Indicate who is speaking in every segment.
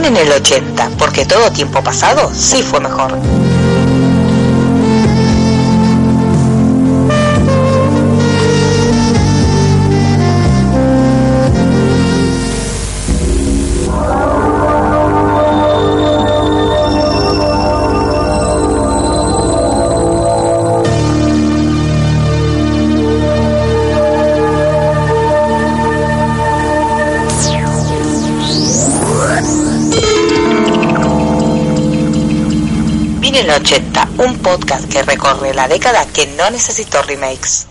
Speaker 1: 80, porque todo tiempo pasado sí fue mejor. Miren el 80, un podcast que recorre la década que no necesitó remakes.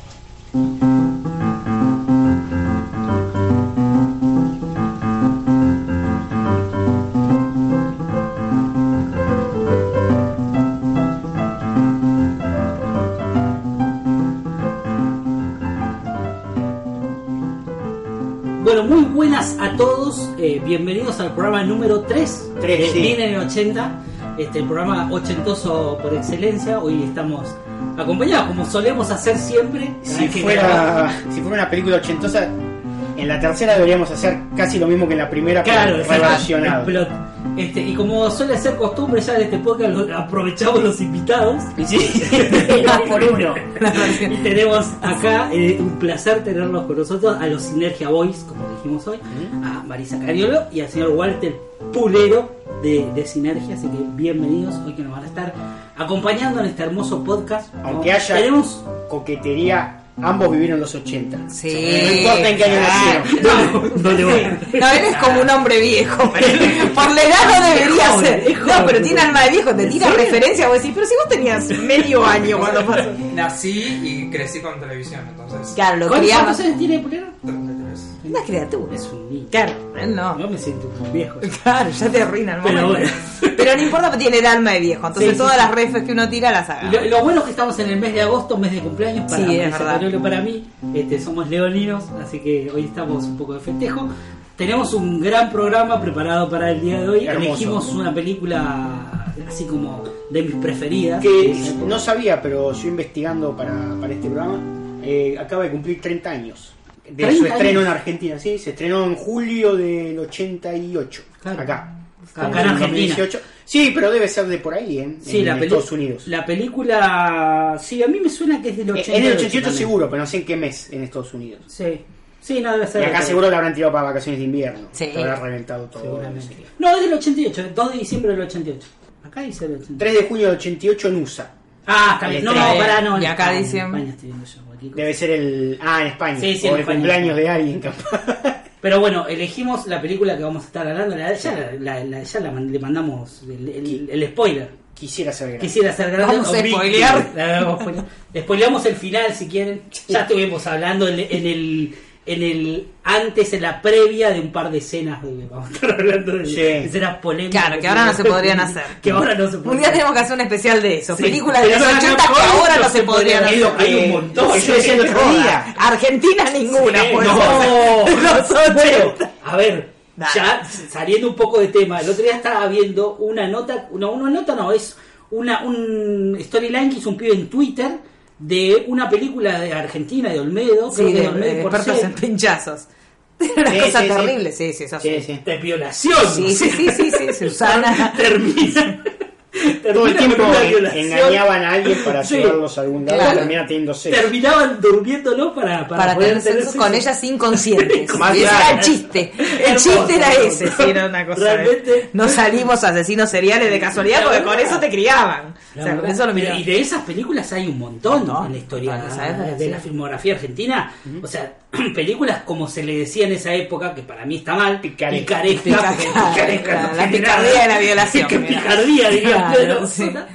Speaker 2: Bueno, muy buenas a todos. eh, bienvenidos al programa número 3
Speaker 3: Tres,
Speaker 2: de
Speaker 3: sí.
Speaker 2: Viene en 80. Este el programa ochentoso por excelencia. Hoy estamos acompañados, como solemos hacer siempre.
Speaker 3: Si
Speaker 2: Ángel
Speaker 3: fuera, si fuera una película ochentosa, en la tercera deberíamos hacer casi lo mismo que en la primera,
Speaker 2: Claro,
Speaker 3: pero
Speaker 2: exacto,
Speaker 3: relacionado.
Speaker 2: el plot. Este, y como suele ser costumbre ya de este podcast, lo- aprovechamos los invitados.
Speaker 3: Sí.
Speaker 4: Dos por uno.
Speaker 2: Y tenemos acá eh, un placer tenerlos con nosotros a los Sinergia Boys, como dijimos hoy, a Marisa Cariolo y al señor Walter Pulero de, de Sinergia. Así que bienvenidos hoy que nos van a estar acompañando en este hermoso podcast. ¿no?
Speaker 3: Aunque haya
Speaker 2: Tenemos.
Speaker 3: coquetería, ambos vivieron los 80.
Speaker 4: Sí.
Speaker 3: No importa en qué año
Speaker 2: Ah.
Speaker 3: nacieron.
Speaker 2: ¿Dónde va?
Speaker 4: No, él es como un hombre viejo. Por la edad no debería
Speaker 2: joven, es
Speaker 4: ser.
Speaker 2: joven.
Speaker 4: No, pero tiene alma de viejo, te tira referencia. Vos decís, pero si vos tenías medio año cuando pasó.
Speaker 5: Nací y crecí con televisión, entonces.
Speaker 4: Claro, lo
Speaker 2: ¿Cuántos
Speaker 4: criamos.
Speaker 2: cuántos años tiene Pulero?
Speaker 5: 33.
Speaker 4: Una criatura.
Speaker 2: Es un niño.
Speaker 4: Claro, él no.
Speaker 2: No me siento un viejo.
Speaker 4: Claro, ya te arruina el
Speaker 2: Pero
Speaker 4: momento.
Speaker 2: bueno.
Speaker 4: Pero no importa, porque tiene el alma de viejo. Entonces
Speaker 2: Sí, sí,
Speaker 4: todas
Speaker 2: sí.
Speaker 4: las refes que uno tira las
Speaker 3: Ah,
Speaker 4: haga.
Speaker 2: Lo, lo bueno es que estamos en el mes de agosto, mes de cumpleaños para
Speaker 4: Sí, es
Speaker 2: Marisa
Speaker 4: verdad.
Speaker 2: Cariolo, para mí. Este, somos leoninos, así que hoy estamos un poco de festejo. Tenemos un gran programa preparado para el día de hoy.
Speaker 3: Hermoso.
Speaker 2: Elegimos una película así como de mis preferidas. Eh,
Speaker 3: Que
Speaker 2: Sí,
Speaker 3: no sabía, pero yo investigando para, para este programa, eh, acaba de cumplir 30 años. De
Speaker 2: 30
Speaker 3: su estreno
Speaker 2: años.
Speaker 3: en Argentina, sí, se estrenó en julio del 88,
Speaker 2: Claro.
Speaker 3: acá.
Speaker 2: Acá en Argentina.
Speaker 3: 2018. Sí, pero debe ser de por ahí, ¿eh?
Speaker 2: Sí,
Speaker 3: en
Speaker 2: la, peli-
Speaker 3: Estados Unidos.
Speaker 2: la película... Sí, a mí me suena que es del
Speaker 3: Eh,
Speaker 2: 88.
Speaker 3: En el 88
Speaker 2: también.
Speaker 3: seguro, pero no sé en qué mes en Estados Unidos.
Speaker 2: Sí. Sí, no debe
Speaker 3: Y
Speaker 2: ser.
Speaker 3: acá
Speaker 2: del-
Speaker 3: seguro la habrán tirado para vacaciones de invierno.
Speaker 4: Sí.
Speaker 3: Lo habrán reventado todo.
Speaker 2: Seguramente.
Speaker 3: no sé.
Speaker 2: No, es del 88, el 2 de diciembre del 88. Acá dice el 88.
Speaker 3: 3 de junio del 88 en USA.
Speaker 2: Ah, está bien. No,
Speaker 3: Está bien.
Speaker 2: pará, no.
Speaker 4: Y
Speaker 2: en
Speaker 4: acá
Speaker 2: España, en
Speaker 4: dicen-
Speaker 2: España estoy viendo yo, cualquier cosa.
Speaker 3: Debe ser el. Ah, en España.
Speaker 2: Sí, sí,
Speaker 3: o
Speaker 2: en
Speaker 3: el
Speaker 2: España.
Speaker 3: cumpleaños de alguien, capaz.
Speaker 2: Pero bueno, elegimos la película que vamos a estar hablando. La, ya la- la- ya la man- le mandamos el, el- el spoiler.
Speaker 3: Quisiera saber.
Speaker 2: Quisiera hacer grande.
Speaker 4: Vamos a
Speaker 2: Oblique.
Speaker 4: spoilear.
Speaker 2: La vamos a spoilear. Le spoileamos el final si quieren. Ya estuvimos hablando en, en el en el antes, en la previa de un par de escenas. De, vamos a estar hablando de,
Speaker 3: Sí.
Speaker 2: de escenas polémicas.
Speaker 4: Claro, que ahora no se podrían hacer.
Speaker 2: Que ahora no se podrían
Speaker 4: Un día tenemos que hacer un especial de eso.
Speaker 2: Sí.
Speaker 4: Películas de
Speaker 2: Pero
Speaker 4: los
Speaker 2: no, no,
Speaker 4: 80 que
Speaker 2: ¿cuántos
Speaker 4: ahora no
Speaker 2: se
Speaker 4: se podrían
Speaker 2: podrían
Speaker 3: Es
Speaker 4: hacer.
Speaker 3: lo que
Speaker 2: Hay un montón.
Speaker 3: Yo decía el otro día.
Speaker 4: Argentina ninguna, pues.
Speaker 2: Eh,
Speaker 4: por
Speaker 2: no.
Speaker 4: favor. Los 80.
Speaker 2: Bueno, a ver,
Speaker 4: Nah.
Speaker 2: ya saliendo un poco de tema, el otro día estaba viendo una nota, no, una nota no, es una, un storyline que hizo un pibe en Twitter de una película de Argentina, de Olmedo, creo
Speaker 4: Sí,
Speaker 2: que
Speaker 4: de,
Speaker 2: de Olmedo
Speaker 4: de
Speaker 2: por
Speaker 4: expertos
Speaker 2: ser,
Speaker 4: en pinchazos. Una
Speaker 3: Sí,
Speaker 4: cosa
Speaker 3: sí, sí.
Speaker 4: terrible, sí, sí, eso
Speaker 3: Sí,
Speaker 4: sí.
Speaker 3: sí.
Speaker 2: de violación.
Speaker 4: Sí, sí, sí, sí, sí, Susana.
Speaker 2: Termina.
Speaker 3: Todo el
Speaker 2: termina
Speaker 3: tiempo
Speaker 2: con una violación.
Speaker 3: engañaban a alguien para
Speaker 2: Sí.
Speaker 3: llevarlos a algún lado
Speaker 4: Claro.
Speaker 3: y termina teniendo sexo.
Speaker 2: Terminaban durmiéndolo para, para,
Speaker 4: Para
Speaker 2: poder
Speaker 4: tener sexo con ellas inconscientes.
Speaker 3: Más
Speaker 4: Y ese era
Speaker 3: claro.
Speaker 4: el chiste. El
Speaker 2: Hermoso,
Speaker 4: chiste era
Speaker 2: hermoso.
Speaker 4: ese. Sí, era una cosa.
Speaker 2: Realmente-
Speaker 4: No salimos asesinos seriales de casualidad porque con eso te criaban.
Speaker 2: La
Speaker 4: O sea, con
Speaker 2: verdad,
Speaker 4: eso lo
Speaker 2: pero-
Speaker 4: miraban.
Speaker 2: y de esas películas hay un montón ¿no?
Speaker 4: Montón.
Speaker 2: en la historia
Speaker 4: Para esa época,
Speaker 2: de
Speaker 4: sí.
Speaker 2: la filmografía argentina. O sea, películas como se le decía en esa época, que para mí está mal,
Speaker 3: Picaresca.
Speaker 2: picaresca.
Speaker 4: Pica-
Speaker 2: porque
Speaker 4: claro,
Speaker 2: picaresca no
Speaker 4: claro, la
Speaker 2: tiene
Speaker 4: picardía
Speaker 2: nada.
Speaker 4: de la violación,
Speaker 2: Que
Speaker 4: mira.
Speaker 2: picardía, diría
Speaker 4: Claro,
Speaker 2: Pedro
Speaker 4: sí.
Speaker 2: Sola.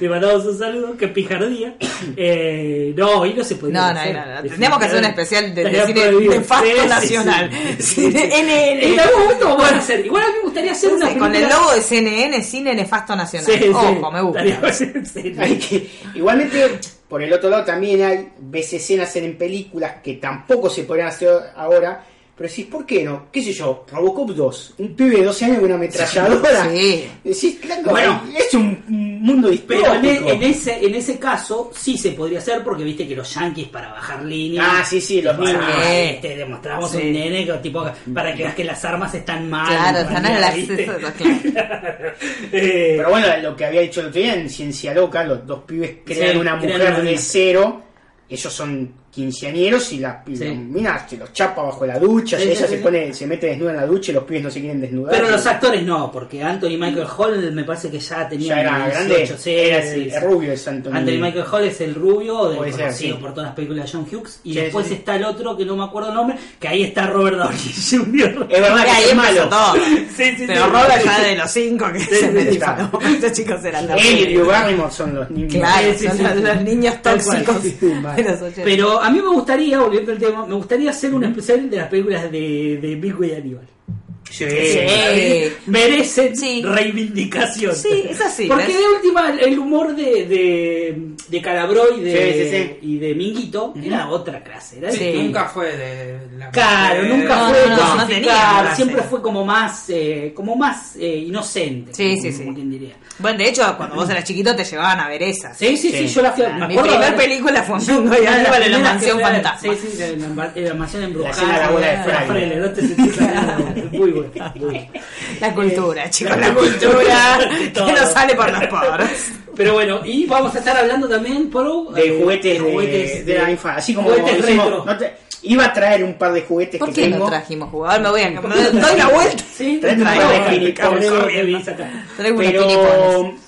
Speaker 2: Le mandamos un saludo, que picardía. Eh, no, hoy no se podía
Speaker 4: No, no,
Speaker 2: hacer.
Speaker 4: no, no. Tenemos que hacer un especial de, de
Speaker 2: Estaría
Speaker 4: cine
Speaker 2: prohibido.
Speaker 4: de facto
Speaker 2: Sí, sí, sí.
Speaker 4: nacional.
Speaker 2: En
Speaker 4: CNN.
Speaker 2: algún momento lo van a hacer. Igual a mí me gustaría hacer una
Speaker 4: Con el
Speaker 2: película-
Speaker 4: logo de CNN, cine nefasto nacional.
Speaker 2: Sí, sí.
Speaker 4: Ojo, me gusta.
Speaker 2: Estaría- sí,
Speaker 3: Hay que- Igualmente, por el otro lado también hay veces escenas en películas que tampoco se podrían hacer ahora. Pero decís, ¿por qué no? ¿Qué sé yo? Robocop 2, un pibe de 12 años con una ametralladora.
Speaker 4: Sí.
Speaker 3: Decís, claro,
Speaker 2: Bueno.
Speaker 3: es un, un mundo
Speaker 2: Pero en, e,
Speaker 3: distópico.
Speaker 2: en ese, en ese caso sí se podría hacer porque viste que los yankees para bajar líneas.
Speaker 3: Ah, sí, sí, los
Speaker 2: te pasan,
Speaker 3: niños.
Speaker 4: Eh.
Speaker 2: Te demostramos
Speaker 4: Sí.
Speaker 2: un nene que, tipo, para que veas que las armas están mal.
Speaker 4: Claro,
Speaker 2: en
Speaker 4: están
Speaker 2: realidad,
Speaker 4: a las.
Speaker 2: ¿viste?
Speaker 4: claro.
Speaker 2: Eh,
Speaker 3: Pero bueno, lo que había dicho el otro día en Ciencia Loca, los dos pibes crean
Speaker 2: Sí,
Speaker 3: una
Speaker 2: crean
Speaker 3: mujer
Speaker 2: una
Speaker 3: de
Speaker 2: mina.
Speaker 3: cero. Ellos son quinceañeros y las y
Speaker 2: Sí.
Speaker 3: las minas se los chapa bajo la ducha.
Speaker 2: Sí,
Speaker 3: y ella
Speaker 2: sí,
Speaker 3: se
Speaker 2: sí.
Speaker 3: pone, se mete desnuda en la ducha y los pibes no se quieren desnudar.
Speaker 2: pero los
Speaker 3: ya
Speaker 2: actores no, porque Anthony Michael Hall me parece que ya tenía
Speaker 3: era
Speaker 2: 18,
Speaker 3: grande.
Speaker 2: sí,
Speaker 3: era
Speaker 2: sí,
Speaker 3: el,
Speaker 2: sí.
Speaker 3: el rubio de Santo
Speaker 2: Anthony Michael Hall es el rubio, de,
Speaker 3: Puede ser,
Speaker 2: conocido
Speaker 3: sí.
Speaker 2: por todas las películas de John Hughes. Y
Speaker 3: Sí,
Speaker 2: después
Speaker 3: sí, sí.
Speaker 2: está el otro que no me acuerdo el nombre, que ahí está Robert Downey Jr.
Speaker 3: Es verdad
Speaker 4: Y
Speaker 3: que
Speaker 4: ahí
Speaker 3: es
Speaker 4: empezó
Speaker 3: malo.
Speaker 4: todo.
Speaker 2: sí, sí,
Speaker 4: Pero
Speaker 2: sí.
Speaker 4: Robert ya de los cinco que
Speaker 2: sí,
Speaker 4: se me
Speaker 2: sí,
Speaker 4: disparó. Estos chicos eran los
Speaker 3: Él y Drew Barrymore son los niños.
Speaker 4: Claro,
Speaker 2: Sí, sí,
Speaker 4: son
Speaker 2: sí,
Speaker 4: los,
Speaker 2: sí.
Speaker 4: los niños
Speaker 2: Tal cual,
Speaker 4: tóxicos
Speaker 3: sí, sí, mal.
Speaker 4: de los 80.
Speaker 2: Pero a mí me gustaría, volviendo al tema, me gustaría hacer un especial de las películas de, de Bilbo y Aníbal. Eh,
Speaker 3: Sí.
Speaker 4: Sí.
Speaker 2: Merecen
Speaker 4: Sí.
Speaker 2: reivindicación.
Speaker 4: Sí, es así,
Speaker 2: Porque
Speaker 4: ¿ves?
Speaker 2: de última, el humor de, de, de Calabro y de,
Speaker 3: Sí, sí,
Speaker 2: y de Minguito era otra clase. Era
Speaker 4: Sí.
Speaker 2: distinta.
Speaker 5: Nunca fue de la
Speaker 2: Claro,
Speaker 3: Eh,
Speaker 5: mujer.
Speaker 2: nunca
Speaker 4: No,
Speaker 2: fue
Speaker 4: no,
Speaker 2: de
Speaker 4: no, no
Speaker 2: cosificar,
Speaker 4: tenía clase.
Speaker 2: siempre fue como más, eh, como más eh, inocente.
Speaker 4: Sí,
Speaker 2: como-
Speaker 4: sí, sí.
Speaker 2: como quien diría.
Speaker 4: Bueno, de hecho, cuando vos eras chiquito te llevaban a ver esas.
Speaker 2: Sí, sí, sí,
Speaker 3: Sí.
Speaker 2: yo la fui a...
Speaker 4: Ah, Mi primera película fue Mingo y Aníbal en la mansión
Speaker 2: Sí,
Speaker 4: fantasma.
Speaker 2: sí, de la, ma- de la mansión embrujada.
Speaker 3: La escena de la abuela de Fraile.
Speaker 2: Fraile, no te sentís nada, Muy bueno, muy bueno.
Speaker 4: La cultura, chicos,
Speaker 2: la
Speaker 4: la cultura
Speaker 2: cultura de todo.
Speaker 4: que nos sale por los poros.
Speaker 2: Pero bueno, y vamos a estar hablando también, Pro,
Speaker 3: de juguetes de,
Speaker 2: juguetes
Speaker 3: de la infancia. Así como,
Speaker 2: juguetes
Speaker 3: como decimos,
Speaker 2: retro.
Speaker 3: no te- iba a traer un par de juguetes
Speaker 4: ¿Por
Speaker 3: que
Speaker 4: qué no
Speaker 3: tengo.
Speaker 4: trajimos jugador? Me voy a. Me doy la vuelta.
Speaker 2: Sí,
Speaker 3: Traete un
Speaker 2: traigo,
Speaker 3: par de
Speaker 2: traigo,
Speaker 3: gilipollas.
Speaker 2: traigo, traigo, traigo.
Speaker 4: Traigo unos pinipones.
Speaker 3: pero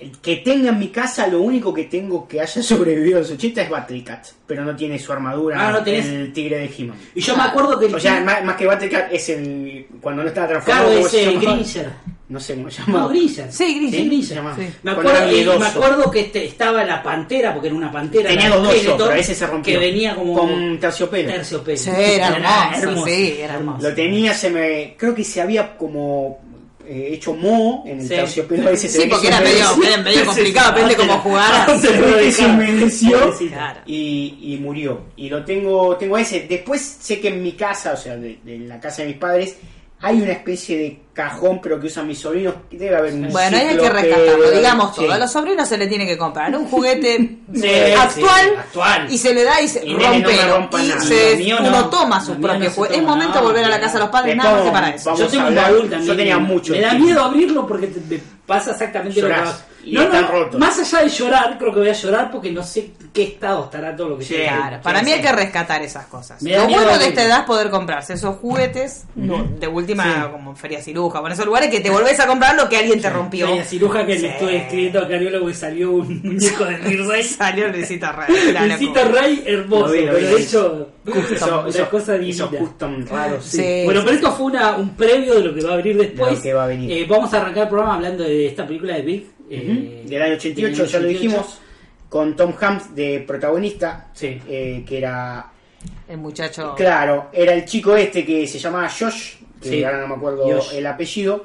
Speaker 3: el que tenga en mi casa, lo único que tengo que haya sobrevivido a los 80 es Battlecat. Pero no tiene su armadura,
Speaker 2: Ah, no tenés-
Speaker 3: el tigre de He-Man.
Speaker 2: Y yo me acuerdo que el
Speaker 3: O sea, más, más que Battlecat es el. Cuando no estaba transformado.
Speaker 2: Claro,
Speaker 3: ¿cómo se
Speaker 2: ese
Speaker 3: llama?
Speaker 2: Gringer.
Speaker 3: No sé cómo se llama.
Speaker 2: eh, No, Gringer.
Speaker 4: Sí, Gringer.
Speaker 2: Sí,
Speaker 3: Se llama.
Speaker 4: Sí.
Speaker 2: Me
Speaker 3: Con
Speaker 2: acuerdo,
Speaker 3: Arnie
Speaker 2: y me
Speaker 3: Dosso.
Speaker 2: acuerdo que este- estaba la pantera, porque era una pantera.
Speaker 3: Tenía
Speaker 2: la
Speaker 3: dos dosos,
Speaker 2: Skeletor,
Speaker 3: pero ese se rompió.
Speaker 2: Que venía como
Speaker 3: Con terciopelo.
Speaker 2: terciopelo.
Speaker 4: Sí, era hermoso, sí, era hermoso.
Speaker 3: Lo tenía, se me. Creo que se había como. eh, hecho mo en el
Speaker 2: Sí.
Speaker 3: terciopelo ese se
Speaker 4: Sí,
Speaker 3: ve que
Speaker 4: porque
Speaker 3: se
Speaker 4: era medio,
Speaker 3: envejeció.
Speaker 4: medio, medio complicado, depende cómo jugar.
Speaker 3: Se ve que se envejeció.
Speaker 4: Claro.
Speaker 3: y, y murió. Y lo tengo, tengo ese. Después sé que en mi casa, o sea, de, de la casa de mis padres, hay una especie de cajón, pero que usan mis sobrinos. Debe haber un
Speaker 4: Bueno, ahí hay que
Speaker 3: cíclope,
Speaker 4: rescatarlo,
Speaker 3: debe-
Speaker 4: digamos
Speaker 3: sí.
Speaker 4: todo. A los sobrinos se le tiene que comprar un juguete
Speaker 3: Sí,
Speaker 4: eh,
Speaker 3: sí,
Speaker 4: actual,
Speaker 3: actual.
Speaker 4: y se le da y se
Speaker 3: Y nene,
Speaker 4: rompe.
Speaker 3: no me rompa
Speaker 4: y
Speaker 3: nada.
Speaker 4: se,
Speaker 2: Lo mío
Speaker 4: uno
Speaker 2: no.
Speaker 4: toma sus
Speaker 2: Lo mío no
Speaker 4: propios
Speaker 2: se
Speaker 4: juguetes. Es
Speaker 2: toma
Speaker 4: momento de
Speaker 2: nada.
Speaker 4: volver a la casa de los padres,
Speaker 3: Después
Speaker 4: nada más que
Speaker 3: vamos-
Speaker 4: para eso.
Speaker 3: vamos
Speaker 2: yo tengo
Speaker 3: a
Speaker 2: un
Speaker 3: hablar.
Speaker 2: baúl también.
Speaker 3: Yo tenía mucho.
Speaker 2: Me da miedo abrirlo porque te- me pasa exactamente lo que
Speaker 3: Llorás.
Speaker 2: pasa.
Speaker 3: Y están rotos.
Speaker 2: Más allá de llorar, creo que voy a llorar porque no sé qué estado estará todo lo que
Speaker 3: Sí,
Speaker 2: llega.
Speaker 4: Claro, para mí hay que rescatar esas cosas.
Speaker 2: Me da
Speaker 4: Lo
Speaker 2: miedo
Speaker 4: bueno de
Speaker 2: abrirlo.
Speaker 4: esta edad es poder comprarse esos juguetes, no, de última, como en Feria Ciruja, bueno, esos lugares que te volvés a comprar lo que alguien te rompió.
Speaker 2: Hay ciruja que
Speaker 4: Sí.
Speaker 2: le estoy escribiendo a Cariolo que salió un muñeco de Mirzai.
Speaker 4: Salió Luisita Rey. la
Speaker 2: Visita
Speaker 4: locura.
Speaker 2: Rey hermoso,
Speaker 3: Lo vi, lo
Speaker 2: pero
Speaker 3: vi.
Speaker 2: de hecho,
Speaker 3: Eso-
Speaker 2: una
Speaker 3: esos-
Speaker 2: cosa divina.
Speaker 3: esos custom raros.
Speaker 4: Sí.
Speaker 2: Bueno, pero esto fue una- un previo de lo que va a venir después.
Speaker 3: De lo que va a venir.
Speaker 2: Eh, vamos a arrancar el programa hablando de esta película de Big. eh,
Speaker 3: Ujú. del año 88,
Speaker 2: del
Speaker 3: ya
Speaker 2: 88.
Speaker 3: lo dijimos, con Tom Hanks de protagonista,
Speaker 2: Sí.
Speaker 3: eh, que era,
Speaker 4: El muchacho.
Speaker 3: claro, era el chico este que se llamaba Josh, que
Speaker 2: Sí.
Speaker 3: ahora no me acuerdo
Speaker 2: Josh.
Speaker 3: el apellido,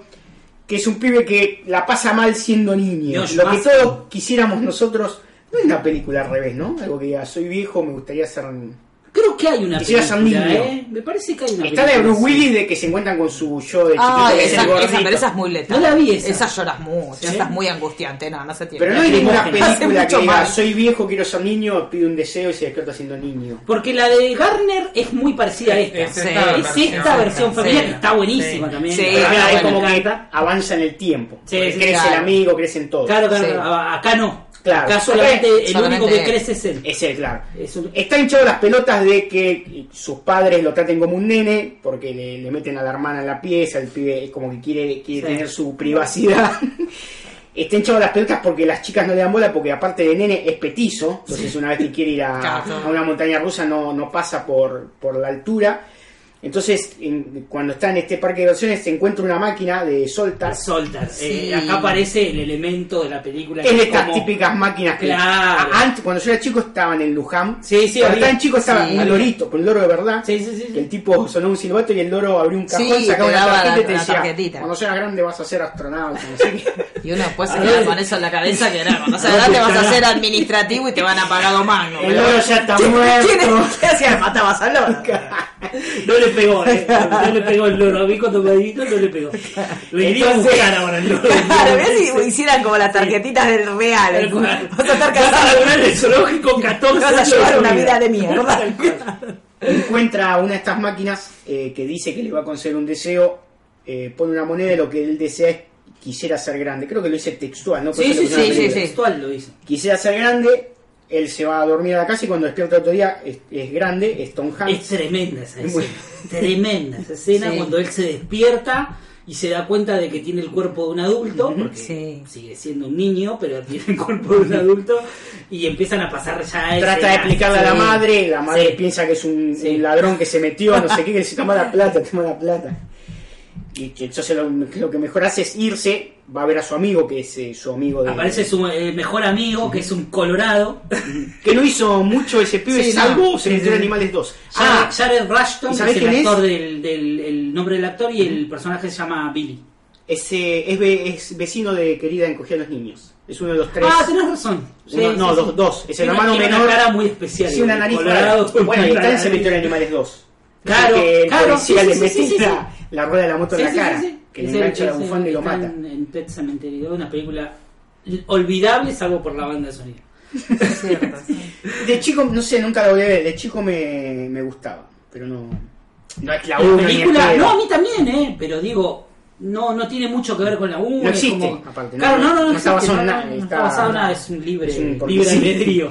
Speaker 3: que es un pibe que la pasa mal siendo niño.
Speaker 2: Josh
Speaker 3: lo que
Speaker 2: Mason.
Speaker 3: todos quisiéramos nosotros, no es una película al revés, ¿no? Algo que diga, soy viejo, me gustaría ser...
Speaker 2: Creo que hay una
Speaker 3: Quisiera ser
Speaker 2: película,
Speaker 3: niño.
Speaker 2: ¿eh? Me parece que hay una
Speaker 3: Está de
Speaker 2: película
Speaker 3: Bruce
Speaker 2: así.
Speaker 3: Willis de que se encuentran con su yo de chiquito,
Speaker 4: Ah,
Speaker 3: que es
Speaker 4: esa,
Speaker 3: el
Speaker 4: esa,
Speaker 3: gordito.
Speaker 4: pero esa es muy letal.
Speaker 2: No la vi esa.
Speaker 4: Esa lloras mucho,
Speaker 2: ¿Sí?
Speaker 4: esa es muy angustiante, no, no se tiene.
Speaker 3: Pero no hay ninguna
Speaker 2: Hace
Speaker 3: película que
Speaker 4: mucho
Speaker 3: diga,
Speaker 4: mal.
Speaker 3: soy viejo, quiero ser niño, pido un deseo y se despierta siendo niño.
Speaker 2: Porque la de Garner es muy parecida a esta.
Speaker 5: Es
Speaker 2: Es,
Speaker 4: Sí.
Speaker 5: esta versión.
Speaker 2: esta versión familiar
Speaker 4: Sí.
Speaker 2: que está buenísima
Speaker 5: Sí.
Speaker 2: también.
Speaker 4: Sí.
Speaker 2: La
Speaker 4: Pero
Speaker 3: Pero
Speaker 2: verdad
Speaker 3: acá
Speaker 4: Ah,
Speaker 3: es
Speaker 2: es
Speaker 4: bueno,
Speaker 3: como
Speaker 2: me
Speaker 3: que
Speaker 2: encanta.
Speaker 3: avanza en el tiempo.
Speaker 2: Sí,
Speaker 3: Porque
Speaker 2: sí,
Speaker 3: crece el
Speaker 4: claro.
Speaker 3: amigo, crecen todos.
Speaker 2: Claro, claro,
Speaker 4: Sí.
Speaker 2: a- acá no.
Speaker 3: Claro.
Speaker 2: Acá solamente el
Speaker 4: Solamente
Speaker 2: único que
Speaker 4: él.
Speaker 2: crece es él.
Speaker 3: Es él, claro.
Speaker 2: Es un-
Speaker 3: Está hinchado las pelotas de que sus padres lo traten como un nene, porque le, le meten a la hermana en la pieza, el pibe es como que quiere, quiere
Speaker 2: Sí.
Speaker 3: tener su privacidad. Está hinchado las pelotas porque las chicas no le dan bola, porque aparte de nene es petizo, entonces una vez que quiere ir a,
Speaker 4: Claro.
Speaker 3: a una montaña rusa no, no pasa por, por la altura. Entonces, en- cuando está en este parque de versiones, se encuentra una máquina de soltar.
Speaker 2: Soltar.
Speaker 4: Sí.
Speaker 2: Eh, acá aparece el elemento de la película.
Speaker 3: Es
Speaker 2: que
Speaker 3: de estas
Speaker 2: como-
Speaker 3: típicas máquinas que
Speaker 2: Claro.
Speaker 3: a- antes, cuando yo era chico estaban en Luján.
Speaker 2: Sí, sí,
Speaker 3: cuando
Speaker 2: había.
Speaker 3: estaban chicos estaba
Speaker 4: Sí.
Speaker 3: un
Speaker 2: Había.
Speaker 3: lorito, con un loro de verdad.
Speaker 2: Sí, sí, sí, sí.
Speaker 3: Que el tipo sonó un silbato y el loro abrió un cajón,
Speaker 4: Sí,
Speaker 3: sacaba
Speaker 4: te
Speaker 3: una
Speaker 4: daba
Speaker 3: tarjeta
Speaker 4: la-
Speaker 3: y te
Speaker 4: la
Speaker 3: decía,
Speaker 4: tarjetita.
Speaker 3: cuando seas grande vas a ser astronauta. Ah, no sé qué.
Speaker 4: Y uno después se queda con eso en la cabeza que era, cuando seas grande vas a ser administrativo y te van a pagar dos mangos.
Speaker 3: El loro ya está muerto.
Speaker 4: ¿Qué hacía? ¿Matabas al loro?
Speaker 2: No le pegó, eh, no le pegó el loro. A mí cuando me dijo no le pegó. Lo iría a buscar ahora el loro.
Speaker 4: Claro, mirá si hicieran como las tarjetitas del real.
Speaker 2: Tal cual.
Speaker 4: Vas a estar
Speaker 2: Vas a
Speaker 4: casado.
Speaker 2: lograr el zoológico 14
Speaker 4: Vas a
Speaker 2: años
Speaker 4: llevar
Speaker 2: de
Speaker 4: una vida de
Speaker 2: Tal
Speaker 4: mierda.
Speaker 2: cual.
Speaker 3: Encuentra una de estas máquinas eh, que dice que le va a conceder un deseo, eh, pone una moneda y lo que él desea es quisiera ser grande. Creo que lo dice textual, ¿no? Porque
Speaker 4: Sí,
Speaker 3: es
Speaker 4: sí,
Speaker 3: una
Speaker 4: sí,
Speaker 3: película.
Speaker 4: sí, sí.
Speaker 2: Textual lo hizo.
Speaker 3: Quisiera ser grande, él se va a dormir a la casa y cuando despierta otro día es, es grande, es Tom Hanks.
Speaker 2: Es tremenda esa
Speaker 3: Muy-
Speaker 2: escena. Tremenda esa escena
Speaker 4: Sí.
Speaker 2: cuando él se despierta y se da cuenta de que tiene el cuerpo de un adulto, porque
Speaker 4: Sí.
Speaker 2: sigue siendo un niño, pero tiene el cuerpo de un adulto, y empiezan a pasar ya
Speaker 3: Trata de
Speaker 2: escenas.
Speaker 3: explicarle a la
Speaker 2: Sí.
Speaker 3: madre, la madre
Speaker 2: Sí.
Speaker 3: piensa que es un,
Speaker 2: Sí.
Speaker 3: un ladrón que se metió, no sé qué, que se toma la plata, toma la plata. Y que entonces lo, lo que mejor hace es irse, va a ver a su amigo, que es eh, su amigo de...
Speaker 2: Aparece su eh, mejor amigo, que es un colorado,
Speaker 3: Que no hizo mucho ese pibe,
Speaker 4: Sí,
Speaker 3: salvo
Speaker 4: no.
Speaker 3: se
Speaker 2: Sí,
Speaker 3: metió
Speaker 2: sí,
Speaker 3: en
Speaker 2: sí.
Speaker 3: Animales 2.
Speaker 2: Jared-
Speaker 3: Ah,
Speaker 2: Jared Rashton,
Speaker 3: ¿Y
Speaker 2: que
Speaker 3: sabés
Speaker 2: es el
Speaker 3: quién es?
Speaker 2: actor del, del- el nombre del actor, y el personaje se llama Billy.
Speaker 3: ese es, ve- es vecino de Querida Encogía a los Niños. Es uno de los tres.
Speaker 2: Ah, tenés razón. Sí,
Speaker 3: Uno- no,
Speaker 2: sí,
Speaker 3: dos,
Speaker 2: sí.
Speaker 3: dos. Es el
Speaker 2: Tiene-
Speaker 3: hermano
Speaker 2: tiene
Speaker 3: menor.
Speaker 2: Una cara muy especial.
Speaker 3: Sí, una
Speaker 2: el
Speaker 3: nariz
Speaker 2: colorado.
Speaker 3: rara. Bueno, y
Speaker 2: Una cara-
Speaker 3: también se metió en Animales 2.
Speaker 2: Claro,
Speaker 3: que el
Speaker 2: claro,
Speaker 3: policía
Speaker 2: sí,
Speaker 3: le
Speaker 2: sí,
Speaker 3: mete
Speaker 2: sí, sí,
Speaker 3: la, la rueda de la moto en
Speaker 2: Sí,
Speaker 3: la
Speaker 2: sí,
Speaker 3: cara.
Speaker 2: sí, sí.
Speaker 3: Que le
Speaker 2: Ese-
Speaker 3: engancha la
Speaker 2: ese
Speaker 3: bufanda y lo
Speaker 2: está
Speaker 3: mata.
Speaker 2: En, en Pet Cementerio, una película olvidable salvo por la banda de sonido.
Speaker 3: De chico, no sé, nunca la voy a ver. De chico me, me gustaba. Pero no. No es la uno ni
Speaker 2: película,
Speaker 3: espero.
Speaker 2: no, a mí también, eh, pero digo, no no tiene mucho que ver con la 1.
Speaker 3: No existe, aparte, no,
Speaker 2: Claro, no, no, no,
Speaker 3: no está
Speaker 2: existe,
Speaker 3: basado en
Speaker 2: no,
Speaker 3: nada,
Speaker 2: no
Speaker 3: está-
Speaker 2: está basado en nada, es un libre,
Speaker 3: es un- porque
Speaker 2: libre
Speaker 3: sí.
Speaker 2: albedrío.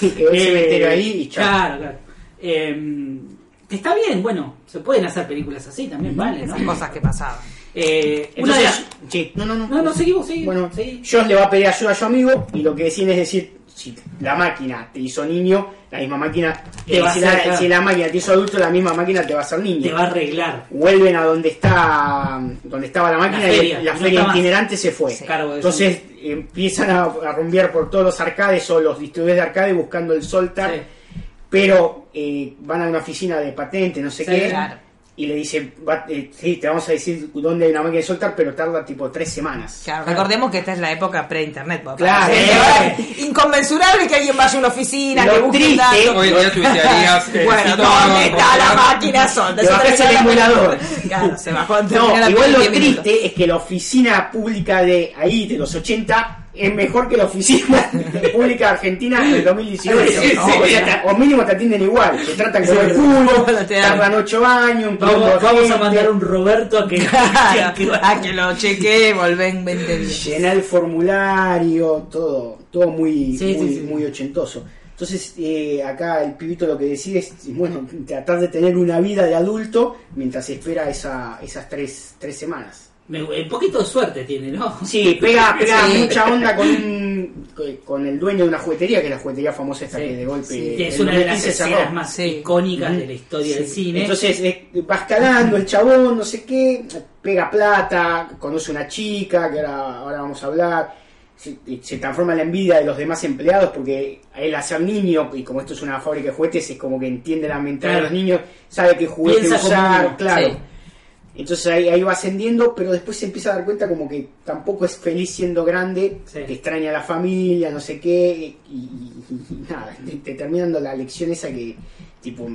Speaker 3: Quedó el
Speaker 2: Eh,
Speaker 3: cementerio ahí y chao.
Speaker 2: Claro, claro. Eh, está bien, bueno, se pueden hacer películas así también, vale, ¿no?
Speaker 4: Esas cosas que pasaban.
Speaker 2: Eh, una de
Speaker 3: Entonces,
Speaker 2: las-
Speaker 3: sí, no, no, no.
Speaker 2: No, no, seguimos, seguimos.
Speaker 3: Bueno,
Speaker 2: seguí.
Speaker 3: Josh le va a pedir ayuda a su amigo y lo que deciden es decir, si la máquina te hizo niño, la misma máquina,
Speaker 2: Te
Speaker 3: eh,
Speaker 2: va a
Speaker 3: si,
Speaker 2: hacer,
Speaker 3: la,
Speaker 2: claro.
Speaker 3: si la máquina te hizo adulto, la misma máquina te va a hacer niño.
Speaker 2: Te va a arreglar.
Speaker 3: Vuelven a donde está donde estaba la máquina
Speaker 2: La
Speaker 3: y
Speaker 2: feria,
Speaker 3: la
Speaker 2: no
Speaker 3: feria
Speaker 2: está más.
Speaker 3: itinerante se fue.
Speaker 2: Sí, cargo de
Speaker 3: Entonces empiezan a, a rumbear por todos los arcades o los distribuidores de arcade buscando el soltar,
Speaker 2: Sí.
Speaker 3: pero eh, van a una oficina de patente, no sé
Speaker 2: Sí,
Speaker 3: qué.
Speaker 4: claro.
Speaker 3: Y le dice, va- eh, sí, te vamos a decir dónde hay una máquina de soltar, pero tarda tipo tres semanas.
Speaker 4: Claro, recordemos que esta es la época pre-internet. papá.
Speaker 3: Claro.
Speaker 4: Sí, ahora es Inconmensurable que alguien vaya a una oficina,
Speaker 3: Lo
Speaker 4: que busque
Speaker 3: triste-
Speaker 4: un dato.
Speaker 5: Hoy en día tuitearías. eh,
Speaker 4: Bueno,
Speaker 5: cito a-
Speaker 4: ¿dónde está la máquina sonda?
Speaker 3: Te
Speaker 4: Eso
Speaker 3: bajás
Speaker 4: termina
Speaker 3: el
Speaker 4: la-
Speaker 3: emulador.
Speaker 4: Claro, se bajó antes de
Speaker 3: No,
Speaker 4: la
Speaker 3: igual lo
Speaker 4: peli en
Speaker 3: triste
Speaker 4: diez minutos.
Speaker 3: es que la oficina pública de ahí, de los 80, es mejor que la oficina pública argentina del 2019.
Speaker 2: Sí, sí,
Speaker 3: ¿no?
Speaker 2: sí.
Speaker 3: o, sea, te- o mínimo te atienden igual, te tratan como el culo,
Speaker 4: Te dan-
Speaker 3: tardan 8 años, un quilombo de
Speaker 2: Vamos, vamos a
Speaker 3: gente,
Speaker 2: mandar un Roberto a que,
Speaker 4: Claro,
Speaker 2: a que va-
Speaker 4: a que lo chequee, volven 20 días.
Speaker 3: llenar el formulario, todo, todo muy,
Speaker 2: Sí,
Speaker 3: muy,
Speaker 2: sí, sí.
Speaker 3: muy ochentoso. Entonces, eh, acá el pibito lo que decide es, bueno, tratar de tener una vida de adulto mientras espera esa, esas tres, tres semanas.
Speaker 2: Me- Un poquito de suerte tiene, ¿no?
Speaker 3: Sí, pega, pega
Speaker 4: Sí.
Speaker 3: mucha onda con, un- con el dueño de una juguetería, que es la juguetería famosa esta que de golpe.
Speaker 2: Sí, que es
Speaker 3: el
Speaker 2: una de las
Speaker 3: 2015 cerró.
Speaker 2: escenas más
Speaker 4: Sí.
Speaker 2: icónicas
Speaker 3: Ujú.
Speaker 2: de la historia del cine.
Speaker 3: Entonces eh, va escalando el chabón, no sé qué, pega plata, conoce una chica, que ahora, ahora vamos a hablar. Se, y se transforma en la envidia de los demás empleados porque él hace un niño, y como esto es una fábrica de juguetes, es como que entiende la mentalidad
Speaker 2: Claro.
Speaker 3: de los niños, sabe qué juguete
Speaker 2: Piensa como
Speaker 3: usar,
Speaker 2: niño,
Speaker 3: claro.
Speaker 4: sí.
Speaker 3: Entonces ahí, ahí va ascendiendo, pero después se empieza a dar cuenta como que tampoco es feliz siendo grande,
Speaker 2: Sí.
Speaker 3: que extraña a la familia, no sé qué, y, y- y nada, te, te termina dando la lección esa que, tipo,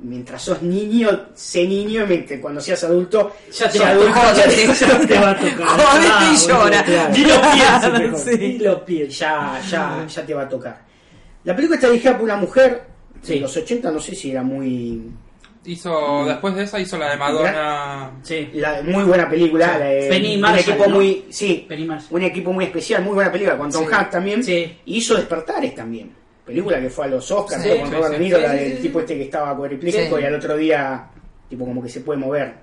Speaker 3: mientras sos niño, sé niño, y mientras- cuando seas adulto,
Speaker 2: Ya te
Speaker 3: sé
Speaker 2: va a
Speaker 3: adulto,
Speaker 2: tocar,
Speaker 3: ya
Speaker 2: te- ya te va a tocar.
Speaker 4: Jodete
Speaker 2: Ah,
Speaker 4: y llora.
Speaker 3: boludo, claro.
Speaker 2: Ni lo pienses,
Speaker 4: Claro,
Speaker 2: mejor,
Speaker 4: sí.
Speaker 2: ni lo pienses.
Speaker 3: ya, Ah, ya, ya te va a tocar. La película está dirigida por una mujer,
Speaker 2: Sí.
Speaker 3: en los 80 no sé si era muy...
Speaker 5: Hizo, después de esa hizo la de Madonna.
Speaker 2: Sí.
Speaker 3: la- muy buena película, la de-
Speaker 2: Penny
Speaker 3: un
Speaker 2: Marshall,
Speaker 3: equipo
Speaker 2: ¿no?
Speaker 3: muy... Sí,
Speaker 2: Penny Marshall.
Speaker 3: un equipo muy especial, muy buena película, con Tom
Speaker 4: Sí.
Speaker 3: Hanks también.
Speaker 2: Sí.
Speaker 3: Y hizo Despertares también. Película que fue a los Oscars,
Speaker 2: Sí,
Speaker 3: ¿no? con
Speaker 5: sí,
Speaker 3: Robert
Speaker 5: sí.
Speaker 3: De Niro,
Speaker 2: Sí,
Speaker 3: la
Speaker 2: sí,
Speaker 3: del
Speaker 2: sí,
Speaker 3: tipo
Speaker 2: sí.
Speaker 3: este que estaba cuadripléjico
Speaker 4: Sí.
Speaker 3: y al otro día, tipo como que se puede mover.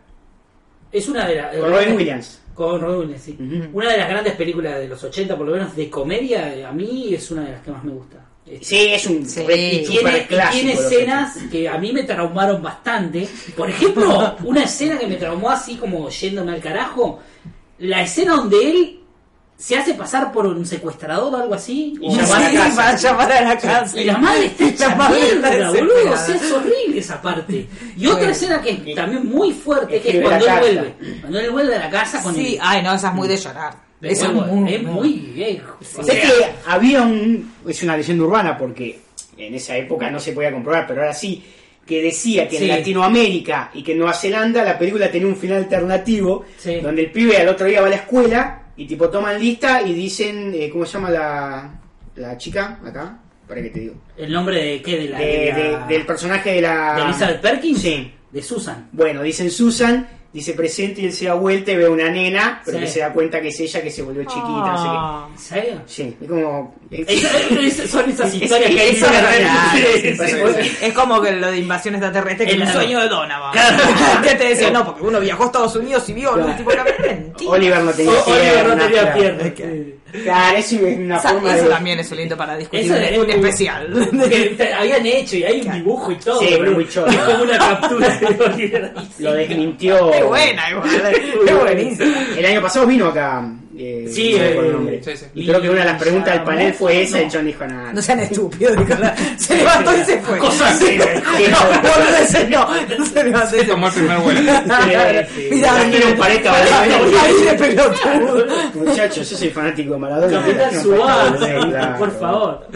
Speaker 2: Es una de las.
Speaker 3: Con Robin Williams.
Speaker 2: Con Robin Williams, sí.
Speaker 3: Ujú.
Speaker 2: Una de las grandes películas de los 80, por lo menos de comedia, eh, a mí es una de las que más me gusta. Es-
Speaker 3: Sí, es un
Speaker 4: Sí.
Speaker 3: re-
Speaker 2: Y tiene, y
Speaker 3: superclásico,
Speaker 2: tiene
Speaker 3: lo sé.
Speaker 2: escenas que a mí me traumaron bastante. Por ejemplo, una escena que me traumó así como yéndome al carajo. La escena donde él se hace pasar por un secuestrador o algo así.
Speaker 3: Y
Speaker 2: o
Speaker 3: llama a
Speaker 2: va
Speaker 3: la
Speaker 2: a
Speaker 3: casa.
Speaker 4: para llamar a la
Speaker 2: casa,
Speaker 4: casa.
Speaker 2: Y la madre está hecha
Speaker 4: La madre
Speaker 2: mierda,
Speaker 4: está
Speaker 2: boludo. O sea,
Speaker 4: desesperada.
Speaker 2: es horrible esa parte. Y otra
Speaker 4: Bueno.
Speaker 2: escena que es también muy fuerte, que
Speaker 3: Escribe
Speaker 2: es cuando
Speaker 3: la
Speaker 2: él
Speaker 3: carta.
Speaker 2: vuelve. Cuando él vuelve a la casa con
Speaker 4: Sí,
Speaker 2: el-
Speaker 4: ay, no, esa es muy de llorar.
Speaker 2: ah, Es,
Speaker 4: Eso
Speaker 2: muy, es muy viejo. O
Speaker 3: Sé
Speaker 2: sea,
Speaker 3: que había un. Es una leyenda urbana porque en esa época no se podía comprobar, pero ahora sí. Que decía que
Speaker 2: Sí.
Speaker 3: en Latinoamérica y que en Nueva Zelanda la película tenía un final alternativo.
Speaker 2: Sí.
Speaker 3: Donde el pibe al otro día va a la escuela y tipo toman lista y dicen. eh, ¿Cómo se llama la, la chica? Acá. Para que te digo.
Speaker 2: ¿El nombre de qué? De la,
Speaker 3: De-
Speaker 2: de la-
Speaker 3: de- del personaje de la.
Speaker 2: de Elizabeth Perkins?
Speaker 3: Sí.
Speaker 2: De Susan.
Speaker 3: Bueno, dicen Susan, dice presente y él se da vuelta y ve a una nena, pero
Speaker 2: Sí.
Speaker 3: que se da cuenta que es ella que se volvió chiquita, no
Speaker 4: Ah.
Speaker 2: ¿En serio?
Speaker 3: sé qué. Sí, es como.
Speaker 2: Es- es- son esas historias que hay
Speaker 3: eso
Speaker 2: que
Speaker 3: es real.
Speaker 2: ver.
Speaker 3: Sí, sí, sí.
Speaker 4: Es como que lo de invasión extraterrestre, que es un
Speaker 2: Claro.
Speaker 4: sueño de Donovan.
Speaker 2: Claro.
Speaker 4: Que te decía, no, porque uno viajó a Estados Unidos y vio, ¿no? Tipo, era mentira.
Speaker 3: Oliver no tenía
Speaker 2: O- Oliver no
Speaker 3: piernas,
Speaker 2: tenía
Speaker 3: claro.
Speaker 2: piernas.
Speaker 3: Claro, eso es una
Speaker 4: Esa-
Speaker 3: forma
Speaker 4: eso
Speaker 3: de.
Speaker 4: también es un lindo para discutir.
Speaker 2: Eso es
Speaker 4: un
Speaker 2: muy-
Speaker 4: especial.
Speaker 2: Que te- habían hecho y hay un dibujo y todo.
Speaker 3: Sí, pero
Speaker 2: boludo.
Speaker 3: muy chorro.
Speaker 2: Es como una captura de Oliver.
Speaker 3: Lo desmintió.
Speaker 4: Qué buena, igual. Qué buenísima.
Speaker 3: El año pasado vino acá. eh,
Speaker 2: Sí,
Speaker 3: no me acuerdo
Speaker 2: eh,
Speaker 3: el nombre.
Speaker 5: sí, sí.
Speaker 3: Y creo que una de las preguntas del panel fue esa y John dijo nada.
Speaker 4: No sean estúpidos, dijo la- Se levantó y se fue.
Speaker 2: Cosas así, ¿eh?
Speaker 4: No, boludeces, no. Se levantó y se
Speaker 5: Tomó el
Speaker 4: fue.
Speaker 5: primer vuelo.
Speaker 4: Mirá,
Speaker 3: Mirá, quiero un paleta, ¿verdad?
Speaker 4: Ahí de pelotudo.
Speaker 3: Muchachos, yo soy fanático de Maradona.
Speaker 2: Capitán
Speaker 3: No,
Speaker 2: Subasa,
Speaker 3: claro.
Speaker 2: por favor.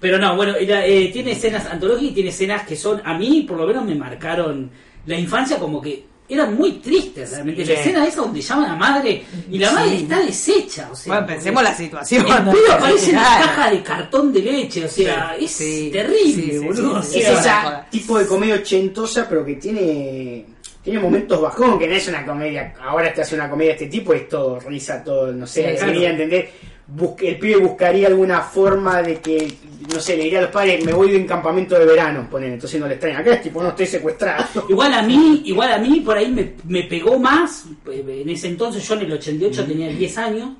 Speaker 2: Pero no, bueno, era, eh, tiene escenas antológicas y tiene escenas que son, a mí por lo menos me marcaron la infancia como que eran muy tristes realmente. La
Speaker 3: Sí.
Speaker 2: escena esa donde llaman a madre y la madre está deshecha, o sea.
Speaker 4: Bueno, pensemos la situación.
Speaker 2: El pedo parece una
Speaker 4: Claro.
Speaker 2: caja de cartón de leche, o sea, es
Speaker 4: Sí.
Speaker 2: terrible,
Speaker 4: Sí, sí,
Speaker 2: boludo.
Speaker 4: sí,
Speaker 2: o
Speaker 3: Es
Speaker 2: sea,
Speaker 4: sí,
Speaker 3: esa
Speaker 4: joda.
Speaker 3: tipo de comedia ochentosa, pero que tiene tiene momentos bajón, que no es una comedia. Ahora te hace una comedia de este tipo, es todo risa, todo, no sé,
Speaker 2: Sí, claro.
Speaker 3: quería entender. Bus- el pibe buscaría alguna forma de que, no sé, le diría a los padres, me voy de un campamento de verano, ponen, entonces no le extraña. Acá es tipo, no estoy secuestrado.
Speaker 2: Igual a mí, igual a mí por ahí me, me pegó más. pues, En ese entonces yo en el 88 tenía 10 años,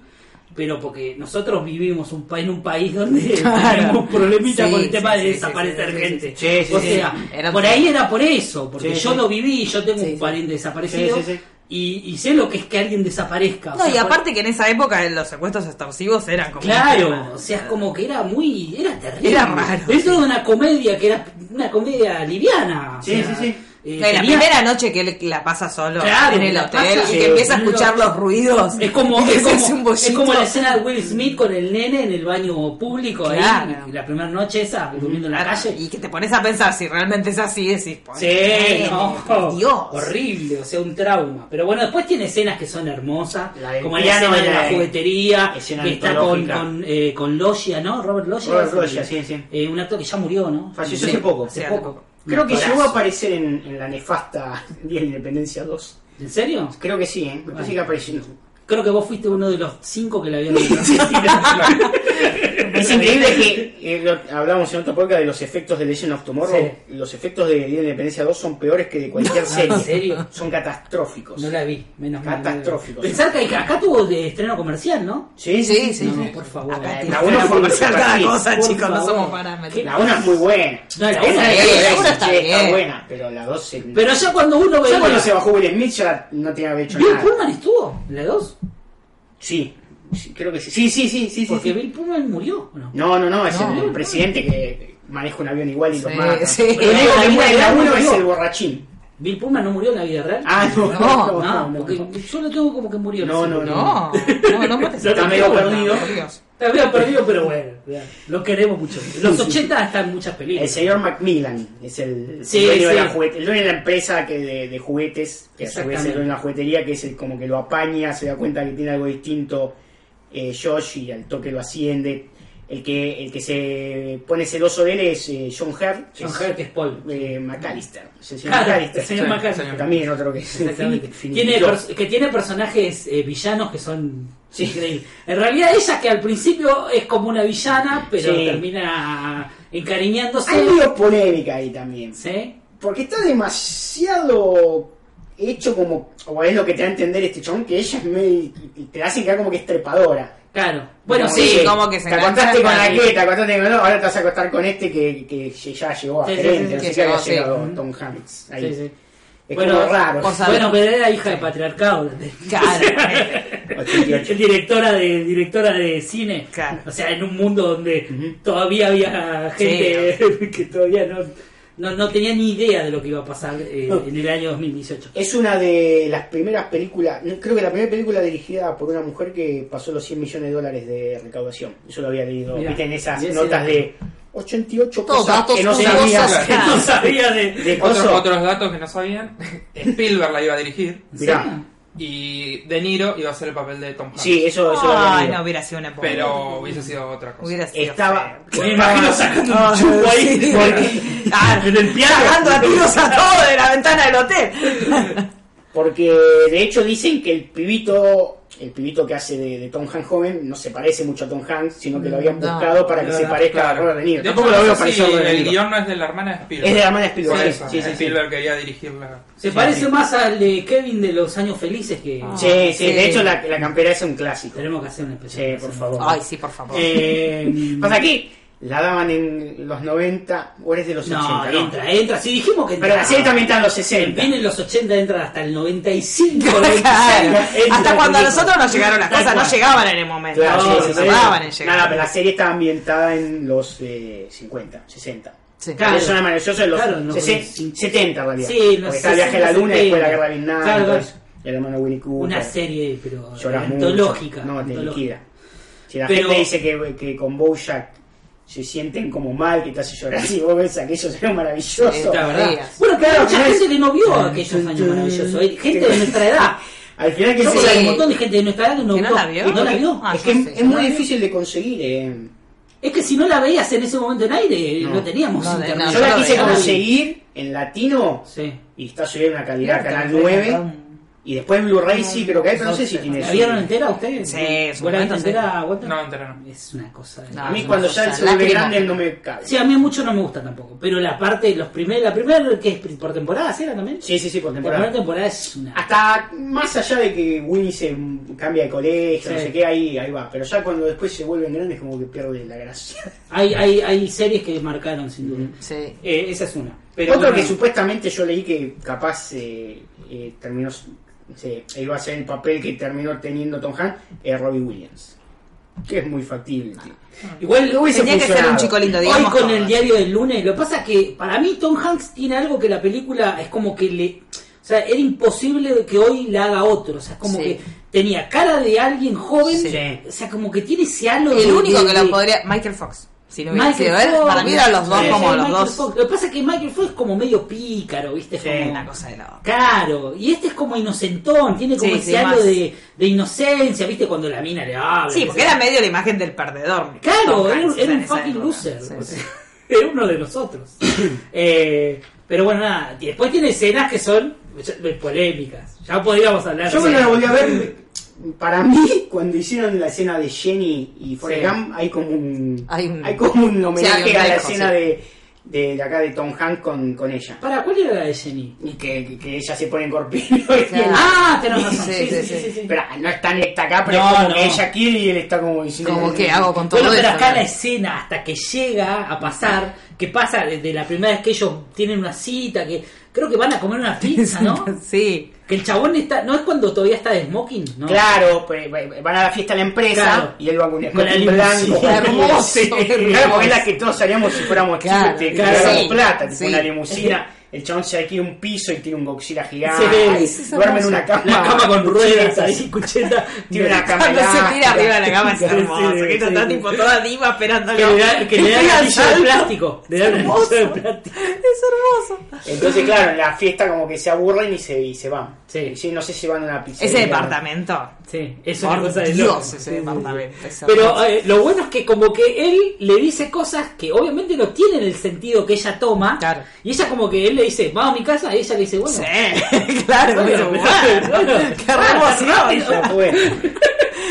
Speaker 2: pero porque nosotros vivimos un, pa- en un país donde
Speaker 4: Claro.
Speaker 2: tenemos problemitas
Speaker 4: Sí,
Speaker 2: con el tema
Speaker 4: sí,
Speaker 2: de
Speaker 4: sí,
Speaker 2: desaparecer
Speaker 4: sí, sí,
Speaker 2: gente.
Speaker 3: sí, sí. Sí,
Speaker 2: o
Speaker 3: sí,
Speaker 2: sea,
Speaker 4: sí. Era
Speaker 2: por
Speaker 4: un-
Speaker 2: ahí era por eso, porque
Speaker 3: Sí,
Speaker 2: yo
Speaker 3: sí.
Speaker 2: lo viví, yo tengo
Speaker 4: Sí,
Speaker 2: un
Speaker 4: sí.
Speaker 2: pariente desaparecido.
Speaker 3: Sí, sí, sí.
Speaker 2: Y, y sé lo que es que alguien desaparezca. o
Speaker 4: No,
Speaker 2: sea,
Speaker 4: y
Speaker 2: por-
Speaker 4: aparte que en esa época los secuestros extorsivos eran como. un tema.
Speaker 2: Claro, o sea, es como que era muy. Era terrible.
Speaker 4: Era raro,
Speaker 2: Es toda una comedia que era una comedia liviana. o
Speaker 3: Sí,
Speaker 2: sea,
Speaker 3: sí, sí.
Speaker 2: eh,
Speaker 4: No, y
Speaker 2: tenía-
Speaker 4: la primera noche que él la pasa solo
Speaker 2: Claro,
Speaker 4: en el
Speaker 2: la
Speaker 4: hotel
Speaker 2: pasa-
Speaker 4: y
Speaker 2: sí,
Speaker 4: que empieza a
Speaker 2: boludo.
Speaker 4: escuchar los ruidos.
Speaker 2: Es como,
Speaker 4: y que
Speaker 2: es,
Speaker 4: se hace
Speaker 2: como,
Speaker 4: un
Speaker 2: es como la
Speaker 4: bollito.
Speaker 2: escena de Will Smith con el nene en el baño público ahí,
Speaker 4: Claro.
Speaker 2: la primera noche esa, durmiendo en la calle.
Speaker 4: Y que te pones a pensar si realmente es así, decís, pues,
Speaker 2: Sí,
Speaker 4: nene,
Speaker 2: no,
Speaker 4: Dios.
Speaker 2: horrible, o sea, un trauma. Pero bueno, después tiene escenas que son hermosas,
Speaker 3: La del
Speaker 2: como la
Speaker 3: piano
Speaker 2: escena
Speaker 3: y
Speaker 2: de
Speaker 3: la
Speaker 2: la
Speaker 3: de-
Speaker 2: juguetería,
Speaker 3: escena
Speaker 2: que está con,
Speaker 3: antológica.
Speaker 2: con, eh, con Loggia, ¿no? Robert Loggia.
Speaker 3: Robert
Speaker 2: es el-
Speaker 3: Loggia, sí, sí.
Speaker 2: eh, un actor que ya murió, ¿no?
Speaker 3: Falleció
Speaker 2: Sí,
Speaker 3: hace poco.
Speaker 2: Hace
Speaker 4: Sí, hace
Speaker 2: poco.
Speaker 4: poco.
Speaker 3: Creo que
Speaker 2: Un
Speaker 3: llegó a
Speaker 2: actorazo.
Speaker 3: aparecer en, en la nefasta Día de Independencia 2.
Speaker 2: ¿En serio?
Speaker 3: Creo que sí, ¿eh? Me parece que apareció.
Speaker 2: Creo que vos fuiste uno de los cinco que la habían visto.
Speaker 3: Es increíble que eh, lo- hablamos en otra podcast de los efectos de Legend of Tomorrow.
Speaker 2: Sí.
Speaker 3: Los efectos de Día de la Independencia 2 son peores que de cualquier serie.
Speaker 2: ¿en serio?
Speaker 3: Son catastróficos.
Speaker 2: No la vi, menos mal.
Speaker 3: Catastróficos.
Speaker 2: Pensar que acá tuvo de estreno comercial, ¿no?
Speaker 3: Sí,
Speaker 4: Sí, sí.
Speaker 2: No, por favor.
Speaker 4: Acá
Speaker 3: Eh,
Speaker 4: tiene
Speaker 3: la
Speaker 4: que
Speaker 3: uno
Speaker 4: ser
Speaker 3: fue
Speaker 4: comercial
Speaker 3: para
Speaker 4: cada
Speaker 3: ti,
Speaker 4: cosa,
Speaker 2: por
Speaker 4: chicos, no
Speaker 2: favor.
Speaker 4: somos parámetros.
Speaker 3: La 1 es muy buena.
Speaker 2: No, la
Speaker 3: Esa
Speaker 2: una
Speaker 3: es
Speaker 2: es-
Speaker 3: que
Speaker 4: la
Speaker 3: decís,
Speaker 4: una está
Speaker 3: "Che,
Speaker 4: bien".
Speaker 3: buena, pero la 2 se...
Speaker 2: Pero ya cuando uno ve.
Speaker 3: ya cuando se bajó Will Smith ya no tenía que haber hecho
Speaker 2: Bill
Speaker 3: nada.
Speaker 2: Pullman estuvo, en la 2.
Speaker 3: Sí, sí, creo que sí. Sí, sí, sí, sí, sí,
Speaker 2: Porque
Speaker 3: sí.
Speaker 2: Bill Pullman murió. ¿o no?
Speaker 3: No, no, no, es
Speaker 4: No.
Speaker 3: el presidente que maneja un avión igual y los
Speaker 4: Sí,
Speaker 3: mata.
Speaker 4: sí.
Speaker 3: El único que
Speaker 2: Ahí
Speaker 3: muere en la
Speaker 2: murió,
Speaker 3: 1 es
Speaker 2: murió.
Speaker 3: el borrachín.
Speaker 2: Bill Pullman no murió en la vida real.
Speaker 3: Ah, no,
Speaker 4: No,
Speaker 3: no,
Speaker 2: Ah,
Speaker 3: no, no,
Speaker 2: porque
Speaker 3: no.
Speaker 2: yo lo tengo como que murió.
Speaker 3: No,
Speaker 2: sé
Speaker 3: no,
Speaker 2: por qué.
Speaker 4: No, no, no mates.
Speaker 2: Está medio
Speaker 4: Por
Speaker 3: perdido.
Speaker 4: Dios.
Speaker 2: Te había perdido, pero bueno, ya, lo queremos mucho. Los 80 están muchas
Speaker 3: El
Speaker 2: películas.
Speaker 3: señor Macmillan es el, el
Speaker 2: Sí,
Speaker 3: dueño de
Speaker 2: sí.
Speaker 3: la juguete- el dueño de la empresa que de, de juguetes, que a su vez es el dueño de la juguetería, que es el como que lo apaña, se da cuenta que tiene algo distinto eh, Josh y al toque lo asciende. El que, el que se pone celoso de él es eh, John Hurt, que
Speaker 2: John
Speaker 3: es,
Speaker 2: Hurt es Paul.
Speaker 3: eh, McAllister. Es el señor
Speaker 2: Claro,
Speaker 3: McAllister.
Speaker 2: el señor
Speaker 3: Sí,
Speaker 2: McAllister.
Speaker 3: que También otro que es
Speaker 2: Exactamente.
Speaker 3: infinito.
Speaker 2: Tiene pers- que tiene personajes eh, villanos que son
Speaker 3: Sí.
Speaker 2: increíbles. En realidad ella que al principio es como una villana, pero
Speaker 3: Sí.
Speaker 2: termina encariñándose.
Speaker 3: Hay medio polémica ahí también.
Speaker 2: ¿Sí?
Speaker 3: Porque está demasiado hecho como, o es lo que te da a entender este chabón, que ella es medio, y te la hacen quedar como que es trepadora.
Speaker 2: Claro. Bueno,
Speaker 3: Como
Speaker 2: sí.
Speaker 4: sí,
Speaker 3: que
Speaker 4: como que se
Speaker 3: Te acostaste con
Speaker 4: engancha con
Speaker 3: aquel, te acostaste con el otro, ahora te vas a acostar con este que, que ya llegó a
Speaker 2: Sí, sí,
Speaker 3: gerente,
Speaker 2: sí,
Speaker 3: no
Speaker 4: que
Speaker 3: sé qué había
Speaker 4: llegó, sí.
Speaker 3: llegado Tom Hanks. Ahí.
Speaker 2: Sí, sí.
Speaker 3: Es
Speaker 2: Bueno,
Speaker 3: como raro.
Speaker 4: o sea,
Speaker 2: Bueno, pero era hija de patriarcado.
Speaker 4: Claro. eh.
Speaker 2: Es
Speaker 3: 88.
Speaker 2: directora de directora de cine.
Speaker 4: Claro.
Speaker 2: O sea, en un mundo donde
Speaker 3: Ujú.
Speaker 2: todavía había gente que todavía no no, no tenía ni idea de lo que iba a pasar eh,
Speaker 3: No.
Speaker 2: en el año 2018.
Speaker 3: Es una de las primeras películas, no, creo que la primera película dirigida por una mujer que pasó los 100 millones de dólares de recaudación. Eso lo había leído,
Speaker 2: Mirá,
Speaker 3: viste, en esas
Speaker 2: y ese
Speaker 3: notas
Speaker 2: era-
Speaker 3: de 88
Speaker 5: Todos
Speaker 3: cosas
Speaker 5: datos,
Speaker 3: que no
Speaker 5: todas las
Speaker 3: sabías.
Speaker 5: cosas.
Speaker 3: que no
Speaker 2: no
Speaker 3: sabías
Speaker 2: sabía de...
Speaker 3: de
Speaker 5: Otros,
Speaker 3: coso.
Speaker 5: otros datos que no sabían, eh, Spielberg la iba a dirigir
Speaker 3: Mirá,
Speaker 5: y De Niro iba a hacer el papel de Tom Hanks.
Speaker 3: sí, eso, eso lo había
Speaker 4: Ay,
Speaker 3: leído.
Speaker 4: no, hubiera sido una pobre.
Speaker 5: Pero hubiese sido otra cosa.
Speaker 4: Hubiera sido
Speaker 3: Estaba. Ah,
Speaker 4: feo.
Speaker 2: Me imagino sacando un chupo ahí
Speaker 3: Porque,
Speaker 4: Ah,
Speaker 2: en el
Speaker 4: cagando a
Speaker 2: piano.
Speaker 4: tiros a todos de la ventana del hotel.
Speaker 3: porque, de hecho dicen que el pibito, el pibito que hace de, de Tom Hanks joven, no se parece mucho a Tom Hanks, sino que lo habían
Speaker 4: No,
Speaker 3: buscado para que
Speaker 5: Claro,
Speaker 3: se parezca
Speaker 5: claro.
Speaker 3: a Robert De Niro.
Speaker 5: De
Speaker 3: Tampoco
Speaker 5: hecho,
Speaker 3: lo veo
Speaker 5: no sé si
Speaker 3: parecido a Robert De
Speaker 5: El
Speaker 3: Niro.
Speaker 5: guión no es de la hermana de Spielberg.
Speaker 3: Es de la hermana de Spielberg,
Speaker 5: Por
Speaker 3: sí,
Speaker 5: eso,
Speaker 3: sí, sí, sí.
Speaker 5: Spielberg quería dirigirla.
Speaker 2: Se parece más al de Kevin de los años felices que...
Speaker 4: Ah.
Speaker 3: Sí, sí,
Speaker 4: Sí.
Speaker 3: de hecho la, la campera es un clásico.
Speaker 2: Tenemos que hacer una
Speaker 3: Sí,
Speaker 2: especial.
Speaker 3: por favor.
Speaker 4: Ay, sí, por favor.
Speaker 3: Eh, pasa aquí, la daban en los 90 o eres de
Speaker 4: Ah,
Speaker 3: los
Speaker 2: No,
Speaker 3: 80. ¿no?
Speaker 2: entra, entra. Si dijimos que entra.
Speaker 3: Pero la serie también está en los 60.
Speaker 2: Vienen los 80, entran hasta el 95.
Speaker 4: Claro.
Speaker 2: 96.
Speaker 4: Hasta cuando a nosotros nos llegaron las
Speaker 2: Tal
Speaker 4: cosas, no
Speaker 2: cual.
Speaker 4: llegaban en el momento.
Speaker 3: Claro,
Speaker 4: no
Speaker 3: sí, sí, sí.
Speaker 4: tardaban en llegar.
Speaker 3: Nada, pero la serie está ambientada en los eh, 50, 60.
Speaker 4: Sí.
Speaker 2: Claro.
Speaker 3: Es una manera, yo soy de los
Speaker 2: Claro, no,
Speaker 3: 60,
Speaker 2: sí.
Speaker 3: 70 en realidad.
Speaker 2: Sí, los
Speaker 3: Porque está el viaje a la
Speaker 2: 60,
Speaker 3: luna y después la guerra de Vietnam.
Speaker 2: Claro,
Speaker 3: todo
Speaker 2: claro.
Speaker 3: eso. Y el hermano Winnie Cooper.
Speaker 2: Una serie, pero
Speaker 3: lloras mucho.
Speaker 2: antológica.
Speaker 3: No, te
Speaker 2: antológica.
Speaker 3: liquida. Si la
Speaker 2: Pero-
Speaker 3: gente dice que, que con Bojack se sienten como mal, que te hace llorar, y vos ves aquello, sería
Speaker 4: Sí,
Speaker 3: maravilloso.
Speaker 4: la verdad.
Speaker 2: Bueno, claro,
Speaker 3: Claro,
Speaker 2: mucha
Speaker 3: tenés-
Speaker 2: gente que no vio aquellos años maravillosos. Hay gente de nuestra edad.
Speaker 3: Al final que
Speaker 2: Yo
Speaker 3: se
Speaker 2: conozco un
Speaker 4: Sí.
Speaker 2: montón de gente de nuestra edad que no,
Speaker 4: ¿Que no
Speaker 2: vio-
Speaker 4: la vio?
Speaker 2: que no la vio.
Speaker 4: Ah,
Speaker 3: Es que
Speaker 4: yo sé,
Speaker 3: es
Speaker 4: yo
Speaker 3: muy
Speaker 4: la vi.
Speaker 3: difícil de conseguir. eh.
Speaker 2: Es que si no la veías en ese momento en aire, no,
Speaker 3: No.
Speaker 2: teníamos
Speaker 4: No, de-
Speaker 2: internet.
Speaker 4: no,
Speaker 3: Yo la
Speaker 4: lo
Speaker 3: quise
Speaker 4: veía.
Speaker 3: conseguir en latino
Speaker 2: Sí.
Speaker 3: y está subida en una calidad Canal 9. Y después en Blu-ray sí, creo que hay, pero no sé si tiene
Speaker 2: ¿La
Speaker 3: eso.
Speaker 2: vieron entera ustedes?
Speaker 4: Sí, es un
Speaker 2: ¿Vos la vieron
Speaker 4: momento,
Speaker 2: entera, Walter?
Speaker 5: No, entera no.
Speaker 2: Es una cosa. de-
Speaker 4: No.
Speaker 3: A mí
Speaker 4: Ah,
Speaker 3: cuando
Speaker 4: no,
Speaker 3: ya el
Speaker 4: o sea,
Speaker 3: segundo
Speaker 4: lágrima.
Speaker 3: grande no me cabe.
Speaker 2: Sí, a mí mucho no me gusta tampoco. Pero la parte, los primeros, la primera que es por temporada, ¿sí era también?
Speaker 3: Sí, sí, sí, por
Speaker 2: La primera
Speaker 3: temporada.
Speaker 2: temporada es una.
Speaker 3: Hasta más allá de que Winnie se cambia de colegio, no
Speaker 2: Sí.
Speaker 3: sé qué, ahí, ahí va. Pero ya cuando después se vuelven grandes, como que pierde la gracia.
Speaker 2: Hay, hay, hay series que marcaron, sin duda.
Speaker 4: Sí.
Speaker 2: Eh, esa es una. Pero
Speaker 3: Otro
Speaker 2: bueno,
Speaker 3: que supuestamente yo leí que capaz eh, eh, terminó, se, iba a ser el papel que terminó teniendo Tom Hanks, es Robbie Williams. Que es muy factible. tío.
Speaker 2: Igual
Speaker 3: Hubiese
Speaker 4: Tenía que ser un
Speaker 3: funcionado.
Speaker 4: chico lindo,
Speaker 2: Hoy
Speaker 4: digamos.
Speaker 2: con
Speaker 4: todo.
Speaker 2: el diario del lunes, lo que pasa es que para mí Tom Hanks tiene algo que la película es como que le... O sea, era imposible que hoy la haga otro. O sea, es como
Speaker 4: Sí.
Speaker 2: que tenía cara de alguien joven.
Speaker 3: Sí.
Speaker 2: O sea, como que tiene ese halo de-
Speaker 4: El único
Speaker 2: de-
Speaker 4: que lo
Speaker 2: de-
Speaker 4: podría. Michael Fox. Si no hubiera
Speaker 2: Michael
Speaker 4: sido él,
Speaker 2: Fox.
Speaker 4: para mí eran los dos
Speaker 2: Sí,
Speaker 4: como
Speaker 2: sí,
Speaker 4: los
Speaker 2: Michael
Speaker 4: dos.
Speaker 2: Fox. Lo que pasa es que Michael Fox es como medio pícaro, ¿viste? Es
Speaker 3: Sí,
Speaker 2: como-
Speaker 4: Una cosa de la otra.
Speaker 2: Claro, y este es como inocentón, tiene como
Speaker 4: Sí,
Speaker 2: ese
Speaker 4: sí,
Speaker 2: halo
Speaker 4: más.
Speaker 2: de, de inocencia, ¿viste? Cuando la mina le habla.
Speaker 4: Sí,
Speaker 2: que
Speaker 4: porque
Speaker 2: sea.
Speaker 4: era medio la imagen del perdedor. Tom
Speaker 2: Claro, era,
Speaker 4: Hanks,
Speaker 2: un- era
Speaker 4: en
Speaker 2: un
Speaker 4: esa
Speaker 2: fucking
Speaker 4: época.
Speaker 2: loser.
Speaker 4: Sí,
Speaker 2: o
Speaker 4: sí.
Speaker 2: sea, era uno de nosotros. Eh, pero bueno, nada. Y después tiene escenas que son ya- eh, polémicas. Ya podríamos hablar.
Speaker 3: Yo
Speaker 2: de
Speaker 3: cuando la
Speaker 2: escenas.
Speaker 3: volví a ver, para mí, cuando hicieron la escena de Jenny y Forrest
Speaker 2: Sí.
Speaker 3: Gump, hay como un,
Speaker 4: Hay un-
Speaker 3: hay como un homenaje
Speaker 4: hay un
Speaker 3: a la
Speaker 4: break,
Speaker 3: escena
Speaker 4: sí.
Speaker 3: de, de, de acá de Tom Hanks con, con ella.
Speaker 2: ¿Para cuál era la de Jenny?
Speaker 3: Y que, que- que ella se pone en corpino. y
Speaker 4: Claro.
Speaker 3: él-
Speaker 2: Ah, tenés razón. Sí,
Speaker 4: Sí,
Speaker 2: sí,
Speaker 4: sí,
Speaker 2: sí.
Speaker 4: sí.
Speaker 2: sí, sí.
Speaker 3: Pero no es tan esta acá, pero
Speaker 2: No,
Speaker 3: es como
Speaker 2: no.
Speaker 3: que ella quiere y él está como diciendo.
Speaker 4: Como que hago con todo
Speaker 2: Bueno, pero
Speaker 4: esto,
Speaker 2: acá
Speaker 4: ¿no?
Speaker 2: la escena, hasta que llega a pasar, que pasa desde la primera vez que ellos tienen una cita, que creo que van a comer una pizza, ¿no?
Speaker 4: Sí.
Speaker 2: Que el chabón está, no es cuando todavía está de smoking, ¿no?
Speaker 3: Claro, pues, van a la fiesta de la empresa
Speaker 2: Claro.
Speaker 3: y él va con un
Speaker 2: Con la
Speaker 3: escote
Speaker 2: limusina.
Speaker 4: Hermoso,
Speaker 3: Sí. Claro,
Speaker 4: hermoso.
Speaker 3: porque es la que todos haríamos si fuéramos chicos,
Speaker 4: Claro,
Speaker 3: te
Speaker 4: claro.
Speaker 3: claro,
Speaker 4: Sí,
Speaker 3: plata, tipo
Speaker 4: sí.
Speaker 3: una limusina. El chabón se adquiere un piso y tiene un boxira
Speaker 2: Sí. Ay,
Speaker 3: gigante.
Speaker 4: sí, es
Speaker 3: duerme en
Speaker 4: hermoso.
Speaker 3: una cama.
Speaker 2: La cama con ruedas,
Speaker 3: cuchetas.
Speaker 2: ahí, cucheta.
Speaker 3: Tiene una cama
Speaker 4: Cuando se tira
Speaker 3: elástica.
Speaker 4: arriba de la cama es
Speaker 2: Sí, sí,
Speaker 4: hermoso.
Speaker 2: sí,
Speaker 4: Que está
Speaker 2: sí,
Speaker 4: tan
Speaker 2: sí.
Speaker 4: tipo toda diva esperando
Speaker 2: Que le da, que le da el anillo de plástico. Le da el anillo de
Speaker 4: Hermoso.
Speaker 2: plástico.
Speaker 4: Es hermoso.
Speaker 3: Entonces, claro, en la fiesta como que se aburren y se, y se van.
Speaker 2: Sí.
Speaker 3: Y sí, no sé si van a una pizza.
Speaker 4: Ese departamento.
Speaker 2: Sí, es una cosa
Speaker 4: Por
Speaker 2: de loco.
Speaker 4: Dios,
Speaker 2: Sí,
Speaker 4: ese
Speaker 2: sí, sí.
Speaker 4: departamento. es hermoso.
Speaker 2: Pero eh, lo bueno es que como que él le dice cosas que obviamente no tienen el sentido que ella toma.
Speaker 4: Claro.
Speaker 2: Y ella como que él le dice, vamos a mi casa, y ella le dice, bueno.
Speaker 4: Sí, claro,
Speaker 2: Bueno,
Speaker 4: pero bueno,
Speaker 2: bueno.
Speaker 4: qué remoción.
Speaker 3: Ya fue.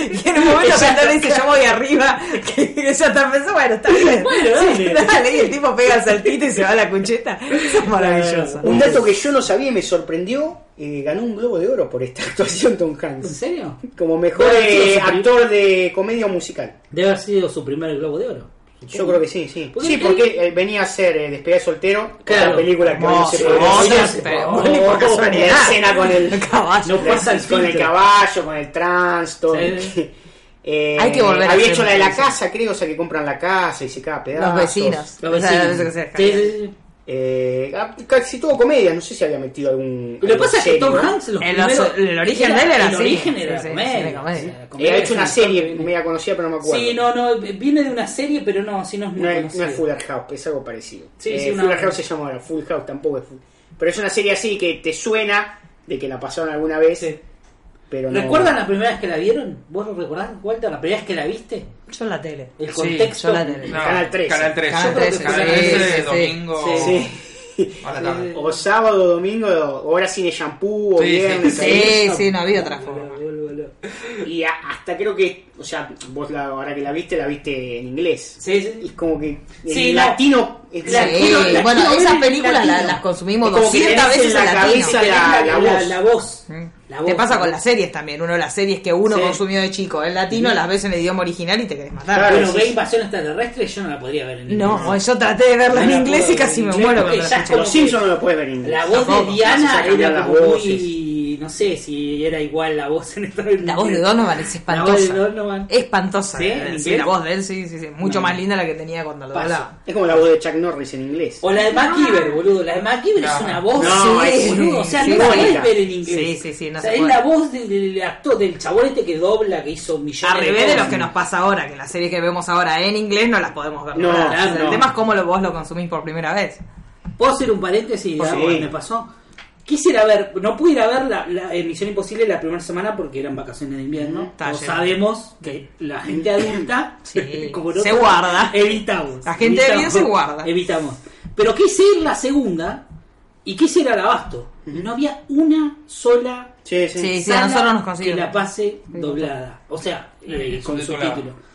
Speaker 4: Y en un momento cuando él dice yo voy arriba, que ella está pensando, bueno, está bien.
Speaker 2: Bueno,
Speaker 4: Sí,
Speaker 2: dale.
Speaker 4: dale, y el tipo pega el saltito y se va a la cucheta. Eso es maravilloso.
Speaker 3: Un dato que yo no sabía y me sorprendió, eh, ganó un globo de oro por esta actuación Tom
Speaker 2: ¿En
Speaker 3: Hanks.
Speaker 2: serio?
Speaker 3: Como mejor
Speaker 2: Bueno, sí,
Speaker 3: eh,
Speaker 2: sí.
Speaker 3: actor de comedia musical.
Speaker 2: Debe haber sido su primer Globo de Oro.
Speaker 3: Yo creo que sí, sí.
Speaker 2: Porque
Speaker 3: Sí,
Speaker 2: él-
Speaker 3: porque eh, venía a ser eh, Despedida de Soltero,
Speaker 2: Claro.
Speaker 3: otra película que hoy no
Speaker 4: Hermoso,
Speaker 3: se podría
Speaker 4: hermoso,
Speaker 3: hacer.
Speaker 4: pero-
Speaker 3: Oh, por casualidad. La escena con el,
Speaker 4: El caballo.
Speaker 2: No pasa el
Speaker 3: con el
Speaker 2: filtro.
Speaker 3: caballo, con el trans, todo.
Speaker 2: Sí.
Speaker 3: Eh,
Speaker 4: Hay que volver a
Speaker 3: Había
Speaker 4: hacer
Speaker 3: hecho
Speaker 4: una
Speaker 3: la de la
Speaker 4: película.
Speaker 3: casa, creo, o sea, que compran la casa y se caga a pedazos.
Speaker 4: Los vecinos.
Speaker 2: Los
Speaker 4: O sea,
Speaker 2: vecinos.
Speaker 4: eso que se
Speaker 2: Sí, sí, sí.
Speaker 3: Eh, Eh, casi todo comedia, no sé si había metido algún.
Speaker 2: Lo que pasa es que
Speaker 3: serio,
Speaker 2: Tom
Speaker 3: ¿no?
Speaker 2: Hanks los
Speaker 4: En los-
Speaker 2: primeros-
Speaker 4: el origen
Speaker 2: era-
Speaker 4: de él era
Speaker 2: El
Speaker 4: así.
Speaker 2: origen era
Speaker 4: Sí, sí,
Speaker 2: comedia.
Speaker 4: sí, era comedia.
Speaker 2: O sea, la
Speaker 3: Eh,
Speaker 2: comedia
Speaker 3: ha hecho una
Speaker 2: es un-
Speaker 3: serie media conocida, pero no me acuerdo.
Speaker 2: Sí, no, no, viene de una serie, pero no, si no es muy
Speaker 3: No es,
Speaker 2: conocido.
Speaker 3: no es Fuller House, es algo parecido.
Speaker 2: Sí,
Speaker 3: Eh,
Speaker 2: sí, una-
Speaker 3: Fuller House se llama ahora, Full House tampoco es Full. Pero es una serie así que te suena de que la pasaron alguna vez,
Speaker 2: Sí.
Speaker 3: pero no.
Speaker 2: ¿Recuerdan la primera vez que la vieron? ¿Vos lo recordás, Walter? ¿La primera vez que la viste?
Speaker 4: Yo en la tele.
Speaker 2: El
Speaker 5: Sí,
Speaker 2: contexto.
Speaker 4: yo la tengo.
Speaker 5: No,
Speaker 3: Canal 13.
Speaker 5: Canal 13.
Speaker 4: Canal 13,
Speaker 5: Canal
Speaker 4: sí,
Speaker 5: 13,
Speaker 4: sí, sí.
Speaker 5: domingo
Speaker 2: Sí.
Speaker 5: a la tarde.
Speaker 3: O sábado, domingo, o hora cine shampoo, o
Speaker 5: Sí, sí.
Speaker 3: viernes.
Speaker 4: Sí,
Speaker 3: ahí.
Speaker 4: sí, no había otra forma.
Speaker 3: Y a- hasta creo que, o sea, vos la, ahora que la viste, la viste en inglés.
Speaker 2: Sí,
Speaker 3: Y
Speaker 2: sí.
Speaker 3: es como que el
Speaker 2: Sí, no.
Speaker 3: latino. el
Speaker 2: Sí,
Speaker 3: latino-
Speaker 2: Latino, latino,
Speaker 4: bueno, esas
Speaker 2: latino.
Speaker 4: películas la- las consumimos
Speaker 3: Es como que
Speaker 4: 200
Speaker 3: tenés en
Speaker 4: veces en
Speaker 3: la
Speaker 4: latino.
Speaker 3: cabeza la- la voz.
Speaker 2: La voz. Mm. La voz.
Speaker 4: Mm. Te pasa con las series también. Uno de las series que uno
Speaker 2: Sí.
Speaker 4: consumió de chico en latino las ves en el idioma original y te querés matar.
Speaker 3: Claro,
Speaker 2: Bueno,
Speaker 3: sí,
Speaker 2: ve
Speaker 3: sí.
Speaker 2: invasión extraterrestre, yo no la podría ver en
Speaker 4: No,
Speaker 2: inglés.
Speaker 4: yo traté de verla en
Speaker 2: No la
Speaker 4: inglés
Speaker 2: puedo
Speaker 4: y casi
Speaker 2: ver
Speaker 4: me
Speaker 2: en inglés
Speaker 4: muero cuando
Speaker 2: porque
Speaker 4: las
Speaker 2: ya
Speaker 4: escuché.
Speaker 3: Los Simpsons no lo puedes ver en inglés.
Speaker 2: La voz
Speaker 4: Tampoco,
Speaker 2: de
Speaker 3: vas
Speaker 2: Diana
Speaker 3: a cambiar
Speaker 2: era
Speaker 3: las
Speaker 2: como
Speaker 3: voces.
Speaker 2: muy... No sé si era igual la voz en esta
Speaker 4: La voz de
Speaker 2: La voz
Speaker 4: Donovan es
Speaker 2: de
Speaker 4: espantosa.
Speaker 2: Donovan.
Speaker 4: Espantosa. eh,
Speaker 2: ¿Sí? ¿En
Speaker 4: Sí,
Speaker 2: inglés?
Speaker 4: la voz de él, sí, sí, sí. Mucho
Speaker 2: No.
Speaker 4: más linda la que tenía cuando lo
Speaker 3: Paso.
Speaker 4: hablaba.
Speaker 3: Es como la voz de Chuck Norris en inglés.
Speaker 2: O la de MacGyver, boludo. La de MacGyver es
Speaker 5: No.
Speaker 2: una voz,
Speaker 3: No,
Speaker 2: sí,
Speaker 3: es
Speaker 2: boludo. O sea,
Speaker 4: sí,
Speaker 2: no la
Speaker 3: icónica.
Speaker 2: puedes ver en inglés.
Speaker 4: Sí, sí, sí, no
Speaker 2: o sea,
Speaker 4: se
Speaker 2: es
Speaker 4: puede.
Speaker 2: la voz del, del actor, del chabón este que dobla, que hizo millones
Speaker 4: Al revés de
Speaker 2: cosas.
Speaker 4: lo que nos pasa ahora, que las series que vemos ahora en inglés no las podemos ver.
Speaker 3: No,
Speaker 4: dobladas.
Speaker 2: claro,
Speaker 4: El
Speaker 2: no.
Speaker 4: tema es cómo lo, vos lo consumís por primera vez.
Speaker 2: ¿Puedo hacer un paréntesis?
Speaker 3: Por
Speaker 4: Pues
Speaker 2: Ah,
Speaker 3: favor.
Speaker 2: bueno, me pasó. Quisiera ver, no pude ir a ver la, la, eh, Misión Imposible la primera semana porque eran vacaciones de invierno.
Speaker 4: Mm, Está
Speaker 2: Todos
Speaker 4: lleno.
Speaker 2: sabemos que la gente adulta
Speaker 4: Sí,
Speaker 2: como
Speaker 4: se guarda.
Speaker 2: Evitamos.
Speaker 4: La gente de
Speaker 2: evitamos,
Speaker 4: bien se guarda.
Speaker 2: Evitamos. Pero quise ir la segunda y quise ir al abasto. No había una sola
Speaker 3: Sí, sí.
Speaker 4: Sí, sí,
Speaker 2: sala
Speaker 4: a nosotros nos
Speaker 2: que
Speaker 4: consiguieron.
Speaker 2: la pase doblada. O sea, eh,
Speaker 5: Sí,
Speaker 2: con
Speaker 5: subtitulada.
Speaker 2: subtítulo.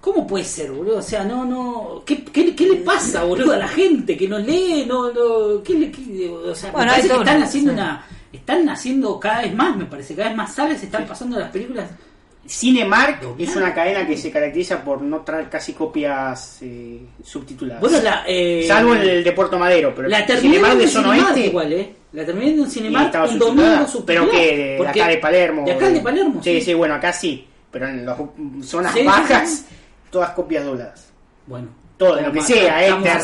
Speaker 2: ¿Cómo puede ser, boludo? O sea, no, no. ¿Qué, qué, qué le pasa, boludo, a la gente que no lee? No, no. ¿Qué le, qué- o sea,
Speaker 4: Bueno,
Speaker 2: me parece
Speaker 4: hay
Speaker 2: que
Speaker 4: todo,
Speaker 2: están
Speaker 4: ¿no?
Speaker 2: haciendo
Speaker 4: Sí.
Speaker 2: una. Están haciendo cada vez más, me parece. Cada vez más sales están pasando las películas.
Speaker 3: Cinemark es una cadena que se caracteriza por no traer casi copias eh, subtituladas.
Speaker 2: Bueno, la. eh,
Speaker 3: Salvo en el de Puerto Madero, pero
Speaker 2: La terminé
Speaker 3: Cinemark
Speaker 2: en
Speaker 3: de
Speaker 2: un
Speaker 3: Zona
Speaker 2: Cinemark
Speaker 3: Oeste.
Speaker 2: igual, ¿eh? La terminé en un
Speaker 3: y
Speaker 2: Cinemark
Speaker 3: estaba
Speaker 2: un
Speaker 3: subtitulada,
Speaker 2: domingo subtitulada,
Speaker 3: Pero que de
Speaker 2: porque-
Speaker 3: acá de Palermo. eh,
Speaker 2: De acá de Palermo.
Speaker 3: Sí, sí, bueno, acá sí. Pero en las zonas
Speaker 2: Sí, sí,
Speaker 3: bajas,
Speaker 2: sí.
Speaker 3: todas copias dobladas.
Speaker 2: Bueno.
Speaker 3: Todo, lo que sea, eh,
Speaker 2: estamos
Speaker 3: terror,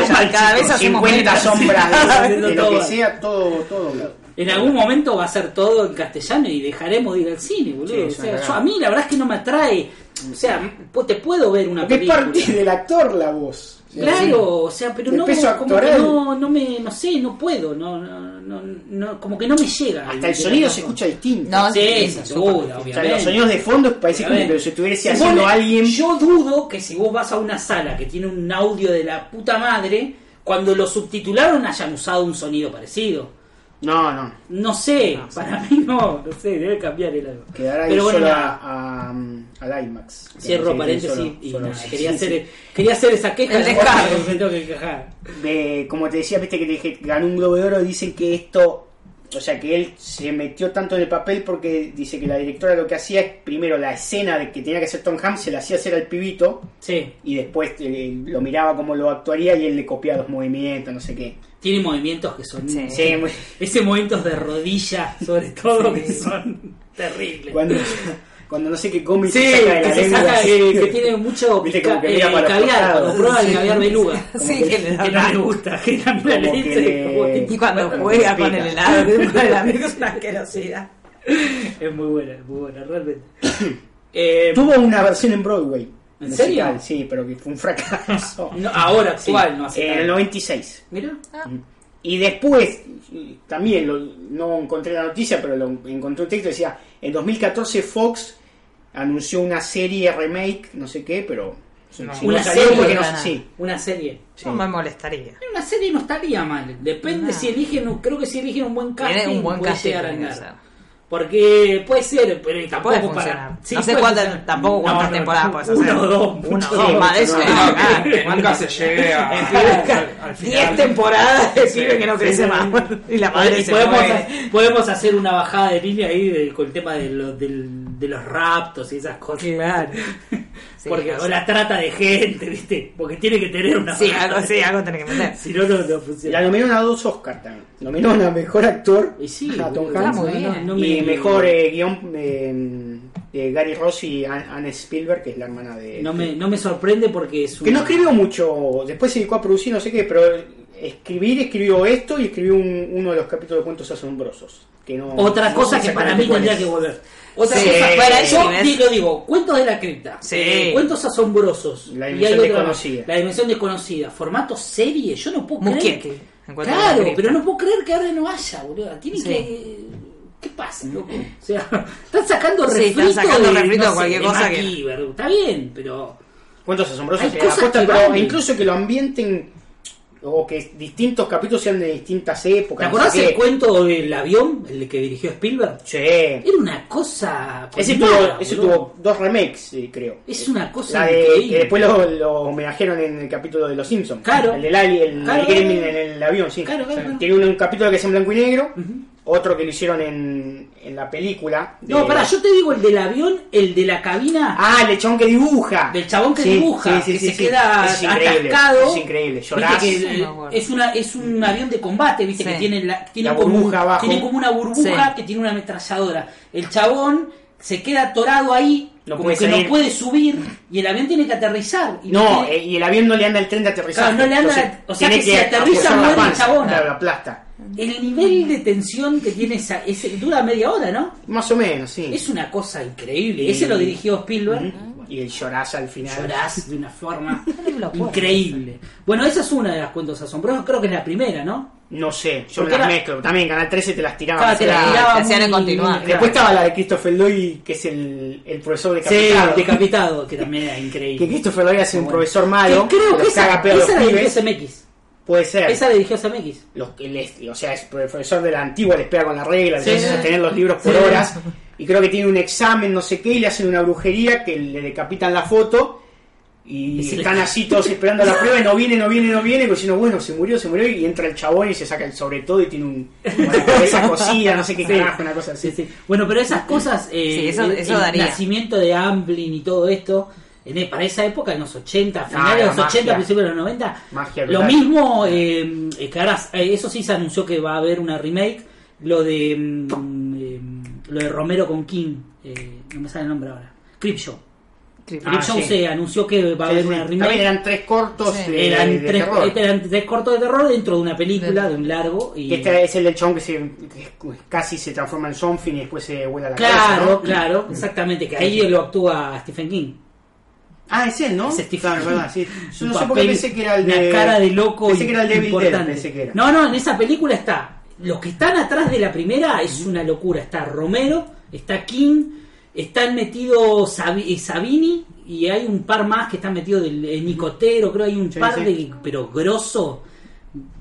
Speaker 4: haciendo- cada vez hacemos
Speaker 3: 50
Speaker 4: menos.
Speaker 3: sombras, de,
Speaker 2: Haciendo
Speaker 3: de lo que
Speaker 2: todo.
Speaker 3: sea, todo, todo doblado.
Speaker 2: En algún momento va a ser todo en castellano y dejaremos de ir al cine,
Speaker 3: Sí,
Speaker 2: boludo.
Speaker 3: es
Speaker 2: o
Speaker 3: una
Speaker 2: sea,
Speaker 3: cagada.
Speaker 2: yo- a mí la verdad es que no me atrae. O sea, po- te puedo ver una
Speaker 3: Porque es
Speaker 2: película.
Speaker 3: parte del actor la voz.
Speaker 2: Claro, o sea, pero
Speaker 3: El
Speaker 2: no,
Speaker 3: peso
Speaker 2: como que
Speaker 3: actoral.
Speaker 2: no, no me, no sé, no puedo, no, no, no, no- como que no me llega.
Speaker 3: Hasta el sonido se escucha distinto.
Speaker 4: No,
Speaker 2: Sí,
Speaker 4: Sí,
Speaker 2: sin
Speaker 4: sí,
Speaker 2: duda,
Speaker 3: O
Speaker 4: súper.
Speaker 3: sea, los
Speaker 2: obviamente.
Speaker 3: sonidos de fondo parece como
Speaker 2: Obviamente.
Speaker 3: que si estuviese
Speaker 2: Si vos
Speaker 3: haciendo
Speaker 2: le-
Speaker 3: alguien.
Speaker 2: Yo dudo que si vos vas a una sala que tiene un audio de la puta madre, cuando lo subtitularon hayan usado un sonido parecido.
Speaker 3: No, no.
Speaker 2: No sé, para mí no, no sé, debe cambiar el algo.
Speaker 3: Quedará ahí
Speaker 2: Pero bueno,
Speaker 3: solo
Speaker 2: nada,
Speaker 3: a- a- al IMAX.
Speaker 2: cierro
Speaker 3: Sí,
Speaker 2: paréntesis
Speaker 3: solo-
Speaker 2: y
Speaker 3: solo-
Speaker 2: nada,
Speaker 3: sí,
Speaker 2: quería,
Speaker 3: sí,
Speaker 2: hacer,
Speaker 3: sí.
Speaker 2: quería hacer esa queja.
Speaker 4: El
Speaker 2: de-
Speaker 4: descargo.
Speaker 2: Me tengo que quejar.
Speaker 3: De- como te decía, viste que te dije, ganó un globo de oro, dicen que esto, o sea, que él se metió tanto en el papel porque dice que la directora lo que hacía es, primero, la escena de que tenía que hacer Tom Hanks, se la hacía hacer al pibito,
Speaker 2: Sí,
Speaker 3: y después eh, lo miraba como lo actuaría y él le copiaba los movimientos, no sé qué.
Speaker 2: tiene movimientos que son.
Speaker 4: Sí.
Speaker 3: Sí, muy-
Speaker 2: Ese movimientos de rodilla, sobre todo,
Speaker 4: Sí.
Speaker 2: que son terribles.
Speaker 3: cuando, cuando no sé qué cómic
Speaker 2: Sí,
Speaker 3: se saca de
Speaker 2: que,
Speaker 3: la
Speaker 2: se
Speaker 3: lengua,
Speaker 2: saca,
Speaker 3: así.
Speaker 2: eh, que tiene mucho
Speaker 3: Viste,
Speaker 2: pica-
Speaker 3: como que
Speaker 2: eh,
Speaker 3: mira para los
Speaker 2: caviar,
Speaker 3: costados.
Speaker 2: cuando prueba el caviar beluga.
Speaker 4: Sí, que le
Speaker 2: Que no
Speaker 4: da-
Speaker 2: le gusta, que la mira
Speaker 3: Como
Speaker 2: le
Speaker 3: que
Speaker 2: dice,
Speaker 3: le-
Speaker 2: como tipo,
Speaker 4: Y cuando
Speaker 3: Bueno,
Speaker 4: juega con
Speaker 3: pica.
Speaker 4: el helado, con el amigo es una asquerosidad.
Speaker 2: Es muy buena, es muy buena, realmente. Eh,
Speaker 3: Tuvo una versión en Broadway.
Speaker 2: ¿En serio?
Speaker 3: musical, Sí, pero que fue un fracaso.
Speaker 2: no, ahora actual,
Speaker 3: Sí, Eh,
Speaker 2: no hace
Speaker 3: En el
Speaker 2: tanto.
Speaker 3: 96.
Speaker 2: Mira,
Speaker 3: Y después, también lo- no encontré la noticia, pero lo encontré un texto que decía, en 2014 Fox anunció una serie remake, no sé qué, pero...
Speaker 5: No.
Speaker 2: Una
Speaker 3: salió
Speaker 2: serie,
Speaker 3: porque no-
Speaker 4: Dana.
Speaker 3: sí.
Speaker 2: una serie.
Speaker 4: No me molestaría.
Speaker 2: Una serie no estaría mal. Depende
Speaker 4: No.
Speaker 2: si eligen, un- creo que si eligen un buen casting,
Speaker 4: Tiene un buen
Speaker 2: puede
Speaker 4: casting.
Speaker 2: llegar a
Speaker 4: tiene que
Speaker 2: ganar.
Speaker 4: ser.
Speaker 2: Porque puede ser, pero tampoco
Speaker 4: Puede
Speaker 2: para-
Speaker 4: funcionar.
Speaker 2: Sí,
Speaker 4: no sé
Speaker 2: puede
Speaker 4: cuántas-
Speaker 2: funcionar.
Speaker 4: tampoco cuántas
Speaker 2: No, no,
Speaker 4: temporadas
Speaker 2: no.
Speaker 4: puedes hacer.
Speaker 2: Uno o dos.
Speaker 4: Uno o
Speaker 2: mucho.
Speaker 4: dos. Más de eso.
Speaker 3: No,
Speaker 4: es
Speaker 3: no,
Speaker 5: Ah,
Speaker 4: nada.
Speaker 5: que- que nunca se llegue a, al- al final.
Speaker 4: 10 temporadas de pibe que no crece
Speaker 2: sí.
Speaker 4: más. Y la
Speaker 2: Y
Speaker 4: madre se
Speaker 2: podemos,
Speaker 4: muere.
Speaker 2: podemos hacer una bajada de línea ahí del- con el tema de, lo- del- de los raptos y esas cosas.
Speaker 4: Claro. Sí,
Speaker 2: Porque
Speaker 4: no
Speaker 2: o
Speaker 4: sé.
Speaker 2: la trata de gente, ¿viste? Porque tiene que tener una.
Speaker 4: Sí, algo, sí, algo tenés que meter.
Speaker 2: Si no, no, no
Speaker 3: La
Speaker 2: funciona.
Speaker 3: nominaron a dos Oscar también. Nominaron a Mejor Actor
Speaker 2: Y sí,
Speaker 3: a Ah, Tom
Speaker 2: boludo,
Speaker 3: Hanks.
Speaker 4: muy
Speaker 2: no,
Speaker 4: bien.
Speaker 2: no me-
Speaker 3: y Mejor eh, Guión eh, de Gary Ross y Anne Anne Spielberg, que es la hermana de...
Speaker 2: No me, no me sorprende porque es un.
Speaker 3: Que no escribió mucho, después se dedicó a producir, no sé qué, pero escribir, escribió esto y escribió un- uno de los capítulos de cuentos asombrosos. Que no,
Speaker 2: Otra
Speaker 3: no
Speaker 2: cosa
Speaker 3: sé
Speaker 2: que para mí
Speaker 3: exactamente cuál
Speaker 2: tendría
Speaker 3: es.
Speaker 2: que volver. Otra
Speaker 4: Sí.
Speaker 2: cosa, para
Speaker 4: Sí,
Speaker 2: yo
Speaker 4: ¿ves?
Speaker 2: di- lo digo, cuentos de la cripta,
Speaker 4: Sí.
Speaker 2: eh, cuentos asombrosos,
Speaker 3: La
Speaker 2: y hay
Speaker 3: dimensión
Speaker 2: otra más,
Speaker 3: desconocida.
Speaker 2: la dimensión desconocida, formato serie, yo no puedo creer
Speaker 4: Muquieque,
Speaker 2: que-
Speaker 4: en cuanto a la
Speaker 2: claro,
Speaker 4: cripta.
Speaker 2: pero no puedo creer que ahora no haya, boludo, tiene
Speaker 4: Sí.
Speaker 2: que, ¿qué pasa, loco? O sea, están sacando
Speaker 4: Sí,
Speaker 2: refrito,
Speaker 4: están sacando
Speaker 2: de,
Speaker 4: refrito
Speaker 2: no
Speaker 4: de
Speaker 2: sé,
Speaker 4: cualquier
Speaker 2: de
Speaker 4: cosa que-
Speaker 2: MacGyver, está bien, pero
Speaker 3: Cuentos asombrosos
Speaker 2: Hay
Speaker 3: se
Speaker 2: cosas
Speaker 3: apuestan,
Speaker 2: que
Speaker 3: pero
Speaker 2: van.
Speaker 3: incluso que lo ambienten o que distintos capítulos sean de distintas
Speaker 2: ¿te
Speaker 3: épocas. no sé
Speaker 2: acordás el
Speaker 3: qué.
Speaker 2: cuento del avión, el que dirigió Spielberg?
Speaker 3: Sí.
Speaker 2: Era una cosa,
Speaker 3: Ese
Speaker 2: combinada,
Speaker 3: tuvo, ese
Speaker 2: boludo.
Speaker 3: tuvo dos remakes, eh, creo.
Speaker 2: es una cosa
Speaker 3: La de, que
Speaker 2: increíble.
Speaker 3: después lo, lo homenajearon en el capítulo de Los Simpsons.
Speaker 2: Claro.
Speaker 3: El del ali- el
Speaker 2: Claro,
Speaker 3: del gremlin
Speaker 2: claro.
Speaker 3: en el avión, sí.
Speaker 2: Claro, claro,
Speaker 3: Sí.
Speaker 2: claro.
Speaker 3: Tiene un, un capítulo que es en blanco y negro,
Speaker 2: Ujú.
Speaker 3: otro que lo hicieron en, en la película. de-
Speaker 2: No, pará, yo te digo el del avión, el de la cabina,
Speaker 3: Ah, el del chabón que dibuja.
Speaker 2: del chabón que
Speaker 3: Sí,
Speaker 2: dibuja,
Speaker 3: sí, sí,
Speaker 2: que
Speaker 3: sí,
Speaker 2: se
Speaker 3: sí.
Speaker 2: queda
Speaker 3: Es increíble,
Speaker 2: atascado.
Speaker 3: Es increíble,
Speaker 2: Viste
Speaker 3: llorás.
Speaker 2: que,
Speaker 4: Sí,
Speaker 2: eh,
Speaker 4: me acuerdo.
Speaker 2: es, una, es un avión de combate, viste,
Speaker 4: Sí.
Speaker 2: que tiene, la, tiene,
Speaker 3: La
Speaker 2: como, un-
Speaker 3: burbuja abajo.
Speaker 2: tiene como una burbuja
Speaker 4: Sí.
Speaker 2: que tiene una ametralladora. El chabón se queda atorado ahí,
Speaker 3: No
Speaker 2: como
Speaker 3: puede
Speaker 2: que
Speaker 3: salir.
Speaker 2: no puede subir, y el avión tiene que aterrizar. Y
Speaker 3: No,
Speaker 2: tiene-
Speaker 3: eh, y el avión no le anda el tren de aterrizaje.
Speaker 2: Claro, no le anda
Speaker 3: entonces
Speaker 2: la- o sea
Speaker 3: tiene
Speaker 2: que si aterriza,
Speaker 3: apoyar la
Speaker 2: muere el
Speaker 3: panza,
Speaker 2: chabón.
Speaker 3: Claro, la aplasta.
Speaker 2: el nivel de tensión que tiene esa, ese- dura media hora, ¿no?
Speaker 3: Más o menos, sí.
Speaker 2: Es una cosa increíble. Ese lo dirigió Spielberg.
Speaker 3: Y el llorás al final.
Speaker 2: llorás de una forma increíble. Bueno, esa es una de las cuentos asombrosos, creo que es la primera, ¿no?
Speaker 3: No sé, yo
Speaker 2: Porque
Speaker 3: me las
Speaker 2: era-
Speaker 3: mezclo. También Canal 13 te las tiraba.
Speaker 2: Claro, te la
Speaker 3: Claro.
Speaker 2: tiraba
Speaker 4: te hacían
Speaker 2: muy-
Speaker 4: continuar.
Speaker 2: muy-
Speaker 3: Después estaba la de Christopher Lloyd, que es el, el profesor de
Speaker 2: Sí,
Speaker 3: Capitán.
Speaker 2: decapitado, que también era
Speaker 3: que
Speaker 2: increíble.
Speaker 3: Christopher Lloyd hace un
Speaker 2: Bueno.
Speaker 3: profesor malo.
Speaker 2: Que creo
Speaker 3: los
Speaker 2: que esa,
Speaker 3: caga pedo a los
Speaker 2: esa la dirigió
Speaker 3: pibes.
Speaker 2: CMX.
Speaker 3: Puede ser.
Speaker 2: Esa la dirigió CMX.
Speaker 3: Los, que les- o sea, es profesor de la antigua, les pega con la regla, les
Speaker 2: Sí.
Speaker 3: hace sostener los libros por
Speaker 2: Sí.
Speaker 3: horas. Y creo que tiene un examen, no sé qué, y le hacen una brujería que le decapitan la foto. Y
Speaker 2: Y se le-
Speaker 3: están así todos esperando la prueba y no viene, no viene, no viene, como diciendo, bueno, se murió, se murió, y entra el chabón y se saca el sobre todo y tiene un, como la cabeza cocida, no sé qué carajo, una cosa así.
Speaker 2: Sí, sí. Bueno, pero esas cosas, eh,
Speaker 4: Sí, eso-
Speaker 2: el-
Speaker 4: eso
Speaker 2: el
Speaker 4: daría.
Speaker 2: nacimiento de Amblin y todo esto, en- e, para esa época, en los 80, finales de
Speaker 3: Ah, era
Speaker 2: los 80,
Speaker 3: magia.
Speaker 2: principios de los 90,
Speaker 3: Magia
Speaker 2: lo
Speaker 3: brutal.
Speaker 2: mismo, eh, eh, que ahora, eh, eso sí se anunció que va a haber una remake, lo de mm, eh, lo de Romero con King, eh, no me sale el nombre ahora, Creepshow.
Speaker 4: Creepshow.
Speaker 2: Creepshow
Speaker 3: Ah, sí.
Speaker 2: se anunció que va a haber una
Speaker 3: También
Speaker 2: remake.
Speaker 3: eran tres cortos
Speaker 4: Sí.
Speaker 3: de,
Speaker 2: Eran
Speaker 3: de
Speaker 2: tres, este,
Speaker 3: terror.
Speaker 2: eran tres cortos de terror dentro de una película, de un largo. Y...
Speaker 3: Que este es el del chabón que, se, que casi se transforma en zombie y después se vuela la cabeza,
Speaker 2: Claro,
Speaker 3: ¿no?
Speaker 2: claro, exactamente, que ahí lo actúa Stephen King.
Speaker 3: Ah, es él, ¿no?
Speaker 2: Es Stephen
Speaker 3: Claro,
Speaker 2: King.
Speaker 3: verdad, sí. Yo
Speaker 2: Un
Speaker 3: no sé por qué
Speaker 2: papel,
Speaker 3: pensé que era el
Speaker 2: una
Speaker 3: de...
Speaker 2: cara de loco
Speaker 3: Pensé que era el de Evil Dead,
Speaker 2: importante.
Speaker 3: pensé que era.
Speaker 2: No, no, en esa película está. Los que están atrás de la primera es una locura. Está Romero, está King, están metidos Sabi- eh, Sabini y hay un par más que están metidos del eh, Nicotero, creo hay un
Speaker 3: Sí,
Speaker 2: par
Speaker 3: sí.
Speaker 2: de pero grosso.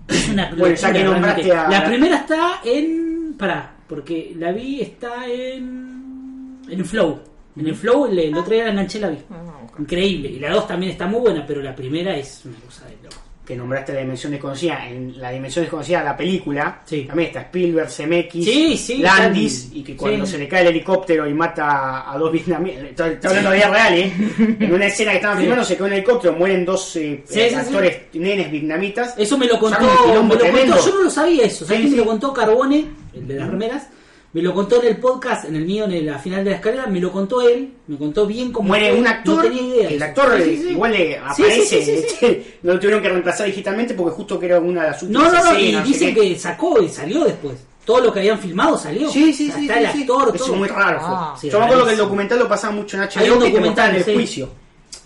Speaker 2: Es una
Speaker 3: Bueno, ya
Speaker 2: locura,
Speaker 3: que nombraste
Speaker 2: realmente.
Speaker 3: a-
Speaker 2: La primera está en pará, porque la vi está en en Flow. En el Flow el, el otro día la enganché la vi. Increíble. Y la 2 también está muy buena, pero la primera es una cosa de loco.
Speaker 3: Que nombraste la dimensión desconocida. En la dimensión desconocida, la película,
Speaker 2: Sí.
Speaker 3: también está Spielberg, Zemeckis,
Speaker 2: Sí, sí,
Speaker 3: Landis,
Speaker 2: están-
Speaker 3: y que cuando
Speaker 2: sí.
Speaker 3: se le cae el helicóptero y mata a dos vietnamitas, estoy, estoy hablando de vida real, ¿eh? En una escena que estaban filmando se cae un helicóptero, mueren dos eh,
Speaker 2: Sí, sí, sí.
Speaker 3: actores nenes vietnamitas.
Speaker 2: Eso me lo contó,
Speaker 3: Saca un quilombo
Speaker 2: me lo contó,
Speaker 3: tremendo.
Speaker 2: yo no lo sabía eso, ¿sabes
Speaker 3: Sí,
Speaker 2: quién me
Speaker 3: sí.
Speaker 2: lo contó Carbone, el de las remeras? Me lo contó en el podcast, en el mío, en el- la final de la escalera, me lo contó él, me contó bien cómo
Speaker 3: Muere
Speaker 2: fue,
Speaker 3: un actor,
Speaker 2: no tenía idea. de
Speaker 3: el
Speaker 2: eso.
Speaker 3: actor eh,
Speaker 2: Sí, sí, sí.
Speaker 3: igual le
Speaker 2: Sí,
Speaker 3: aparece,
Speaker 2: sí, sí, sí,
Speaker 3: no lo tuvieron que reemplazar digitalmente porque justo que era una de las últimas
Speaker 2: No, no, no, y
Speaker 3: escenas, sé
Speaker 2: dicen
Speaker 3: qué.
Speaker 2: que sacó y salió después. Todo lo que habían filmado salió.
Speaker 3: Sí, sí,
Speaker 2: O sea,
Speaker 3: sí.
Speaker 2: Está
Speaker 3: sí,
Speaker 2: el
Speaker 3: sí.
Speaker 2: actor,
Speaker 3: Eso
Speaker 2: todo.
Speaker 3: muy raro. fue.
Speaker 4: Ah.
Speaker 2: Sí,
Speaker 3: Yo me acuerdo que el
Speaker 2: rarísimo.
Speaker 3: documental lo pasaba mucho en HBO
Speaker 2: Hay un
Speaker 3: que te
Speaker 2: documental,
Speaker 3: mostraban el
Speaker 2: sí.
Speaker 3: juicio.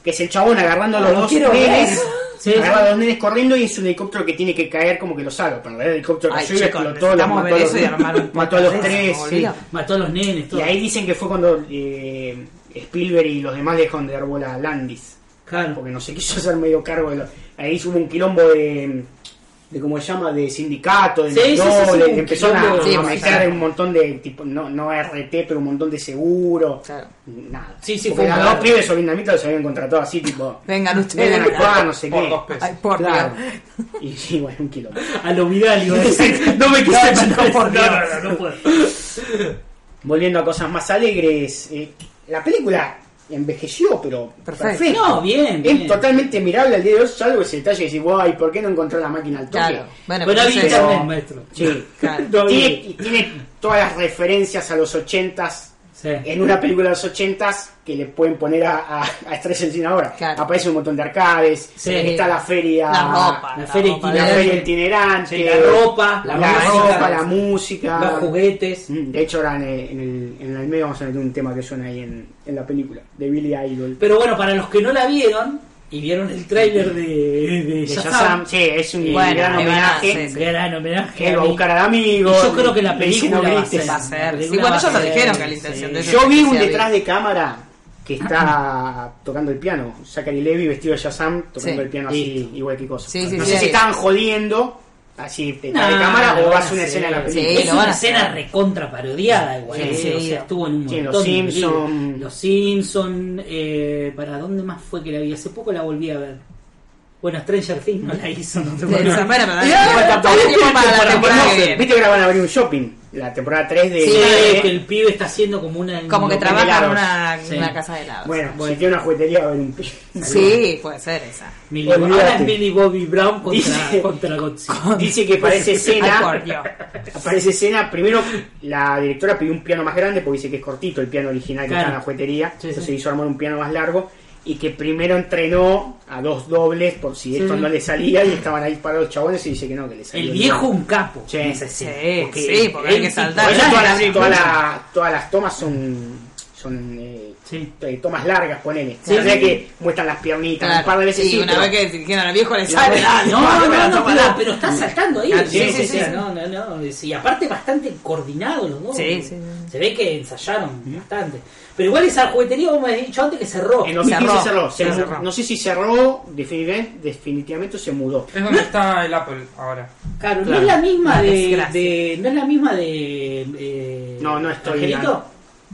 Speaker 3: Que es el chabón agarrando a los
Speaker 2: No
Speaker 3: dos
Speaker 2: quiero
Speaker 3: nenes,
Speaker 2: ver. Sí,
Speaker 3: agarra
Speaker 2: sí.
Speaker 3: a los nenes corriendo y es un helicóptero que tiene que caer como que lo salva. Para ver el helicóptero que
Speaker 4: Ay,
Speaker 3: sube,
Speaker 4: chicos,
Speaker 3: explotó, lo
Speaker 4: necesitamos
Speaker 3: mató,
Speaker 4: ver
Speaker 3: a
Speaker 4: eso y
Speaker 3: los-
Speaker 4: armar un
Speaker 3: mató a los
Speaker 4: podcast de
Speaker 3: tres.
Speaker 4: eso,
Speaker 3: sí.
Speaker 4: boludo.
Speaker 2: Mató a los nenes, todo.
Speaker 3: Y ahí dicen que fue cuando eh, Spielberg y los demás dejaron de dar bola a Landis.
Speaker 2: Claro.
Speaker 3: Porque no se quiso hacer medio cargo de lo- Ahí hubo un quilombo de. de cómo se llama, de sindicato, de
Speaker 2: Sí, sí, sí,
Speaker 3: McDonald's,
Speaker 2: sí, un
Speaker 3: empezaron a,
Speaker 4: quilombo.
Speaker 3: a
Speaker 4: Sí,
Speaker 3: meter
Speaker 4: sí.
Speaker 3: un montón de tipo, no, no RT, pero un montón de seguro.
Speaker 4: Claro.
Speaker 3: Nada.
Speaker 2: Sí, sí,
Speaker 3: Porque
Speaker 2: fue un
Speaker 3: a los
Speaker 2: bardo.
Speaker 3: pibes o vietnamitas los habían contratado así, tipo,
Speaker 4: Vengan
Speaker 3: vengan a
Speaker 4: ustedes.
Speaker 3: actuar, no sé
Speaker 5: Por
Speaker 3: qué.
Speaker 5: dos pesos.
Speaker 4: Ay, por Dios.
Speaker 3: Claro. Y sí, bueno, un quilombo.
Speaker 2: A lo Vidal iba a decir.
Speaker 3: No me quise meter,
Speaker 2: por
Speaker 3: no,
Speaker 2: Dios.
Speaker 3: no, no, no puedo. Volviendo a cosas más alegres, eh, la película envejeció, pero
Speaker 4: Perfecto.
Speaker 3: perfecto.
Speaker 2: No, bien, bien.
Speaker 3: Es totalmente mirable al día de hoy, salvo ese detalle de decir, guay, ¿por qué no encontró la máquina al toque?
Speaker 4: Claro.
Speaker 2: Pero
Speaker 4: Bueno, pero
Speaker 2: había
Speaker 4: eso-
Speaker 2: internet, maestro.
Speaker 3: Sí.
Speaker 4: Claro.
Speaker 2: No,
Speaker 3: tiene, y tiene todas las referencias a los ochentas
Speaker 2: Sí.
Speaker 3: en una película de los ochentas que le pueden poner a, a, a Estrella en Cine ahora.
Speaker 4: Claro.
Speaker 3: Aparece un montón de arcades,
Speaker 2: Sí.
Speaker 3: está la feria,
Speaker 4: La ropa.
Speaker 2: la feria
Speaker 4: ropa,
Speaker 3: la
Speaker 2: itinerante.
Speaker 3: feria itinerante,
Speaker 2: Sí, la ropa,
Speaker 3: la,
Speaker 2: la música,
Speaker 3: ropa, la música.
Speaker 2: Los juguetes.
Speaker 3: Mm, De hecho, ahora en el, en el, en el medio vamos a tener un tema que suena ahí en, en la película, de Billy Idol.
Speaker 2: Pero bueno, para los que no la vieron y vieron el tráiler de, de,
Speaker 3: De
Speaker 2: Shazam,
Speaker 3: Shazam, sí, es un
Speaker 4: Bueno,
Speaker 3: gran
Speaker 4: ahí van a
Speaker 3: homenaje.
Speaker 4: hacer-
Speaker 2: gran homenaje.
Speaker 3: Que él va a
Speaker 2: mí.
Speaker 3: buscar al
Speaker 2: Y
Speaker 3: amigo.
Speaker 2: yo creo que la
Speaker 3: le dice,
Speaker 2: película
Speaker 3: "No
Speaker 2: va a
Speaker 3: grites".
Speaker 2: ser.
Speaker 4: Va a ser,
Speaker 2: la
Speaker 4: sí.
Speaker 2: película
Speaker 4: Bueno,
Speaker 2: va
Speaker 4: ellos
Speaker 2: a
Speaker 4: lo
Speaker 2: ser,
Speaker 4: dijeron que la
Speaker 2: sí.
Speaker 4: intención de-
Speaker 3: Yo vi un
Speaker 4: Sí,
Speaker 3: detrás de cámara que está tocando el piano. Zachary Levy vestido de Shazam tocando
Speaker 4: Sí.
Speaker 3: el piano
Speaker 2: Sí.
Speaker 3: así, igual que cosa.
Speaker 4: Sí, sí,
Speaker 3: no
Speaker 4: sí,
Speaker 3: sé si
Speaker 4: ahí.
Speaker 3: estaban jodiendo así detrás
Speaker 2: No,
Speaker 3: de cámara
Speaker 2: lo
Speaker 3: o
Speaker 2: van
Speaker 3: vas a
Speaker 2: a
Speaker 3: una
Speaker 2: hacer.
Speaker 3: escena de la
Speaker 4: Sí,
Speaker 3: película.
Speaker 2: es
Speaker 4: lo van
Speaker 2: una
Speaker 4: a hacer.
Speaker 2: escena recontra parodiada igual,
Speaker 4: Sí,
Speaker 2: ¿eh?
Speaker 4: sí.
Speaker 2: o sea, estuvo en un
Speaker 3: Sí,
Speaker 2: montón
Speaker 3: Los
Speaker 2: de
Speaker 3: Simpson.
Speaker 2: películas. Los Simpson, eh, para dónde más fue que la vi, hace poco la volví a ver. Bueno, Stranger Things no la hizo, no te
Speaker 4: De esa
Speaker 2: puedo-
Speaker 4: manera, ¿verdad?
Speaker 3: Igual
Speaker 4: Igual
Speaker 3: tampoco-
Speaker 4: tampoco tiempo para la
Speaker 3: Para
Speaker 4: temporada que
Speaker 3: conocer.
Speaker 4: viene.
Speaker 3: Viste que ahora van a abrir un shopping. La temporada 3 de.
Speaker 4: Sí,
Speaker 2: Sí,
Speaker 3: de-
Speaker 2: que el pibe está haciendo como una
Speaker 4: Como que
Speaker 2: una-
Speaker 4: trabaja en
Speaker 3: helados.
Speaker 4: una,
Speaker 2: Sí.
Speaker 4: una casa de helados.
Speaker 3: Bueno, si tiene una juguetería va a haber un pi-
Speaker 4: sí, puede ser esa.
Speaker 2: Millie- ahora es
Speaker 3: Olvídate.
Speaker 2: Millie Bobby Brown contra,
Speaker 3: Dice-
Speaker 2: contra Godzilla.
Speaker 3: Dice que para esa
Speaker 4: Ay,
Speaker 3: escena.
Speaker 4: por Dios.
Speaker 3: Aparece escena, primero la directora pidió un piano más grande porque dice que es cortito el piano original que
Speaker 2: Claro.
Speaker 3: está en la juguetería,
Speaker 2: Sí,
Speaker 3: entonces
Speaker 2: sí.
Speaker 3: hizo armar un piano más largo y que primero entrenó a dos dobles por si esto
Speaker 2: Sí.
Speaker 3: no le salía y estaban ahí parados los chabones y dice que no, que le salía.
Speaker 2: El
Speaker 3: bien.
Speaker 2: viejo un capo.
Speaker 3: Sí.
Speaker 2: en esa escena,
Speaker 4: Sí, sí, porque hay
Speaker 2: él
Speaker 4: que
Speaker 2: sí
Speaker 4: saltar.
Speaker 3: Por
Speaker 2: podía
Speaker 3: eso
Speaker 4: Claro.
Speaker 3: todas
Speaker 2: hacer
Speaker 3: las,
Speaker 2: esa
Speaker 3: todas,
Speaker 2: cosa.
Speaker 3: las, todas las tomas son, son eh,
Speaker 2: Sí.
Speaker 3: eh, tomas largas, ponele.
Speaker 2: Sí,
Speaker 3: O sea
Speaker 2: sí.
Speaker 3: que muestran las piernitas
Speaker 4: Claro.
Speaker 3: un par de veces.
Speaker 4: Sí,
Speaker 3: sí,
Speaker 4: una
Speaker 3: pero-
Speaker 4: vez que dirigieron al viejo le sale
Speaker 3: verdad-
Speaker 4: la...
Speaker 2: No,
Speaker 3: Toma,
Speaker 2: no,
Speaker 3: toma,
Speaker 2: no,
Speaker 3: toma,
Speaker 2: pero,
Speaker 3: toma.
Speaker 2: pero está saltando ahí.
Speaker 4: Ah,
Speaker 2: Sí,
Speaker 3: sí,
Speaker 2: sí,
Speaker 3: sí,
Speaker 2: sí,
Speaker 3: sí.
Speaker 2: No, no, no. es- Y aparte bastante coordinado los dos.
Speaker 4: Sí,
Speaker 2: porque
Speaker 4: sí, sí.
Speaker 2: Se ve que ensayaron bastante. Pero igual esa juguetería, como habías dicho antes, que cerró.
Speaker 3: En 2015 cerró,
Speaker 4: Cerró.
Speaker 3: se mu-
Speaker 4: Cerró.
Speaker 3: no sé si cerró, definitivamente, definitivamente se mudó.
Speaker 5: Es donde está el Apple ahora.
Speaker 2: Claro, no
Speaker 4: Claro.
Speaker 2: es la misma de,
Speaker 4: Desgracia.
Speaker 2: de- No es la misma de. eh,
Speaker 3: No, no estoy
Speaker 2: ¿Angelito?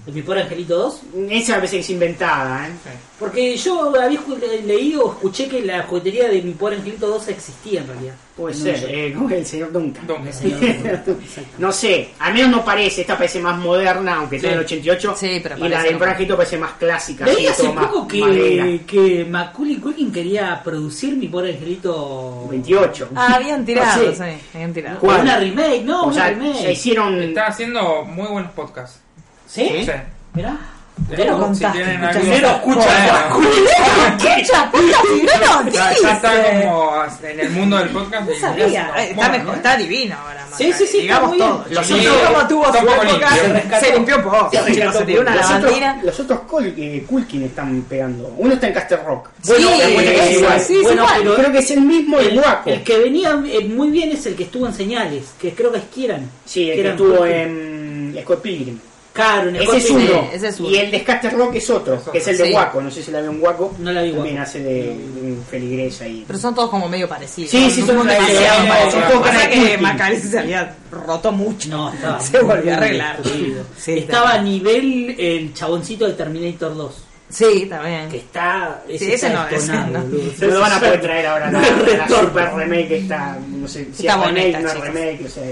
Speaker 2: ¿De mi pobre Angelito 2?
Speaker 3: Esa me parece que es inventada, ¿eh?
Speaker 2: Porque yo había ju- leído o escuché que la juguetería de mi pobre Angelito 2 existía en realidad.
Speaker 3: Puede
Speaker 2: No,
Speaker 3: ser,
Speaker 2: yo-
Speaker 3: eh, como el señor Duncan.
Speaker 5: Donde
Speaker 2: Sí, no, no, exacto.
Speaker 3: No sé, al menos no parece, esta parece más moderna, aunque
Speaker 2: Sí.
Speaker 3: tiene el 88.
Speaker 4: Sí, pero
Speaker 3: y la
Speaker 4: parece
Speaker 3: de
Speaker 4: como-
Speaker 3: Branquito parece más clásica. así,
Speaker 2: Leí hace
Speaker 3: todo más
Speaker 2: poco
Speaker 3: madera.
Speaker 2: que, que Macaulay Culkin quería producir mi pobre angelito
Speaker 3: 28.
Speaker 4: Ah, habían tirado,
Speaker 3: No
Speaker 4: sí.
Speaker 3: sé.
Speaker 4: habían tirado.
Speaker 2: O
Speaker 3: ¿Cuál?
Speaker 2: Una remake, no,
Speaker 3: o
Speaker 2: una
Speaker 3: sea, ya
Speaker 2: remake.
Speaker 3: hicieron.
Speaker 5: Está haciendo muy buenos podcasts.
Speaker 2: ¿Sí?
Speaker 5: Sí.
Speaker 2: Mirá.
Speaker 5: Eh,
Speaker 2: Mirá lo
Speaker 5: si
Speaker 4: contaste,
Speaker 5: tienen
Speaker 4: escuchaste.
Speaker 5: algún-
Speaker 2: Cero escucha,
Speaker 5: Bueno,
Speaker 4: ¡Escucha, puta, si no lo
Speaker 5: ya, ya está
Speaker 4: dice!
Speaker 5: como en el mundo del podcast.
Speaker 4: No sabía. Eh, Está
Speaker 5: Bueno,
Speaker 4: mejor, está divino ahora.
Speaker 2: Sí, sí, sí, está
Speaker 4: Digamos
Speaker 2: muy bien.
Speaker 4: todo. Los
Speaker 5: Sí,
Speaker 4: otros como tuvo
Speaker 5: está un
Speaker 4: su
Speaker 5: poco
Speaker 4: época,
Speaker 5: limpio. Se
Speaker 4: se
Speaker 2: rescató.
Speaker 4: limpió poco.
Speaker 2: Se
Speaker 4: Chicos,
Speaker 2: rescató.
Speaker 4: Se dio una
Speaker 3: los, otros,
Speaker 4: lavandina.
Speaker 3: los otros Col- eh, Culkin están pegando. Uno está en Castle Rock.
Speaker 2: Bueno,
Speaker 4: Sí,
Speaker 2: eh,
Speaker 3: bueno, es igual.
Speaker 4: sí, es
Speaker 2: bueno,
Speaker 4: igual.
Speaker 2: pero
Speaker 3: Creo que es el mismo el,
Speaker 2: el,
Speaker 3: guaco.
Speaker 2: el que venía eh, muy bien es el que estuvo en señales, que creo que es Kieran.
Speaker 3: sí, el que
Speaker 2: Kieran
Speaker 3: estuvo
Speaker 2: Culkin.
Speaker 3: en Scott Pilgrim.
Speaker 2: Claro, en
Speaker 3: Ese es
Speaker 2: Scorpion.
Speaker 3: uno.
Speaker 4: ese es uno.
Speaker 3: Y el de Caster Rock es otro, que es el de
Speaker 4: Sí.
Speaker 3: Guaco. No sé si la vio en Guaco.
Speaker 2: No la vi en
Speaker 3: También
Speaker 2: Guaco.
Speaker 3: hace de, de un feligrés ahí.
Speaker 4: Pero son todos como medio parecidos.
Speaker 3: Sí, sí, son
Speaker 4: medio
Speaker 3: parecidos,
Speaker 5: son
Speaker 4: parecidos.
Speaker 5: todos
Speaker 4: Pasa
Speaker 3: cara de
Speaker 4: que
Speaker 3: Putin.
Speaker 4: Macaulay se había roto mucho.
Speaker 2: No, estaba.
Speaker 4: Se volvió a arreglar.
Speaker 2: jodido.
Speaker 4: Sí,
Speaker 2: estaba
Speaker 4: está
Speaker 2: a nivel el chaboncito de Terminator 2.
Speaker 4: Sí,
Speaker 2: Que
Speaker 4: también.
Speaker 2: está. Ese,
Speaker 4: ese
Speaker 2: está
Speaker 4: no, ese
Speaker 2: detonado,
Speaker 4: no.
Speaker 2: boludo.
Speaker 3: No lo van a poder traer ahora. La, la
Speaker 2: Retorno.
Speaker 3: super remake que está. No sé si es
Speaker 4: Está
Speaker 3: remake,
Speaker 4: bonita,
Speaker 3: no es
Speaker 4: chicos.
Speaker 3: remake. O sea,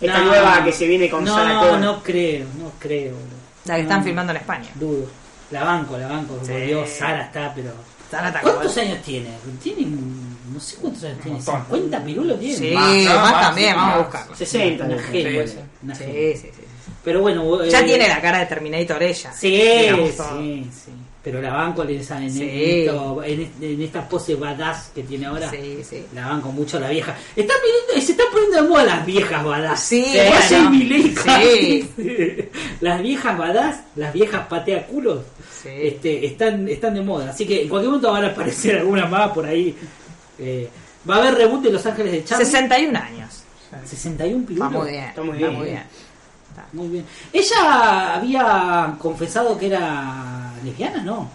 Speaker 3: esta nueva que se viene con
Speaker 2: no,
Speaker 3: Sarah
Speaker 2: No,
Speaker 3: Connor.
Speaker 2: no creo, no creo. boludo.
Speaker 4: La que están filmando en España.
Speaker 2: Dudo. La banco, la banco. por
Speaker 4: Sí.
Speaker 2: Dios, Sara está, pero.
Speaker 4: Están
Speaker 2: ¿Cuántos
Speaker 4: atacando.
Speaker 2: años tiene? Tiene. un- No sé cuántos años tiene.
Speaker 5: montón.
Speaker 2: 50 pirulo tiene.
Speaker 4: Sí,
Speaker 5: Más,
Speaker 4: más,
Speaker 5: más, más,
Speaker 4: también,
Speaker 5: sí,
Speaker 4: vamos a
Speaker 5: más.
Speaker 4: buscarlo. Sí,
Speaker 3: 60,
Speaker 2: Una
Speaker 3: no.
Speaker 2: genia,
Speaker 5: Sí, sí.
Speaker 2: una genia.
Speaker 4: sí, sí. sí.
Speaker 2: Pero bueno.
Speaker 4: Ya
Speaker 2: eh,
Speaker 4: tiene la cara de Terminator ella.
Speaker 2: Sí,
Speaker 4: Digamos todo.
Speaker 2: sí, sí. Pero la banco en, esa, en,
Speaker 4: Sí.
Speaker 2: esto- en, en esta pose badass que tiene ahora.
Speaker 4: Sí, sí.
Speaker 2: La banco mucho la vieja. Está pidiendo, se están poniendo de moda las viejas badass.
Speaker 4: Sí,
Speaker 2: Vaya
Speaker 4: bueno.
Speaker 2: Milei,
Speaker 4: Sí.
Speaker 2: Las viejas badass, las viejas pateaculos,
Speaker 4: Sí.
Speaker 2: este, están, están de moda. Así que en cualquier momento van a aparecer algunas más por ahí. Eh, va a haber reboot de Los Ángeles de Charlie.
Speaker 4: 61 años.
Speaker 2: 61
Speaker 4: Va
Speaker 2: pirulos.
Speaker 4: muy bien.
Speaker 3: Está muy
Speaker 4: Va
Speaker 3: bien.
Speaker 4: muy bien.
Speaker 2: Muy bien. Ella había confesado que era lesbiana, ¿no?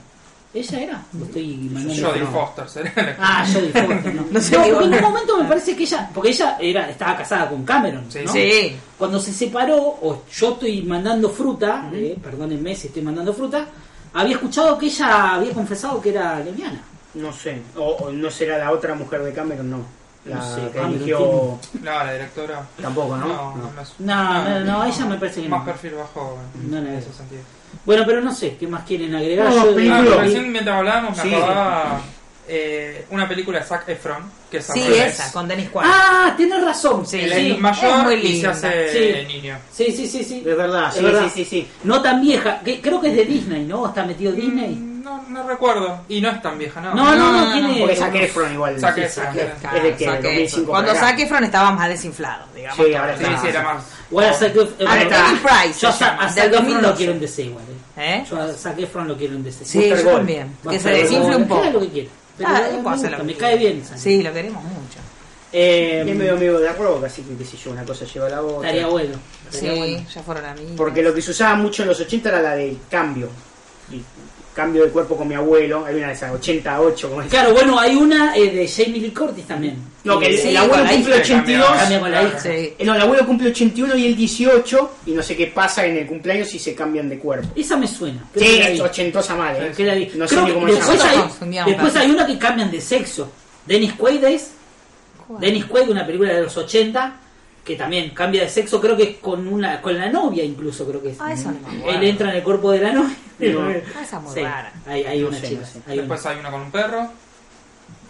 Speaker 2: Ella era. ¿O estoy mal
Speaker 5: ¿eh? Jodie
Speaker 2: nombrado?
Speaker 5: Foster será.
Speaker 2: Ah, Jodie Foster, no.
Speaker 4: No sé,
Speaker 2: No,
Speaker 4: digo.
Speaker 2: en un momento me parece que ella, porque ella era, estaba casada con Cameron,
Speaker 5: Sí,
Speaker 2: ¿no?
Speaker 4: Sí.
Speaker 2: Cuando se separó, o yo estoy mandando fruta, eh, perdónenme si estoy mandando fruta, había escuchado que ella había confesado que era lesbiana.
Speaker 3: No sé. O, o no será la otra mujer de Cameron, no. La
Speaker 2: No sé,
Speaker 3: que
Speaker 2: Cameron
Speaker 3: eligió.
Speaker 5: No, la directora.
Speaker 3: Tampoco, ¿no?
Speaker 5: No,
Speaker 3: No.
Speaker 5: no es-
Speaker 2: No, no, no, ella me parece que no.
Speaker 5: Más perfil bajo
Speaker 2: No la
Speaker 5: en
Speaker 2: veo.
Speaker 5: ese sentido.
Speaker 2: Bueno, pero no sé, ¿qué más quieren agregar?
Speaker 3: No,
Speaker 2: Yo-
Speaker 5: Ah,
Speaker 3: película.
Speaker 5: pero recién mientras hablábamos me
Speaker 3: Sí.
Speaker 5: acordaba eh, una película de Zac Efron, que es
Speaker 4: Sí,
Speaker 5: al revés.
Speaker 4: esa, con Dennis Quaid.
Speaker 2: Ah, tienes razón.
Speaker 4: Sí,
Speaker 5: Él
Speaker 4: sí,
Speaker 5: es mayor
Speaker 4: es muy
Speaker 5: y se
Speaker 4: linda.
Speaker 5: hace
Speaker 2: Sí.
Speaker 5: niño.
Speaker 2: Sí, sí, sí, sí.
Speaker 3: Es verdad,
Speaker 2: Es
Speaker 3: sí,
Speaker 2: verdad.
Speaker 3: sí, sí, sí.
Speaker 2: No tan vieja. que- creo que es de Disney, ¿no? ¿Está metido Disney?
Speaker 5: No, no recuerdo. Y no es tan vieja, Mm, ¿no?
Speaker 2: No, no, no,
Speaker 4: no,
Speaker 2: tiene...
Speaker 3: Porque saqué Efron igual.
Speaker 5: Zac
Speaker 3: sí,
Speaker 5: Efron,
Speaker 3: Zac
Speaker 5: claro.
Speaker 3: Efron. Es de que
Speaker 4: Zac Efron.
Speaker 3: 2005
Speaker 4: Cuando
Speaker 3: para acá.
Speaker 4: Zac Efron estaba más desinflado, digamos.
Speaker 3: Sí, ahora
Speaker 5: Sí,
Speaker 3: está.
Speaker 5: sí, era más.
Speaker 2: Voy a Zac Efron.
Speaker 3: Ahí está.
Speaker 4: Anthony Price
Speaker 2: Yo a
Speaker 4: se
Speaker 2: Zac-
Speaker 4: llama,
Speaker 2: a Zac
Speaker 4: del
Speaker 2: Efron lo
Speaker 4: 2012.
Speaker 2: quiero en DC igual. eh.
Speaker 4: ¿Eh?
Speaker 2: Yo a Zac Efron lo quiero en DC.
Speaker 4: Sí, yo
Speaker 3: Buster Gold.
Speaker 4: también.
Speaker 2: Va a
Speaker 4: Que se
Speaker 2: ser
Speaker 4: desinfle
Speaker 2: gol,
Speaker 4: un
Speaker 2: haga lo
Speaker 4: poco.
Speaker 2: que quiera. Pero
Speaker 4: Ah,
Speaker 2: me
Speaker 4: él puede
Speaker 2: gusta,
Speaker 4: hacer lo que
Speaker 2: me
Speaker 4: quiera.
Speaker 2: cae bien. Zac.
Speaker 4: Sí, lo queremos mucho.
Speaker 3: Y es
Speaker 2: Eh,
Speaker 3: medio amigo de la roca, así que qué sé yo, una cosa lleva a la otra.
Speaker 2: estaría bueno.
Speaker 4: Sí,
Speaker 2: estaría bueno.
Speaker 4: ya fueron amigos.
Speaker 3: Porque lo que se usaba mucho en los 80 era la del cambio. Y cambio de cuerpo con mi abuelo. Hay una de esas 88, como decía.
Speaker 2: Claro, bueno, hay una eh, de Jamie Lee Curtis también.
Speaker 3: No, que el,
Speaker 4: Sí,
Speaker 3: el abuelo
Speaker 4: con la
Speaker 3: cumple
Speaker 5: hija.
Speaker 3: 82.
Speaker 2: Cambia con la hija.
Speaker 4: Sí.
Speaker 3: eh, No, el abuelo cumple 81 y el 18. Y no sé qué pasa en el cumpleaños y se cambian de cuerpo.
Speaker 2: Esa me suena. Creo
Speaker 3: Sí,
Speaker 2: que la
Speaker 3: es
Speaker 2: vi.
Speaker 3: 80 mal,
Speaker 2: Creo
Speaker 3: ¿eh?
Speaker 2: que la vi.
Speaker 3: No
Speaker 2: Creo
Speaker 3: sé ni
Speaker 2: que
Speaker 3: cómo se
Speaker 2: después
Speaker 3: llama.
Speaker 2: hay,
Speaker 4: llama. Nosotros confundíamos
Speaker 2: después
Speaker 4: casi.
Speaker 2: hay una que cambian de sexo. Dennis Quaid es.
Speaker 4: ¿Cuál?
Speaker 2: Dennis Quaid, una película de los 80, que también cambia de sexo, creo que es con una con la novia incluso, creo que es.
Speaker 4: Ah, esa no me acuerdo.
Speaker 2: Él entra en el cuerpo de la novia.
Speaker 3: No.
Speaker 4: Ah, esa es muy
Speaker 2: Sí,
Speaker 4: rara.
Speaker 2: hay, hay una
Speaker 3: sé,
Speaker 2: chica.
Speaker 3: no sé.
Speaker 2: hay una.
Speaker 5: Después hay una con un perro.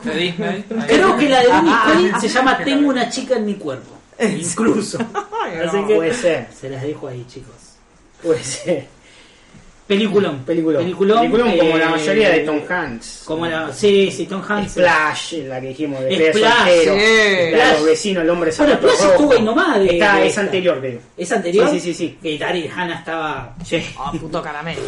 Speaker 5: De Disney. Ahí
Speaker 2: Creo
Speaker 5: está.
Speaker 2: que la de Dennis
Speaker 4: Ah,
Speaker 2: Quaid
Speaker 4: ah,
Speaker 2: se
Speaker 5: ah,
Speaker 2: llama
Speaker 5: ah,
Speaker 2: Tengo
Speaker 5: ah,
Speaker 2: una chica en mi cuerpo. Incluso. Así
Speaker 3: No,
Speaker 2: que-
Speaker 3: puede ser,
Speaker 2: Se las dejo ahí, chicos.
Speaker 3: puede ser.
Speaker 2: Peliculón.
Speaker 3: Peliculón.
Speaker 2: Peliculón,
Speaker 3: Peliculón como la
Speaker 2: eh,
Speaker 3: mayoría de Tom Hanks.
Speaker 2: Como la. Sí, sí, Tom Hanks.
Speaker 3: Splash, la que dijimos de
Speaker 2: Splash, eh.
Speaker 3: Pedro Soltero. La
Speaker 4: sí.
Speaker 3: de los
Speaker 2: Splash.
Speaker 3: vecinos, el hombre
Speaker 2: Bueno,
Speaker 3: zapato
Speaker 2: Splash
Speaker 3: rojo.
Speaker 2: estuvo ahí nomás de-
Speaker 3: Está-
Speaker 2: de
Speaker 3: es
Speaker 2: esta.
Speaker 3: anterior, creo.
Speaker 2: ¿Es anterior?
Speaker 3: Sí, sí, sí, sí.
Speaker 2: Que Daryl Hannah estaba.
Speaker 4: Ah, puto caramelo.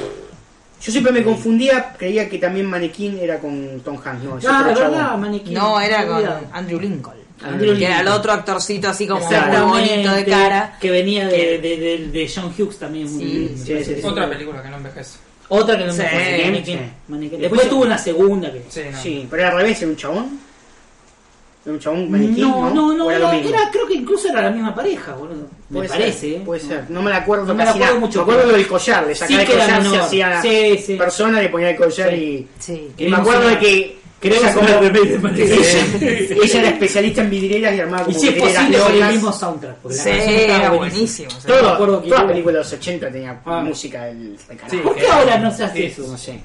Speaker 3: Yo siempre me confundía, creía que también Mannequin era con Tom Hanks, no, es
Speaker 2: Ah,
Speaker 3: otro
Speaker 2: la verdad,
Speaker 3: chabón.
Speaker 2: maniquí.
Speaker 4: No, era
Speaker 2: Me
Speaker 4: con
Speaker 2: olvidaba.
Speaker 4: Andrew Lincoln.
Speaker 2: Andrew
Speaker 4: Que era el
Speaker 2: Lincoln.
Speaker 4: otro actorcito así como muy
Speaker 3: Exactamente.
Speaker 4: bonito de cara.
Speaker 2: Que venía de, de, de, de John Hughes también.
Speaker 4: Sí,
Speaker 2: Mm,
Speaker 3: sí,
Speaker 2: parece
Speaker 3: sí,
Speaker 2: que
Speaker 3: sí.
Speaker 5: Otra
Speaker 2: sí.
Speaker 5: película que no envejece.
Speaker 2: Otra que no
Speaker 4: Sí.
Speaker 2: me acuerdo.
Speaker 3: Sí.
Speaker 2: Mannequin,
Speaker 3: Sí.
Speaker 2: Mannequin.
Speaker 3: Después
Speaker 2: Después tuvo una segunda que.
Speaker 5: Sí, no.
Speaker 3: Sí, pero era al revés, era un chabón. Era un chabón Mannequin,
Speaker 2: no,
Speaker 3: ¿no?
Speaker 2: no,
Speaker 3: ¿O
Speaker 2: no,
Speaker 3: era
Speaker 2: era,
Speaker 3: lo mismo?
Speaker 2: era- creo que incluso era la misma pareja, boludo. Me
Speaker 3: Puede ser,
Speaker 2: parece, ¿eh?
Speaker 3: Puede ser, no me la acuerdo
Speaker 2: No me la
Speaker 3: casi
Speaker 2: acuerdo
Speaker 3: nada.
Speaker 2: mucho,
Speaker 3: Me acuerdo
Speaker 2: pero-
Speaker 3: del collar, le sacaba
Speaker 2: Sí que
Speaker 3: el
Speaker 2: era
Speaker 3: collar, se
Speaker 2: menor.
Speaker 3: hacía
Speaker 2: Sí, sí.
Speaker 3: persona, le ponía el collar
Speaker 2: Sí.
Speaker 4: Sí.
Speaker 3: y... y me acuerdo de que...
Speaker 2: Creo que
Speaker 3: ella,
Speaker 2: es una remake de Mannequin.
Speaker 5: Eh,
Speaker 3: ella era especialista en vidrieras y armaba
Speaker 2: Y
Speaker 3: como
Speaker 2: si es
Speaker 3: vidrieras
Speaker 2: posible, con el
Speaker 3: locas.
Speaker 2: mismo soundtrack. porque la
Speaker 4: Sí,
Speaker 2: canción estaba
Speaker 4: era
Speaker 2: buenísima.
Speaker 4: buenísimo. sí.
Speaker 3: Todo,
Speaker 2: Me acuerdo que-
Speaker 3: todas las películas de los 80 tenían
Speaker 2: Ah.
Speaker 3: música del del carajo.
Speaker 5: Sí.
Speaker 2: ¿Por
Speaker 4: eh,
Speaker 2: qué ahora no se hace
Speaker 5: Sí.
Speaker 2: eso?
Speaker 3: No sé.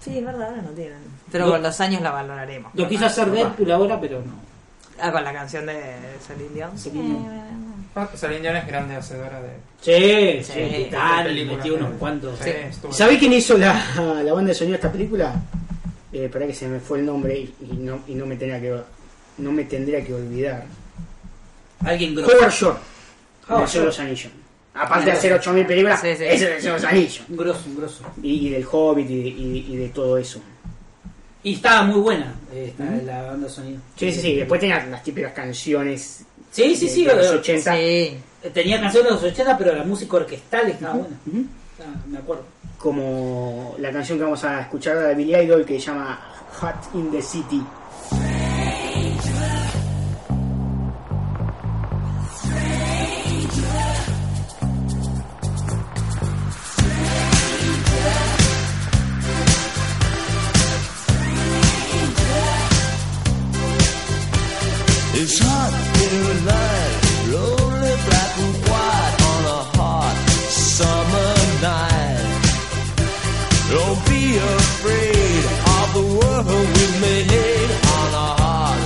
Speaker 4: Sí, es verdad, ahora no tienen. Pero
Speaker 2: Lo-
Speaker 4: con los años la valoraremos.
Speaker 2: Lo quiso hacer Deadpool ahora, pero no.
Speaker 4: Ah, con la canción de Celine Dion.
Speaker 2: Celine Dion.
Speaker 5: Ah, Celine Dion es grande hacedora de.
Speaker 2: Che,
Speaker 4: Sí,
Speaker 2: che,
Speaker 5: de
Speaker 2: Titanic,
Speaker 5: películas.
Speaker 2: metió unos cuantos.
Speaker 5: Sí, estuvo-
Speaker 3: ¿Sabés quién hizo la, la banda de sonido de esta película? Eh, para que se me fue el nombre y, y no, y no me tenía que no me tendría que olvidar.
Speaker 2: Alguien grosso.
Speaker 3: Howard Shore,
Speaker 2: Howard
Speaker 3: el Señor de los Anillos. Aparte de hacer
Speaker 4: Sí,
Speaker 3: 8000 películas,
Speaker 4: sí, sí.
Speaker 3: es el Señor de los Anillos.
Speaker 2: Un grosso, un grosso.
Speaker 3: Y, y del Hobbit y de, y- y de todo eso.
Speaker 2: Y estaba muy buena eh, esta- la banda sonido.
Speaker 3: Sí, sí, sí. Después tenía las típicas canciones
Speaker 2: Sí, sí,
Speaker 3: de-
Speaker 2: sí.
Speaker 3: de los
Speaker 2: eh,
Speaker 3: 80.
Speaker 4: Sí.
Speaker 2: Tenía canciones de los 80, pero la música orquestal estaba buena.
Speaker 3: Ujú.
Speaker 2: Ah, me acuerdo.
Speaker 3: Como la canción que vamos a escuchar ahora de Billy Idol que se llama Hot in the City.
Speaker 6: It's hot in the night, lonely black and white on a hot summer night. Don't be afraid of the world we made on a hot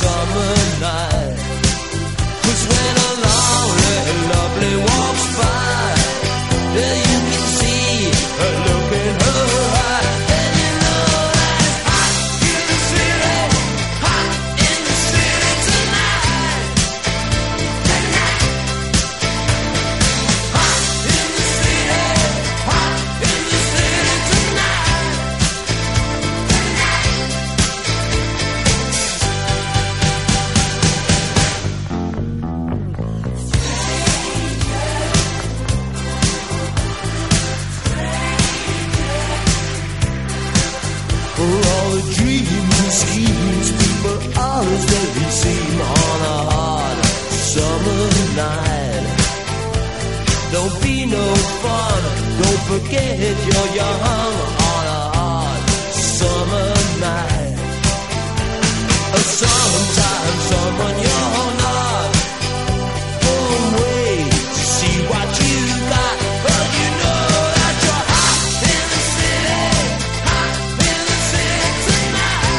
Speaker 6: summer night. 'Cause when a lonely, lovely walks by, yeah, you can see her look in her eye. And you know that it's hot in the city, hot in the city tonight. Hot in the city, hot in the city tonight. For all the dreams and schemes people always let me seem on a hot summer night. Don't be no fun, don't forget you're young on a hot summer night. Uh, Sometimes someone you're not won't wait to see what you got, but you know that you're hot in the city. Hot in the city tonight.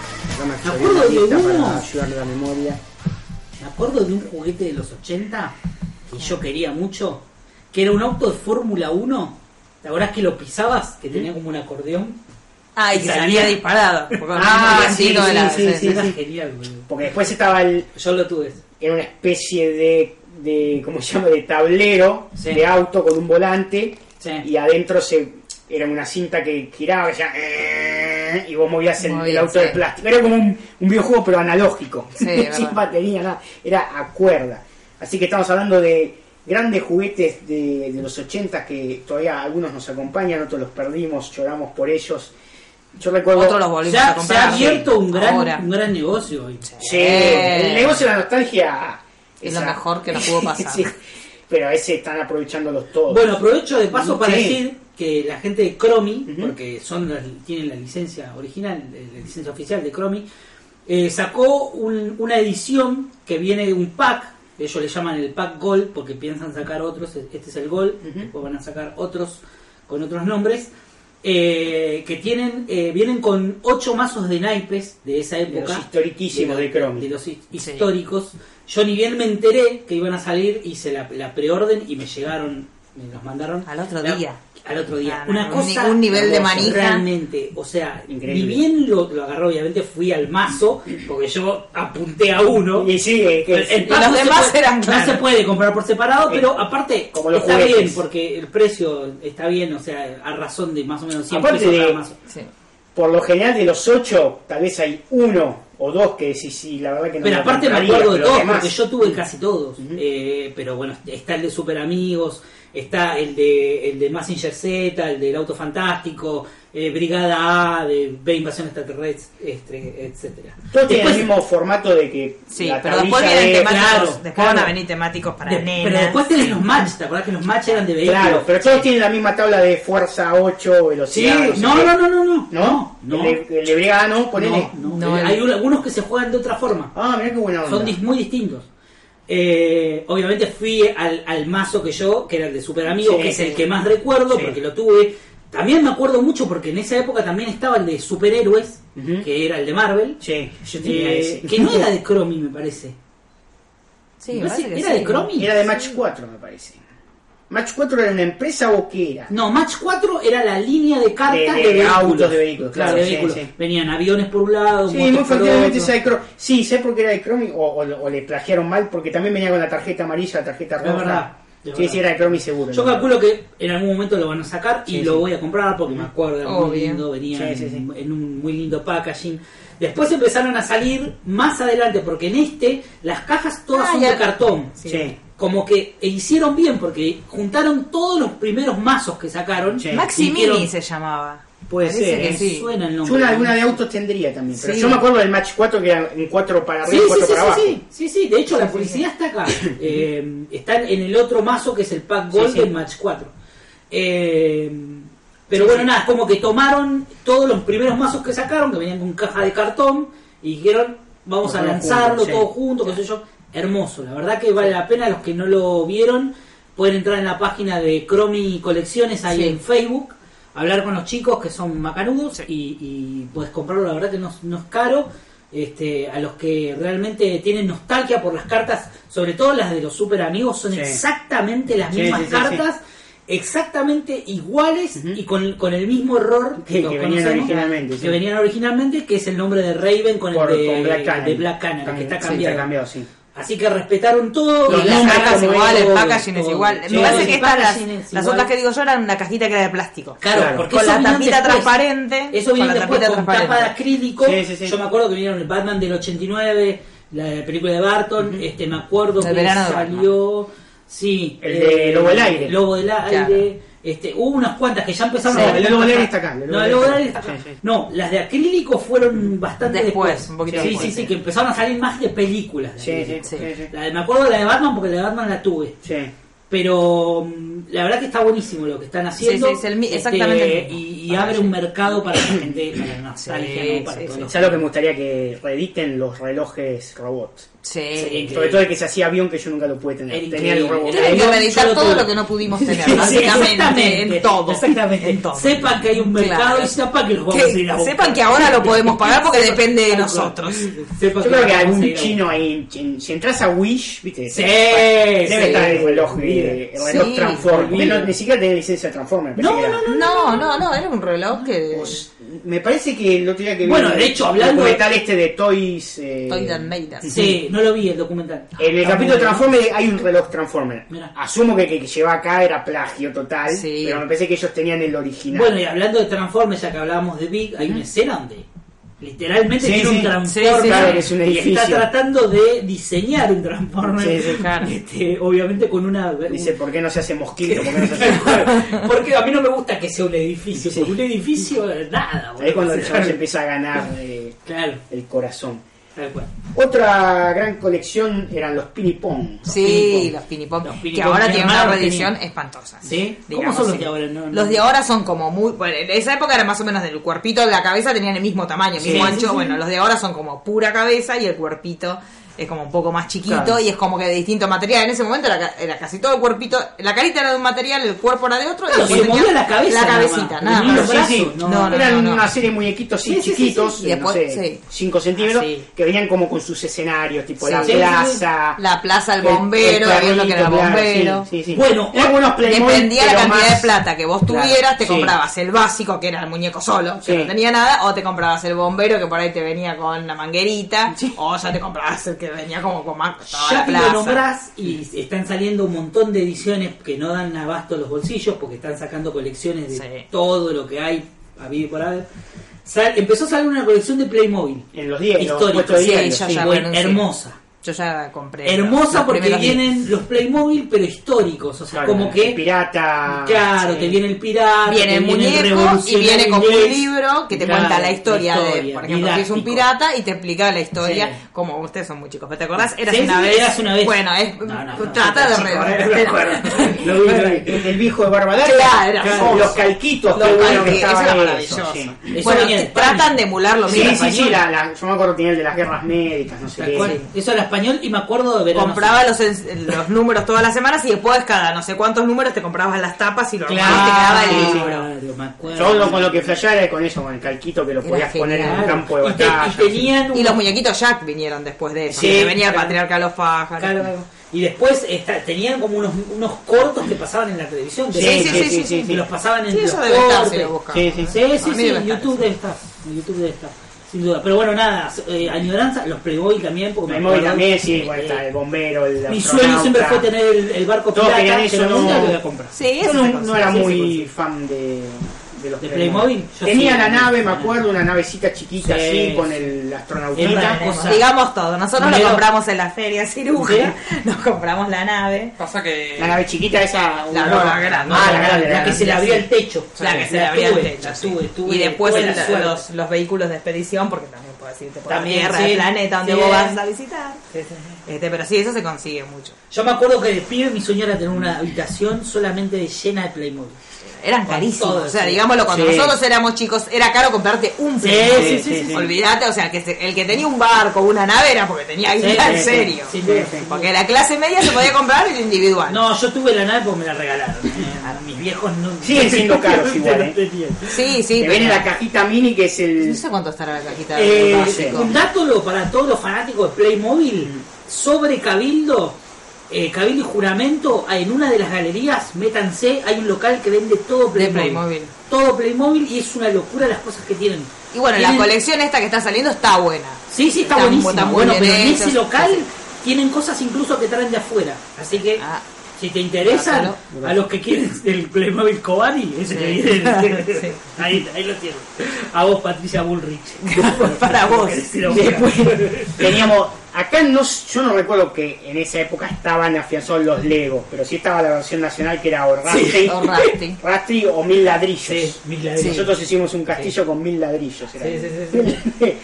Speaker 3: lista
Speaker 2: de uno.
Speaker 3: para ayudarle la memoria.
Speaker 2: Me acuerdo de un juguete de los 80 que yo quería mucho, que era un auto de Fórmula 1. La verdad es que lo pisabas, que tenía como un acordeón.
Speaker 4: Ay, que
Speaker 2: Salía.
Speaker 4: salía disparado. porque
Speaker 3: Ah,
Speaker 4: el
Speaker 3: sí,
Speaker 4: tiro de la-
Speaker 3: sí, sí,
Speaker 2: Era
Speaker 3: sí.
Speaker 2: genial, boludo.
Speaker 3: Porque después estaba el,
Speaker 2: Yo lo tuve.
Speaker 3: era una especie de, de ¿cómo se llama? de tablero
Speaker 2: Sí.
Speaker 3: de auto con un volante
Speaker 2: Sí.
Speaker 3: y adentro se era una cinta que giraba que hacía, "Eh", y vos movías el,
Speaker 4: Movías,
Speaker 3: el auto de
Speaker 4: sí.
Speaker 3: plástico era como un, un videojuego pero analógico
Speaker 4: Sí,
Speaker 3: sin
Speaker 4: verdad.
Speaker 3: batería nada era a cuerda así que estamos hablando de grandes juguetes de, de los 80 que todavía algunos nos acompañan otros los perdimos lloramos por ellos yo recuerdo
Speaker 4: Otro los volvimos a
Speaker 2: Ya se
Speaker 4: comprar.
Speaker 2: ha abierto un
Speaker 4: Ahora.
Speaker 2: gran, un gran negocio hoy.
Speaker 3: Sí, el negocio de la nostalgia
Speaker 4: Eh. Es
Speaker 3: esa-
Speaker 4: lo mejor que nos pudo pasar.
Speaker 3: Sí, pero a ese están aprovechándolos todos.
Speaker 2: Bueno, aprovecho de paso para
Speaker 3: Sí.
Speaker 2: decir que la gente de Cromi,
Speaker 3: Ujú.
Speaker 2: porque son las- tienen la licencia original, eh, la licencia oficial de Cromi, eh, sacó un- una edición que viene de un pack, ellos le llaman el pack Gold porque piensan sacar otros, este es el Gold, después van a sacar otros con otros nombres, eh, que tienen eh, vienen con ocho mazos de naipes de esa época.
Speaker 3: los historiquísimos de Cromi.
Speaker 2: De los his- históricos. Yo ni bien me enteré que iban a salir, hice la, la preorden y me llegaron, me los mandaron.
Speaker 4: Al otro
Speaker 2: La-
Speaker 4: día.
Speaker 2: Al otro día.
Speaker 4: Ah, no,
Speaker 2: Una
Speaker 4: no,
Speaker 2: cosa.
Speaker 4: ningún nivel de manija.
Speaker 2: Realmente, o sea,
Speaker 3: Increíble.
Speaker 2: ni bien lo, lo agarró, obviamente fui al mazo, porque yo apunté a uno.
Speaker 3: y sí, eh, que-
Speaker 2: El- el
Speaker 3: sí,
Speaker 2: pack
Speaker 4: Y los
Speaker 2: no se
Speaker 4: demás
Speaker 2: puede-
Speaker 4: eran,
Speaker 2: no
Speaker 4: claro.
Speaker 2: se puede comprar por separado,
Speaker 3: Sí.
Speaker 2: pero aparte
Speaker 3: Como los
Speaker 2: está
Speaker 3: juguetes.
Speaker 2: bien porque el precio está bien, o sea, a razón de más o menos 100
Speaker 3: Aparte
Speaker 2: pesos cada
Speaker 3: de-
Speaker 2: mazo.
Speaker 4: Sí.
Speaker 3: por lo general de los ocho, tal vez hay uno o dos que sí, sí, la verdad que no
Speaker 2: Pero
Speaker 3: lo
Speaker 2: aparte me
Speaker 3: compraría,
Speaker 2: acuerdo de
Speaker 3: pero
Speaker 2: todos,
Speaker 3: demás-
Speaker 2: porque yo tuve casi todos.
Speaker 3: Ujú.
Speaker 2: Eh, pero bueno, está el de Super Amigos, está el de el de Massinger Z, el del Auto Fantástico, eh, Brigada A, de B Invasión Extraterrestre, este, etcétera.
Speaker 3: Todos tienen el
Speaker 2: Después-
Speaker 3: mismo formato de que
Speaker 4: Sí,
Speaker 3: la
Speaker 4: pero
Speaker 3: tablilla
Speaker 4: después vienen
Speaker 3: de-
Speaker 4: temáticos.
Speaker 2: claro,
Speaker 4: después
Speaker 2: claro.
Speaker 4: van a venir temáticos para
Speaker 2: De-
Speaker 4: nenas.
Speaker 2: pero después tenés los match, ¿te acordás que los match eran de vehículos?
Speaker 3: Claro, pero todos tienen la misma tabla de fuerza 8,
Speaker 2: Sí,
Speaker 3: velocidad. sé
Speaker 2: no,
Speaker 3: qué.
Speaker 2: no, no, no, no.
Speaker 3: ¿No?
Speaker 2: No.
Speaker 3: El, de- el de Brigada no, ponele.
Speaker 2: No, no,
Speaker 4: No,
Speaker 2: eh,
Speaker 4: el-
Speaker 2: hay un- algunos que se juegan de otra forma.
Speaker 3: Ah, mirá qué buena onda.
Speaker 2: Son dis- muy distintos. Eh, obviamente fui al, al mazo que yo, que era el de Super Amigos,
Speaker 3: Sí,
Speaker 2: que es
Speaker 3: sí.
Speaker 2: el que más recuerdo
Speaker 3: Sí.
Speaker 2: porque lo tuve. También me acuerdo mucho porque en esa época también estaba el de Superhéroes,
Speaker 3: Ujú.
Speaker 2: que era el de Marvel,
Speaker 3: Sí, yo tenía
Speaker 2: eh,
Speaker 3: ese.
Speaker 2: que no era de Cromi, me parece.
Speaker 4: Sí,
Speaker 2: Me
Speaker 4: me
Speaker 2: parece
Speaker 4: parece
Speaker 2: que
Speaker 4: que
Speaker 2: era
Speaker 4: sí.
Speaker 2: de Cromi.
Speaker 3: Era de Match 4, me parece. ¿Match 4 era una empresa o qué era?
Speaker 2: No, Match 4 era la línea de cartas de,
Speaker 3: De- de
Speaker 2: vehículos.
Speaker 3: autos, de vehículos,
Speaker 2: Claro,
Speaker 3: claro,
Speaker 2: de
Speaker 3: sí,
Speaker 2: vehículos.
Speaker 3: sí.
Speaker 2: Venían aviones por un lado,
Speaker 3: Sí,
Speaker 2: motos
Speaker 3: muy
Speaker 2: por
Speaker 3: fácilmente
Speaker 2: otro.
Speaker 3: esa de Chrome. Sí, sé por qué era de Chrome o, o- o le plagiaron mal, porque también venía con la tarjeta amarilla, la tarjeta
Speaker 2: Es
Speaker 3: roja.
Speaker 2: verdad, es
Speaker 3: Sí,
Speaker 2: verdad.
Speaker 3: sí, era de Chrome y seguro.
Speaker 2: Yo
Speaker 3: ¿no?
Speaker 2: calculo que en algún momento lo van a sacar y
Speaker 3: Sí,
Speaker 2: lo
Speaker 3: sí.
Speaker 2: voy a comprar porque me acuerdo, era muy
Speaker 4: Obvio.
Speaker 2: lindo, venía
Speaker 3: Sí, sí, sí.
Speaker 2: En, en un muy lindo packaging. Después empezaron a salir más adelante, porque en este las cajas todas
Speaker 4: Ah,
Speaker 2: son
Speaker 4: ya.
Speaker 2: de cartón.
Speaker 3: Sí.
Speaker 2: Como que e hicieron bien porque juntaron todos los primeros mazos que sacaron.
Speaker 3: Sí.
Speaker 4: Maxi
Speaker 2: Hicieron-
Speaker 4: Mini se llamaba.
Speaker 3: Puede
Speaker 4: Parece
Speaker 3: ser,
Speaker 4: que
Speaker 3: ¿eh?
Speaker 4: sí.
Speaker 2: Suena el nombre.
Speaker 3: Yo una, alguna de autos tendría también, pero
Speaker 4: Sí.
Speaker 3: yo me acuerdo del Match 4 que era en 4 para
Speaker 2: Sí,
Speaker 3: arriba
Speaker 2: sí,
Speaker 3: y 4
Speaker 2: sí,
Speaker 3: para abajo.
Speaker 2: sí, sí, sí, sí. De hecho, la publicidad está acá. Eh, está en el otro mazo que es el pack Gold
Speaker 3: Sí, sí.
Speaker 2: del Match 4. Eh, pero bueno, nada, es como que tomaron todos los primeros mazos que sacaron, que venían con caja de cartón, y dijeron, vamos
Speaker 3: Los
Speaker 2: a
Speaker 3: ponemos
Speaker 2: lanzarlo
Speaker 3: juntos, sí.
Speaker 2: todo junto, qué sé yo. Hermoso, la verdad que vale la pena. Los que no lo vieron pueden entrar en la página de Cromi Colecciones ahí
Speaker 4: Sí.
Speaker 2: en Facebook. Hablar con los chicos que son macanudos y, y puedes comprarlo, la verdad que no, es- no es caro. Este, a los que realmente tienen nostalgia por las cartas, sobre todo las de los super amigos, son
Speaker 3: Sí.
Speaker 2: exactamente las
Speaker 3: Sí,
Speaker 2: mismas
Speaker 3: sí, sí,
Speaker 2: cartas, exactamente iguales y con, con el mismo error
Speaker 3: Sí, que
Speaker 2: todos
Speaker 3: venían
Speaker 2: conocemos,
Speaker 3: originalmente, sí.
Speaker 2: que venían originalmente, que es el nombre de Raven con
Speaker 3: Por-
Speaker 2: el de,
Speaker 3: con Black Canary.
Speaker 2: de Black Canary, que
Speaker 3: También,
Speaker 2: está
Speaker 3: sí,
Speaker 2: cambiado.
Speaker 3: sí.
Speaker 2: Así que respetaron todo.
Speaker 3: Los
Speaker 4: Y las
Speaker 3: nombres
Speaker 4: cajas
Speaker 3: como
Speaker 4: igual, el
Speaker 2: todo,
Speaker 4: packaging es
Speaker 2: todo.
Speaker 4: igual.
Speaker 2: Sí,
Speaker 4: Me parece
Speaker 2: el
Speaker 4: que estas, las,
Speaker 2: packaging es
Speaker 4: las
Speaker 2: igual.
Speaker 4: otras que digo yo eran una cajita que era de plástico.
Speaker 2: Claro,
Speaker 3: Claro.
Speaker 2: porque
Speaker 4: Con
Speaker 2: eso
Speaker 4: la
Speaker 2: vinieron
Speaker 4: tapita
Speaker 2: después.
Speaker 4: transparente.
Speaker 2: Eso viene
Speaker 4: Con la
Speaker 2: después
Speaker 4: tapita
Speaker 2: con
Speaker 4: transparente.
Speaker 2: tapa de acrílico.
Speaker 3: Sí, sí, sí.
Speaker 2: Yo me acuerdo que vinieron el Batman del 89, la película de Barton. Este, me acuerdo
Speaker 4: El
Speaker 2: que
Speaker 4: verano de
Speaker 2: salió. Sí. eh,
Speaker 3: El de Lobo del Aire.
Speaker 2: Lobo del Aire.
Speaker 4: Claro.
Speaker 2: Este, hubo unas cuantas que ya empezaron
Speaker 3: Sí,
Speaker 2: a.
Speaker 3: el Lobo del Aire está acá, el Lobo
Speaker 2: No, el
Speaker 3: del
Speaker 2: Lobo del
Speaker 3: Aire
Speaker 2: Aire está
Speaker 3: está
Speaker 2: acá.
Speaker 3: acá. Sí, sí.
Speaker 2: No, las de acrílico fueron bastante
Speaker 4: Después,
Speaker 2: después.
Speaker 4: un poquito
Speaker 2: Sí,
Speaker 4: después,
Speaker 2: sí, sí,
Speaker 4: sí.
Speaker 2: que empezaron a salir más de películas. de
Speaker 3: Sí, sí,
Speaker 2: acrílico.
Speaker 3: sí, sí.
Speaker 2: La de- me acuerdo de la de Batman porque la de Batman la tuve.
Speaker 3: Sí.
Speaker 2: Pero mm, la verdad que está buenísimo lo que están haciendo. Este,
Speaker 4: Sí, sí, es el mi- exactamente el mismo.
Speaker 2: y, y abre un mercado para la gente, para la nostalgia,
Speaker 4: Sí,
Speaker 2: ¿no? Para
Speaker 4: sí,
Speaker 2: todos
Speaker 4: sí.
Speaker 2: los-
Speaker 3: Ya lo que me gustaría que reediten los relojes robots.
Speaker 4: Sí.
Speaker 3: Sobre todo el que se hacía avión que yo nunca lo pude
Speaker 2: Era
Speaker 3: tener. Tenía
Speaker 2: increíble.
Speaker 3: el robot.
Speaker 2: Era
Speaker 4: Tienen que
Speaker 2: Yo- yo
Speaker 4: reeditar
Speaker 2: lo
Speaker 4: todo
Speaker 2: tuve.
Speaker 4: lo que no pudimos tener,
Speaker 2: Sí,
Speaker 4: básicamente, en todo.
Speaker 2: Exactamente.
Speaker 4: En todo.
Speaker 2: Sepan que hay un mercado
Speaker 4: Claro.
Speaker 2: y sepan que los vamos a ir a
Speaker 4: Que
Speaker 2: buscar.
Speaker 4: sepan que ahora lo podemos pagar porque
Speaker 2: Sepan-
Speaker 4: depende de
Speaker 2: Claro.
Speaker 4: nosotros.
Speaker 2: Sepan
Speaker 3: Yo creo
Speaker 2: los
Speaker 3: que
Speaker 2: vamos a
Speaker 3: algún
Speaker 2: ir a
Speaker 3: chino ahí, en- en- si entras a Wish, viste,
Speaker 2: Sí,
Speaker 3: debe
Speaker 2: sí.
Speaker 3: estar el reloj, de- el reloj
Speaker 4: Sí.
Speaker 3: Transformer. Porque no- ni siquiera tenía licencia de Transformer. me
Speaker 2: No,
Speaker 3: parece que
Speaker 2: no,
Speaker 3: era. Pues,
Speaker 4: No, no, no, era un reloj que.
Speaker 3: Me parece que el otro día que vi
Speaker 2: Bueno, de hecho, hablando-
Speaker 3: el documental este de Toys. eh,
Speaker 4: Toy Dan Maida.
Speaker 2: buscar. Sí, no lo vi el documental.
Speaker 3: En el
Speaker 2: Tampoco
Speaker 3: capítulo
Speaker 2: lo vi.
Speaker 3: Transformer hay un reloj Transformer.
Speaker 2: Mirá.
Speaker 3: Asumo que el que lleva acá era plagio total,
Speaker 4: Sí.
Speaker 3: pero me parece que ellos tenían el original.
Speaker 2: Bueno, y hablando de Transformers, ya que hablábamos de Big, hay una escena donde literalmente
Speaker 3: Sí,
Speaker 2: tiene
Speaker 3: sí.
Speaker 2: un
Speaker 4: Sí, sí.
Speaker 2: Transformer
Speaker 3: Claro, que es un
Speaker 2: y está
Speaker 3: edificio.
Speaker 2: tratando de diseñar un Transformer.
Speaker 3: Sí, sí,
Speaker 4: claro.
Speaker 2: Este, obviamente con una...
Speaker 3: Dice, ¿por qué no se hace mosquito? ¿Por qué no se hace
Speaker 2: Porque a mí no me gusta que sea un edificio.
Speaker 3: Sí.
Speaker 2: porque un edificio, eh, nada.
Speaker 3: Ahí es cuando el
Speaker 2: boludo.
Speaker 3: chaval se empieza a ganar eh,
Speaker 2: Claro,
Speaker 3: el corazón.
Speaker 2: tal cual.
Speaker 3: Otra gran colección eran los pinipón.
Speaker 4: Sí,
Speaker 2: Pinipón.
Speaker 4: los pinipón.
Speaker 2: Los
Speaker 4: Que
Speaker 2: pinipón
Speaker 4: ahora
Speaker 2: que
Speaker 4: tienen una
Speaker 2: armaron
Speaker 4: reedición
Speaker 2: tenía.
Speaker 4: espantosa.
Speaker 2: ¿Sí? ¿Cómo
Speaker 4: Digamos,
Speaker 2: son los
Speaker 4: sí.
Speaker 2: de ahora? No, no.
Speaker 4: Los de ahora son como muy. Bueno, en esa época era más o menos del cuerpito de la cabeza, tenían el mismo tamaño, el
Speaker 2: Sí,
Speaker 4: mismo
Speaker 2: sí,
Speaker 4: ancho.
Speaker 2: sí.
Speaker 4: Bueno, los de ahora son como pura cabeza y el cuerpito es como un poco más chiquito
Speaker 3: Claro.
Speaker 4: y es como que de distinto material. En ese momento era, ca- era casi todo el cuerpito. La carita era de un material, el cuerpo era de otro.
Speaker 2: Claro,
Speaker 4: y después
Speaker 2: se
Speaker 4: tenía
Speaker 2: movía la cabeza
Speaker 4: La
Speaker 2: nada más.
Speaker 4: cabecita,
Speaker 2: Ni
Speaker 4: nada
Speaker 2: los
Speaker 4: más.
Speaker 2: brazos,
Speaker 4: no,
Speaker 2: no.
Speaker 4: no,
Speaker 3: eran
Speaker 4: no, no.
Speaker 3: una serie de muñequitos sí,
Speaker 4: Sí, sí, sí,
Speaker 3: chiquitos,
Speaker 4: sí.
Speaker 3: de,
Speaker 4: Después-
Speaker 3: no sé,
Speaker 4: sí.
Speaker 3: 5 centímetros,
Speaker 2: Ah, sí.
Speaker 3: que venían como con sus escenarios, tipo
Speaker 4: Sí.
Speaker 3: la
Speaker 4: Sí, sí, sí.
Speaker 3: plaza.
Speaker 4: La plaza, el
Speaker 3: el-
Speaker 4: bombero,
Speaker 3: el
Speaker 4: había uno que era
Speaker 3: perrito, claro,
Speaker 4: bombero.
Speaker 3: sí, sí, sí.
Speaker 2: Bueno,
Speaker 3: Eran algunos Playmobil,
Speaker 4: Dependía la
Speaker 3: pero
Speaker 4: cantidad
Speaker 3: más-
Speaker 4: de plata que vos
Speaker 3: Claro,
Speaker 4: tuvieras, te
Speaker 3: sí.
Speaker 4: comprabas el básico, que era el muñeco solo, que
Speaker 3: Sí.
Speaker 4: no tenía nada, o te comprabas el bombero, que por ahí te venía con la manguerita, o ya te comprabas el que venía como con más toda
Speaker 2: Ya
Speaker 4: la
Speaker 2: que lo
Speaker 4: plaza.
Speaker 2: nombrás y están saliendo un montón de ediciones que no dan abasto a los bolsillos porque están sacando colecciones de
Speaker 4: Sí.
Speaker 2: todo lo que hay a vivir por haber. Sal- empezó a salir una colección de Playmobil.
Speaker 3: En los 10, los
Speaker 2: Histórico,
Speaker 3: puestos de
Speaker 4: sí,
Speaker 3: diario,
Speaker 4: ya,
Speaker 3: sí.
Speaker 4: ya.
Speaker 2: Bueno,
Speaker 4: renuncié.
Speaker 2: hermosa.
Speaker 4: Yo ya compré. los-
Speaker 2: Hermosa
Speaker 4: los
Speaker 2: porque
Speaker 4: primeros días.
Speaker 2: vienen los Playmobil pero históricos. O sea,
Speaker 3: Claro,
Speaker 2: como
Speaker 3: el
Speaker 2: que...
Speaker 3: pirata.
Speaker 2: Claro,
Speaker 3: sí.
Speaker 2: te Ah, viene el pirata,
Speaker 4: Viene
Speaker 2: te
Speaker 4: el muñeco y
Speaker 2: revolucionario
Speaker 4: viene como un
Speaker 2: inglés.
Speaker 4: libro que te
Speaker 2: Claro,
Speaker 4: cuenta la historia, de,
Speaker 2: historia,
Speaker 4: por ejemplo, si es un
Speaker 2: didáctico.
Speaker 4: pirata y te explica la historia,
Speaker 2: Sí.
Speaker 4: como ustedes son muy chicos, ¿pero ¿te acordás? Eras
Speaker 2: Sí,
Speaker 4: una
Speaker 2: sí,
Speaker 4: vez.
Speaker 2: eras una vez.
Speaker 4: Bueno, es,
Speaker 2: No, no, no,
Speaker 4: trata de
Speaker 2: chico,
Speaker 4: re-
Speaker 2: no me acuerdo.
Speaker 3: Lo vi, lo vi. El viejo de Barba Larga.
Speaker 4: Claro, era
Speaker 3: Claro,
Speaker 4: hermoso.
Speaker 3: los calquitos,
Speaker 4: Los
Speaker 3: qué bueno
Speaker 4: calquitos,
Speaker 3: que estaba
Speaker 4: eso era
Speaker 3: eso,
Speaker 4: maravilloso.
Speaker 3: sí.
Speaker 2: Eso
Speaker 4: Bueno,
Speaker 2: venía de
Speaker 4: te-
Speaker 2: España.
Speaker 4: tratan de emularlo
Speaker 3: Sí,
Speaker 4: mismo.
Speaker 3: sí, sí,
Speaker 2: español.
Speaker 3: la- la- yo me acuerdo tenía el de las guerras médicas, no sé
Speaker 2: Tal
Speaker 3: qué.
Speaker 2: cual. Eso era español y me acuerdo de verano.
Speaker 4: compraba los, ens- los números todas las semanas y después cada no sé cuántos números te comprabas las tapas y lo armabas y te quedaba
Speaker 2: Claro,
Speaker 4: el
Speaker 2: sí,
Speaker 4: libro.
Speaker 2: claro, me acuerdo.
Speaker 3: Yo lo- con lo que flasheaba era con eso, con el calquito que lo
Speaker 4: Era
Speaker 3: podías poner en
Speaker 4: genial.
Speaker 3: un campo de
Speaker 2: Y te- y
Speaker 3: batalla.
Speaker 2: tenían
Speaker 4: Y
Speaker 2: un-
Speaker 4: los muñequitos Jack vinieron después de eso.
Speaker 2: Sí,
Speaker 4: que venía el
Speaker 2: claro.
Speaker 4: patriarca de los pájaros.
Speaker 2: Claro, claro. Y después esta- tenían como unos, unos cortos que pasaban en la televisión.
Speaker 3: Sí,
Speaker 2: de-
Speaker 3: sí, sí, sí,
Speaker 2: Que
Speaker 3: sí.
Speaker 2: los pasaban en
Speaker 4: Sí,
Speaker 2: los
Speaker 4: eso debe estar si
Speaker 2: cortes.
Speaker 4: lo buscas.
Speaker 3: Sí, sí.
Speaker 2: Sí, sí,
Speaker 4: A mí
Speaker 2: sí,
Speaker 4: debe
Speaker 2: en
Speaker 4: estar
Speaker 2: YouTube
Speaker 4: eso.
Speaker 2: debe estar. En YouTube debe estar, sin duda. Pero bueno, nada, eh, añoranza, los Playboy también, porque me
Speaker 3: Playmobil
Speaker 2: acuerdo,
Speaker 3: también, sí,
Speaker 2: eh,
Speaker 3: bueno, está el bombero, el
Speaker 2: Mi sueño
Speaker 3: astronauta.
Speaker 2: siempre fue tener el, el barco
Speaker 3: Todos
Speaker 2: pirata,
Speaker 3: querían eso,
Speaker 2: pero
Speaker 3: no-
Speaker 2: nunca lo voy a comprar.
Speaker 4: Sí,
Speaker 3: Yo
Speaker 4: eso
Speaker 3: no,
Speaker 4: se
Speaker 3: no
Speaker 4: consigue.
Speaker 3: era
Speaker 2: sí, se
Speaker 3: muy
Speaker 2: consigue.
Speaker 3: fan de, de los
Speaker 2: ¿De Playmobil? Yo
Speaker 3: Tenía
Speaker 2: sí,
Speaker 3: la
Speaker 2: sí,
Speaker 3: nave,
Speaker 2: sí.
Speaker 3: me acuerdo, una navecita chiquita
Speaker 2: Sí,
Speaker 3: así,
Speaker 2: sí.
Speaker 3: con
Speaker 2: Es
Speaker 3: el astronautita.
Speaker 2: una cosa-
Speaker 4: Digamos todo. Nosotros
Speaker 2: Primero-
Speaker 4: lo compramos en la feria cirugía, nos compramos la nave.
Speaker 5: Pasa que.
Speaker 3: La nave chiquita esa...
Speaker 4: La-
Speaker 3: una-
Speaker 4: no, la grande.
Speaker 3: Ah, la grande,
Speaker 2: La que se le abría el techo.
Speaker 4: La que se le abría el
Speaker 2: tuve,
Speaker 4: techo.
Speaker 2: la
Speaker 4: sí.
Speaker 2: tuve, tuve,
Speaker 4: y después
Speaker 2: tuve
Speaker 4: el-
Speaker 2: la suerte.
Speaker 4: los, los vehículos de expedición, porque también puedes irte por
Speaker 2: También,
Speaker 4: la tierra,
Speaker 2: sí.
Speaker 4: el planeta donde
Speaker 2: Sí.
Speaker 4: vos vas a visitar.
Speaker 2: Sí, sí, sí.
Speaker 4: Este, pero sí, eso se consigue mucho.
Speaker 2: Yo me acuerdo que de pibe mi sueño era tener una habitación solamente llena de Playmobil.
Speaker 4: Eran
Speaker 2: Con
Speaker 4: carísimos.
Speaker 2: todo,
Speaker 4: o sea,
Speaker 2: sí.
Speaker 4: digámoslo, cuando
Speaker 3: Sí.
Speaker 4: nosotros éramos chicos, era caro comprarte un
Speaker 2: Sí, sí,
Speaker 4: Playmobil.
Speaker 2: sí, sí, sí.
Speaker 4: Olvídate, o sea, que se- el que tenía un barco, una nave, era porque tenía
Speaker 2: Sí,
Speaker 4: guita,
Speaker 2: sí,
Speaker 4: en
Speaker 2: sí.
Speaker 4: serio.
Speaker 2: Sí, sí, sí.
Speaker 4: Porque la clase media se podía comprar el individual.
Speaker 2: No, yo tuve la nave porque me la regalaron. eh. Mis viejos no.
Speaker 3: Siguen siendo caros igual, ¿eh?
Speaker 2: Tenían.
Speaker 4: Sí, sí.
Speaker 3: Te viene
Speaker 4: pero-
Speaker 3: la cajita mini que es
Speaker 4: No
Speaker 3: el...
Speaker 4: sé cuánto estará la cajita de
Speaker 2: Eh,
Speaker 4: básico.
Speaker 2: un dato lo- para todos los fanáticos de
Speaker 4: Mm.
Speaker 2: Playmobil sobre Cabildo. eh, Cabildo y Juramento, en una de las galerías, métanse, hay un local que vende todo
Speaker 4: De
Speaker 2: Playmobil.
Speaker 4: Playmobil.
Speaker 2: Todo Playmobil y es una locura las cosas que tienen.
Speaker 4: Y bueno, la
Speaker 2: Tienen-
Speaker 4: colección esta que está saliendo está buena.
Speaker 2: Sí, sí, está,
Speaker 4: Está
Speaker 2: buenísimo.
Speaker 4: muy- está muy
Speaker 2: bueno,
Speaker 4: bien
Speaker 2: pero en
Speaker 4: hecho,
Speaker 2: ese
Speaker 4: sí,
Speaker 2: local
Speaker 4: sí.
Speaker 2: tienen cosas incluso que traen de afuera. Así que,
Speaker 4: Ah.
Speaker 2: si te interesan,
Speaker 4: Ah,
Speaker 2: a los que quieren el Playmobil Cobani, ese que
Speaker 4: Sí.
Speaker 2: viene.
Speaker 4: Sí.
Speaker 2: Ahí, ahí lo tienen. A vos, Patricia Bullrich.
Speaker 4: Para vos.
Speaker 2: Sí, lo-
Speaker 3: Después teníamos... Acá no, yo no recuerdo que en esa época estaban afianzados los Legos, pero sí estaba la versión nacional que era o Rastri,
Speaker 4: O Rasti.
Speaker 3: Rastri o Mil Ladrillos.
Speaker 2: Sí, Mil Ladrillos.
Speaker 3: Nosotros hicimos un castillo con Mil Ladrillos. era.
Speaker 2: Sí, sí, sí,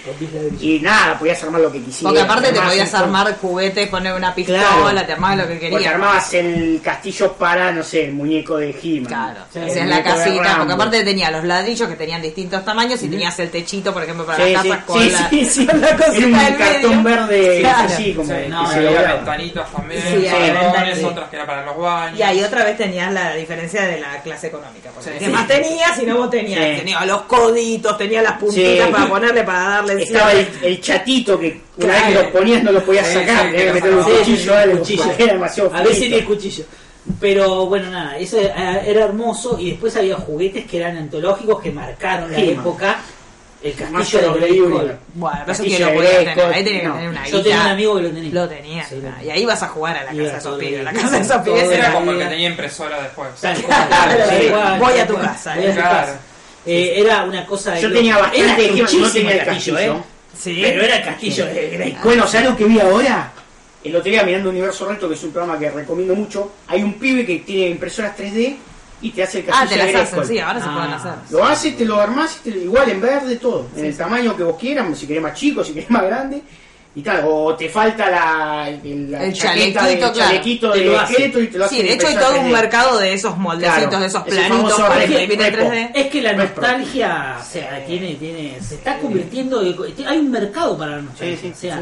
Speaker 3: Y nada, podías armar lo que quisieras.
Speaker 4: Porque aparte te
Speaker 3: Armabas
Speaker 4: podías
Speaker 3: un-
Speaker 4: armar juguetes, poner una pistola,
Speaker 3: Claro.
Speaker 4: te armabas lo que querías.
Speaker 3: Porque armabas el castillo para, no sé, el muñeco de He-Man.
Speaker 4: Claro,
Speaker 3: Sí,
Speaker 4: hacías
Speaker 3: el
Speaker 4: la
Speaker 3: muñeco de
Speaker 4: casita,
Speaker 3: Rambo.
Speaker 4: porque aparte tenía los ladrillos que tenían distintos tamaños y tenías el techito, por ejemplo, para
Speaker 3: Sí,
Speaker 4: las
Speaker 3: sí,
Speaker 4: casas con
Speaker 3: sí,
Speaker 4: la...
Speaker 3: sí, sí, una
Speaker 4: cosita
Speaker 3: cosita
Speaker 4: en
Speaker 3: cartón
Speaker 4: medio.
Speaker 3: verde es
Speaker 4: Claro.
Speaker 3: así como que
Speaker 5: No,
Speaker 3: se
Speaker 5: había
Speaker 3: lograba.
Speaker 5: ventanitas también,
Speaker 4: Sí, había
Speaker 5: salones,
Speaker 4: ventanas, sí.
Speaker 5: otras que eran para los baños.
Speaker 4: Y ahí otra vez tenías la diferencia de la clase económica. Porque
Speaker 5: Sí.
Speaker 4: ¿Qué más tenías si no vos tenías?
Speaker 3: Sí.
Speaker 4: Tenías los coditos, tenías las puntitas
Speaker 3: Sí.
Speaker 4: para ponerle, para darle encima.
Speaker 3: Estaba el, el chatito que una vez que
Speaker 5: Claro.
Speaker 3: lo ponías no lo podías
Speaker 5: Sí,
Speaker 3: sacar,
Speaker 5: sí,
Speaker 3: tenías que
Speaker 5: que
Speaker 3: meter un
Speaker 5: lo sacaba.
Speaker 3: cuchillo,
Speaker 2: Sí,
Speaker 3: algo,
Speaker 2: un cuchillo.
Speaker 3: porque era demasiado
Speaker 2: A veces
Speaker 3: finito.
Speaker 2: tiene cuchillo. Pero bueno, nada, eso era era hermoso y después había juguetes que eran antológicos que marcaron la
Speaker 3: Sí,
Speaker 2: época. El
Speaker 3: Más
Speaker 2: castillo de
Speaker 3: sobrevivible.
Speaker 2: Grayskull.
Speaker 4: Bueno, pero eso
Speaker 3: Castillo
Speaker 4: que lo
Speaker 3: de
Speaker 4: podías
Speaker 3: Greco,
Speaker 4: tener. Ahí tenías que
Speaker 3: no.
Speaker 4: tener una guita.
Speaker 2: Yo tenía un amigo que lo tenía.
Speaker 4: Lo tenía.
Speaker 2: Sí, lo tenía.
Speaker 4: Y ahí vas a jugar a la
Speaker 2: Y
Speaker 4: casa
Speaker 2: era
Speaker 4: de esos
Speaker 2: todo
Speaker 4: pibes. La
Speaker 2: bien.
Speaker 4: casa de esos
Speaker 2: Todo
Speaker 4: pibes
Speaker 2: bien.
Speaker 5: Era
Speaker 4: era...
Speaker 5: como el que
Speaker 2: bien.
Speaker 5: tenía impresora después.
Speaker 2: Tal cual, tal
Speaker 3: sí.
Speaker 2: cual,
Speaker 4: Voy a
Speaker 2: tal
Speaker 4: tu
Speaker 2: cual.
Speaker 4: casa,
Speaker 2: Voy a tu
Speaker 5: claro.
Speaker 2: casa. Eh, era una cosa de
Speaker 3: Yo
Speaker 2: loco.
Speaker 3: tenía
Speaker 2: Era
Speaker 3: bastante equipo, no
Speaker 2: escuchísimo
Speaker 3: tenía
Speaker 2: el
Speaker 3: el castillo,
Speaker 2: ¿eh?
Speaker 4: Sí. Ah,
Speaker 2: Pero era el castillo de Grayskull.
Speaker 3: Bueno, ¿sabes lo que vi ahora? El otro día mirando Universo Resto, que es un programa que recomiendo mucho, hay un pibe que tiene impresoras 3D y te hace el
Speaker 4: Ah,
Speaker 3: castillo
Speaker 4: te
Speaker 3: de
Speaker 4: las hacen,
Speaker 3: Grayskull.
Speaker 4: sí, ahora se
Speaker 2: Ah.
Speaker 4: pueden hacer.
Speaker 3: Lo haces, te lo armás, y te- igual en verde, todo. En el tamaño que vos quieras, si querés más chico, si querés más grande. Y tal, o te falta la, el, la
Speaker 4: El
Speaker 3: chaqueta
Speaker 4: chalequito,
Speaker 3: del
Speaker 4: claro.
Speaker 3: chalequito
Speaker 2: Te
Speaker 3: del
Speaker 2: lo hace.
Speaker 3: esqueleto y te lo hace
Speaker 4: Sí, de hecho hay todo un mercado de esos moldecitos,
Speaker 3: Claro,
Speaker 4: de esos
Speaker 3: ese
Speaker 4: planitos
Speaker 3: famoso
Speaker 4: para
Speaker 3: repo,
Speaker 4: imprimir en
Speaker 3: repo.
Speaker 4: 3D.
Speaker 2: Es que la
Speaker 3: No es propio.
Speaker 2: nostalgia, o sea, tiene, tiene, se está convirtiendo, en- hay un mercado para la nostalgia,
Speaker 3: Sí, sí,
Speaker 2: o sea,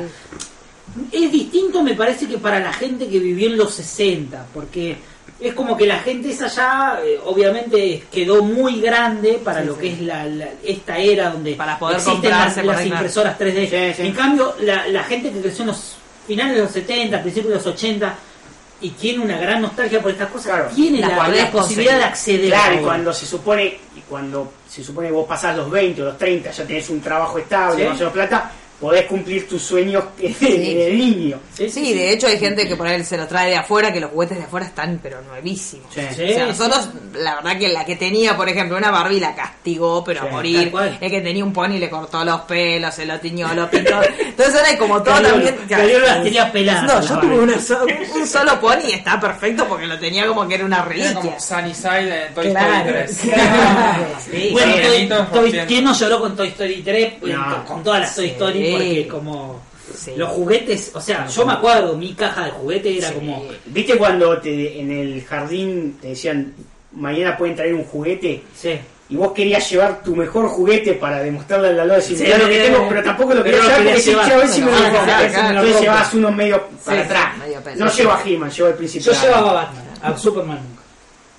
Speaker 2: es distinto me parece que para la gente que vivió en los 60, porque es como que la gente esa ya, eh, obviamente, quedó muy grande para lo que es la, la- esta era donde
Speaker 4: Para poder
Speaker 2: existen las,
Speaker 4: comprarse, por
Speaker 2: las
Speaker 4: ahí, claro.
Speaker 2: impresoras 3D.
Speaker 3: Sí, sí.
Speaker 2: En cambio, la, la gente que creció en los finales de los 70, principios de los 80, y tiene una gran nostalgia por estas cosas,
Speaker 3: Claro.
Speaker 2: tiene
Speaker 4: Las
Speaker 2: la,
Speaker 4: podés
Speaker 2: la posibilidad
Speaker 4: conseguir.
Speaker 2: de acceder
Speaker 3: Claro, y
Speaker 2: ahora.
Speaker 3: cuando se supone, y cuando se supone vos pasás los 20 o los 30, ya tenés un trabajo estable,
Speaker 2: Sí.
Speaker 3: más o menos plata, podés cumplir tus sueños de niño.
Speaker 4: Sí, de hecho hay gente que por ahí se lo trae de afuera, que los juguetes de afuera están pero nuevísimos.
Speaker 3: Sí.
Speaker 2: Sí,
Speaker 4: O sea,
Speaker 2: sí.
Speaker 4: nosotros, la verdad que la que tenía, por ejemplo, una Barbie la castigó, pero
Speaker 3: Sí,
Speaker 4: a
Speaker 2: tal
Speaker 4: morir.
Speaker 2: cual.
Speaker 4: El que tenía un pony le cortó los pelos, se lo tiñó, lo pintó. Entonces era como todo
Speaker 2: Cariolo,
Speaker 4: también...
Speaker 2: Cariolo las tenía peladas,
Speaker 4: No,
Speaker 2: las
Speaker 4: yo
Speaker 2: Barbie.
Speaker 4: tuve una so- un solo pony y está perfecto porque lo tenía como que era una
Speaker 5: Era
Speaker 4: reliquia.
Speaker 5: como Sunnyside en Toy
Speaker 4: Claro,
Speaker 5: Story 3.
Speaker 4: claro. Sí.
Speaker 2: Bueno,
Speaker 5: Sí,
Speaker 2: Toy-
Speaker 5: Benito,
Speaker 2: Toy-
Speaker 5: rompiendo.
Speaker 2: ¿quién no lloró con Toy Story 3? Pues,
Speaker 3: No.
Speaker 2: con- Con todas las Toy
Speaker 4: Sí.
Speaker 2: Story, porque como
Speaker 4: Sí.
Speaker 2: los juguetes, o sea, yo me acuerdo, mi caja de juguete era como.
Speaker 3: ¿Viste cuando te- en el jardín te decían, mañana pueden traer un juguete?
Speaker 2: Sí.
Speaker 3: y vos querías llevar tu mejor juguete para demostrarle a la Lola decir,
Speaker 2: Sí,
Speaker 3: "Mirá lo que
Speaker 2: eh,
Speaker 3: tengo, pero tampoco lo
Speaker 2: pero
Speaker 3: quería
Speaker 2: lo
Speaker 3: llevar porque
Speaker 2: quería
Speaker 3: decís,
Speaker 2: llevar.
Speaker 3: che, a ver si me
Speaker 2: No,
Speaker 3: lo
Speaker 2: no,
Speaker 3: compro".
Speaker 2: no,
Speaker 3: Entonces
Speaker 2: no,
Speaker 3: Entonces
Speaker 2: no,
Speaker 3: llevabas uno medio para
Speaker 4: sí,
Speaker 3: atrás.
Speaker 4: medio pelo.
Speaker 3: No lleva a He-Man, lleva el príncipe.
Speaker 2: Yo
Speaker 3: Adam.
Speaker 2: llevaba a Batman, a Superman nunca.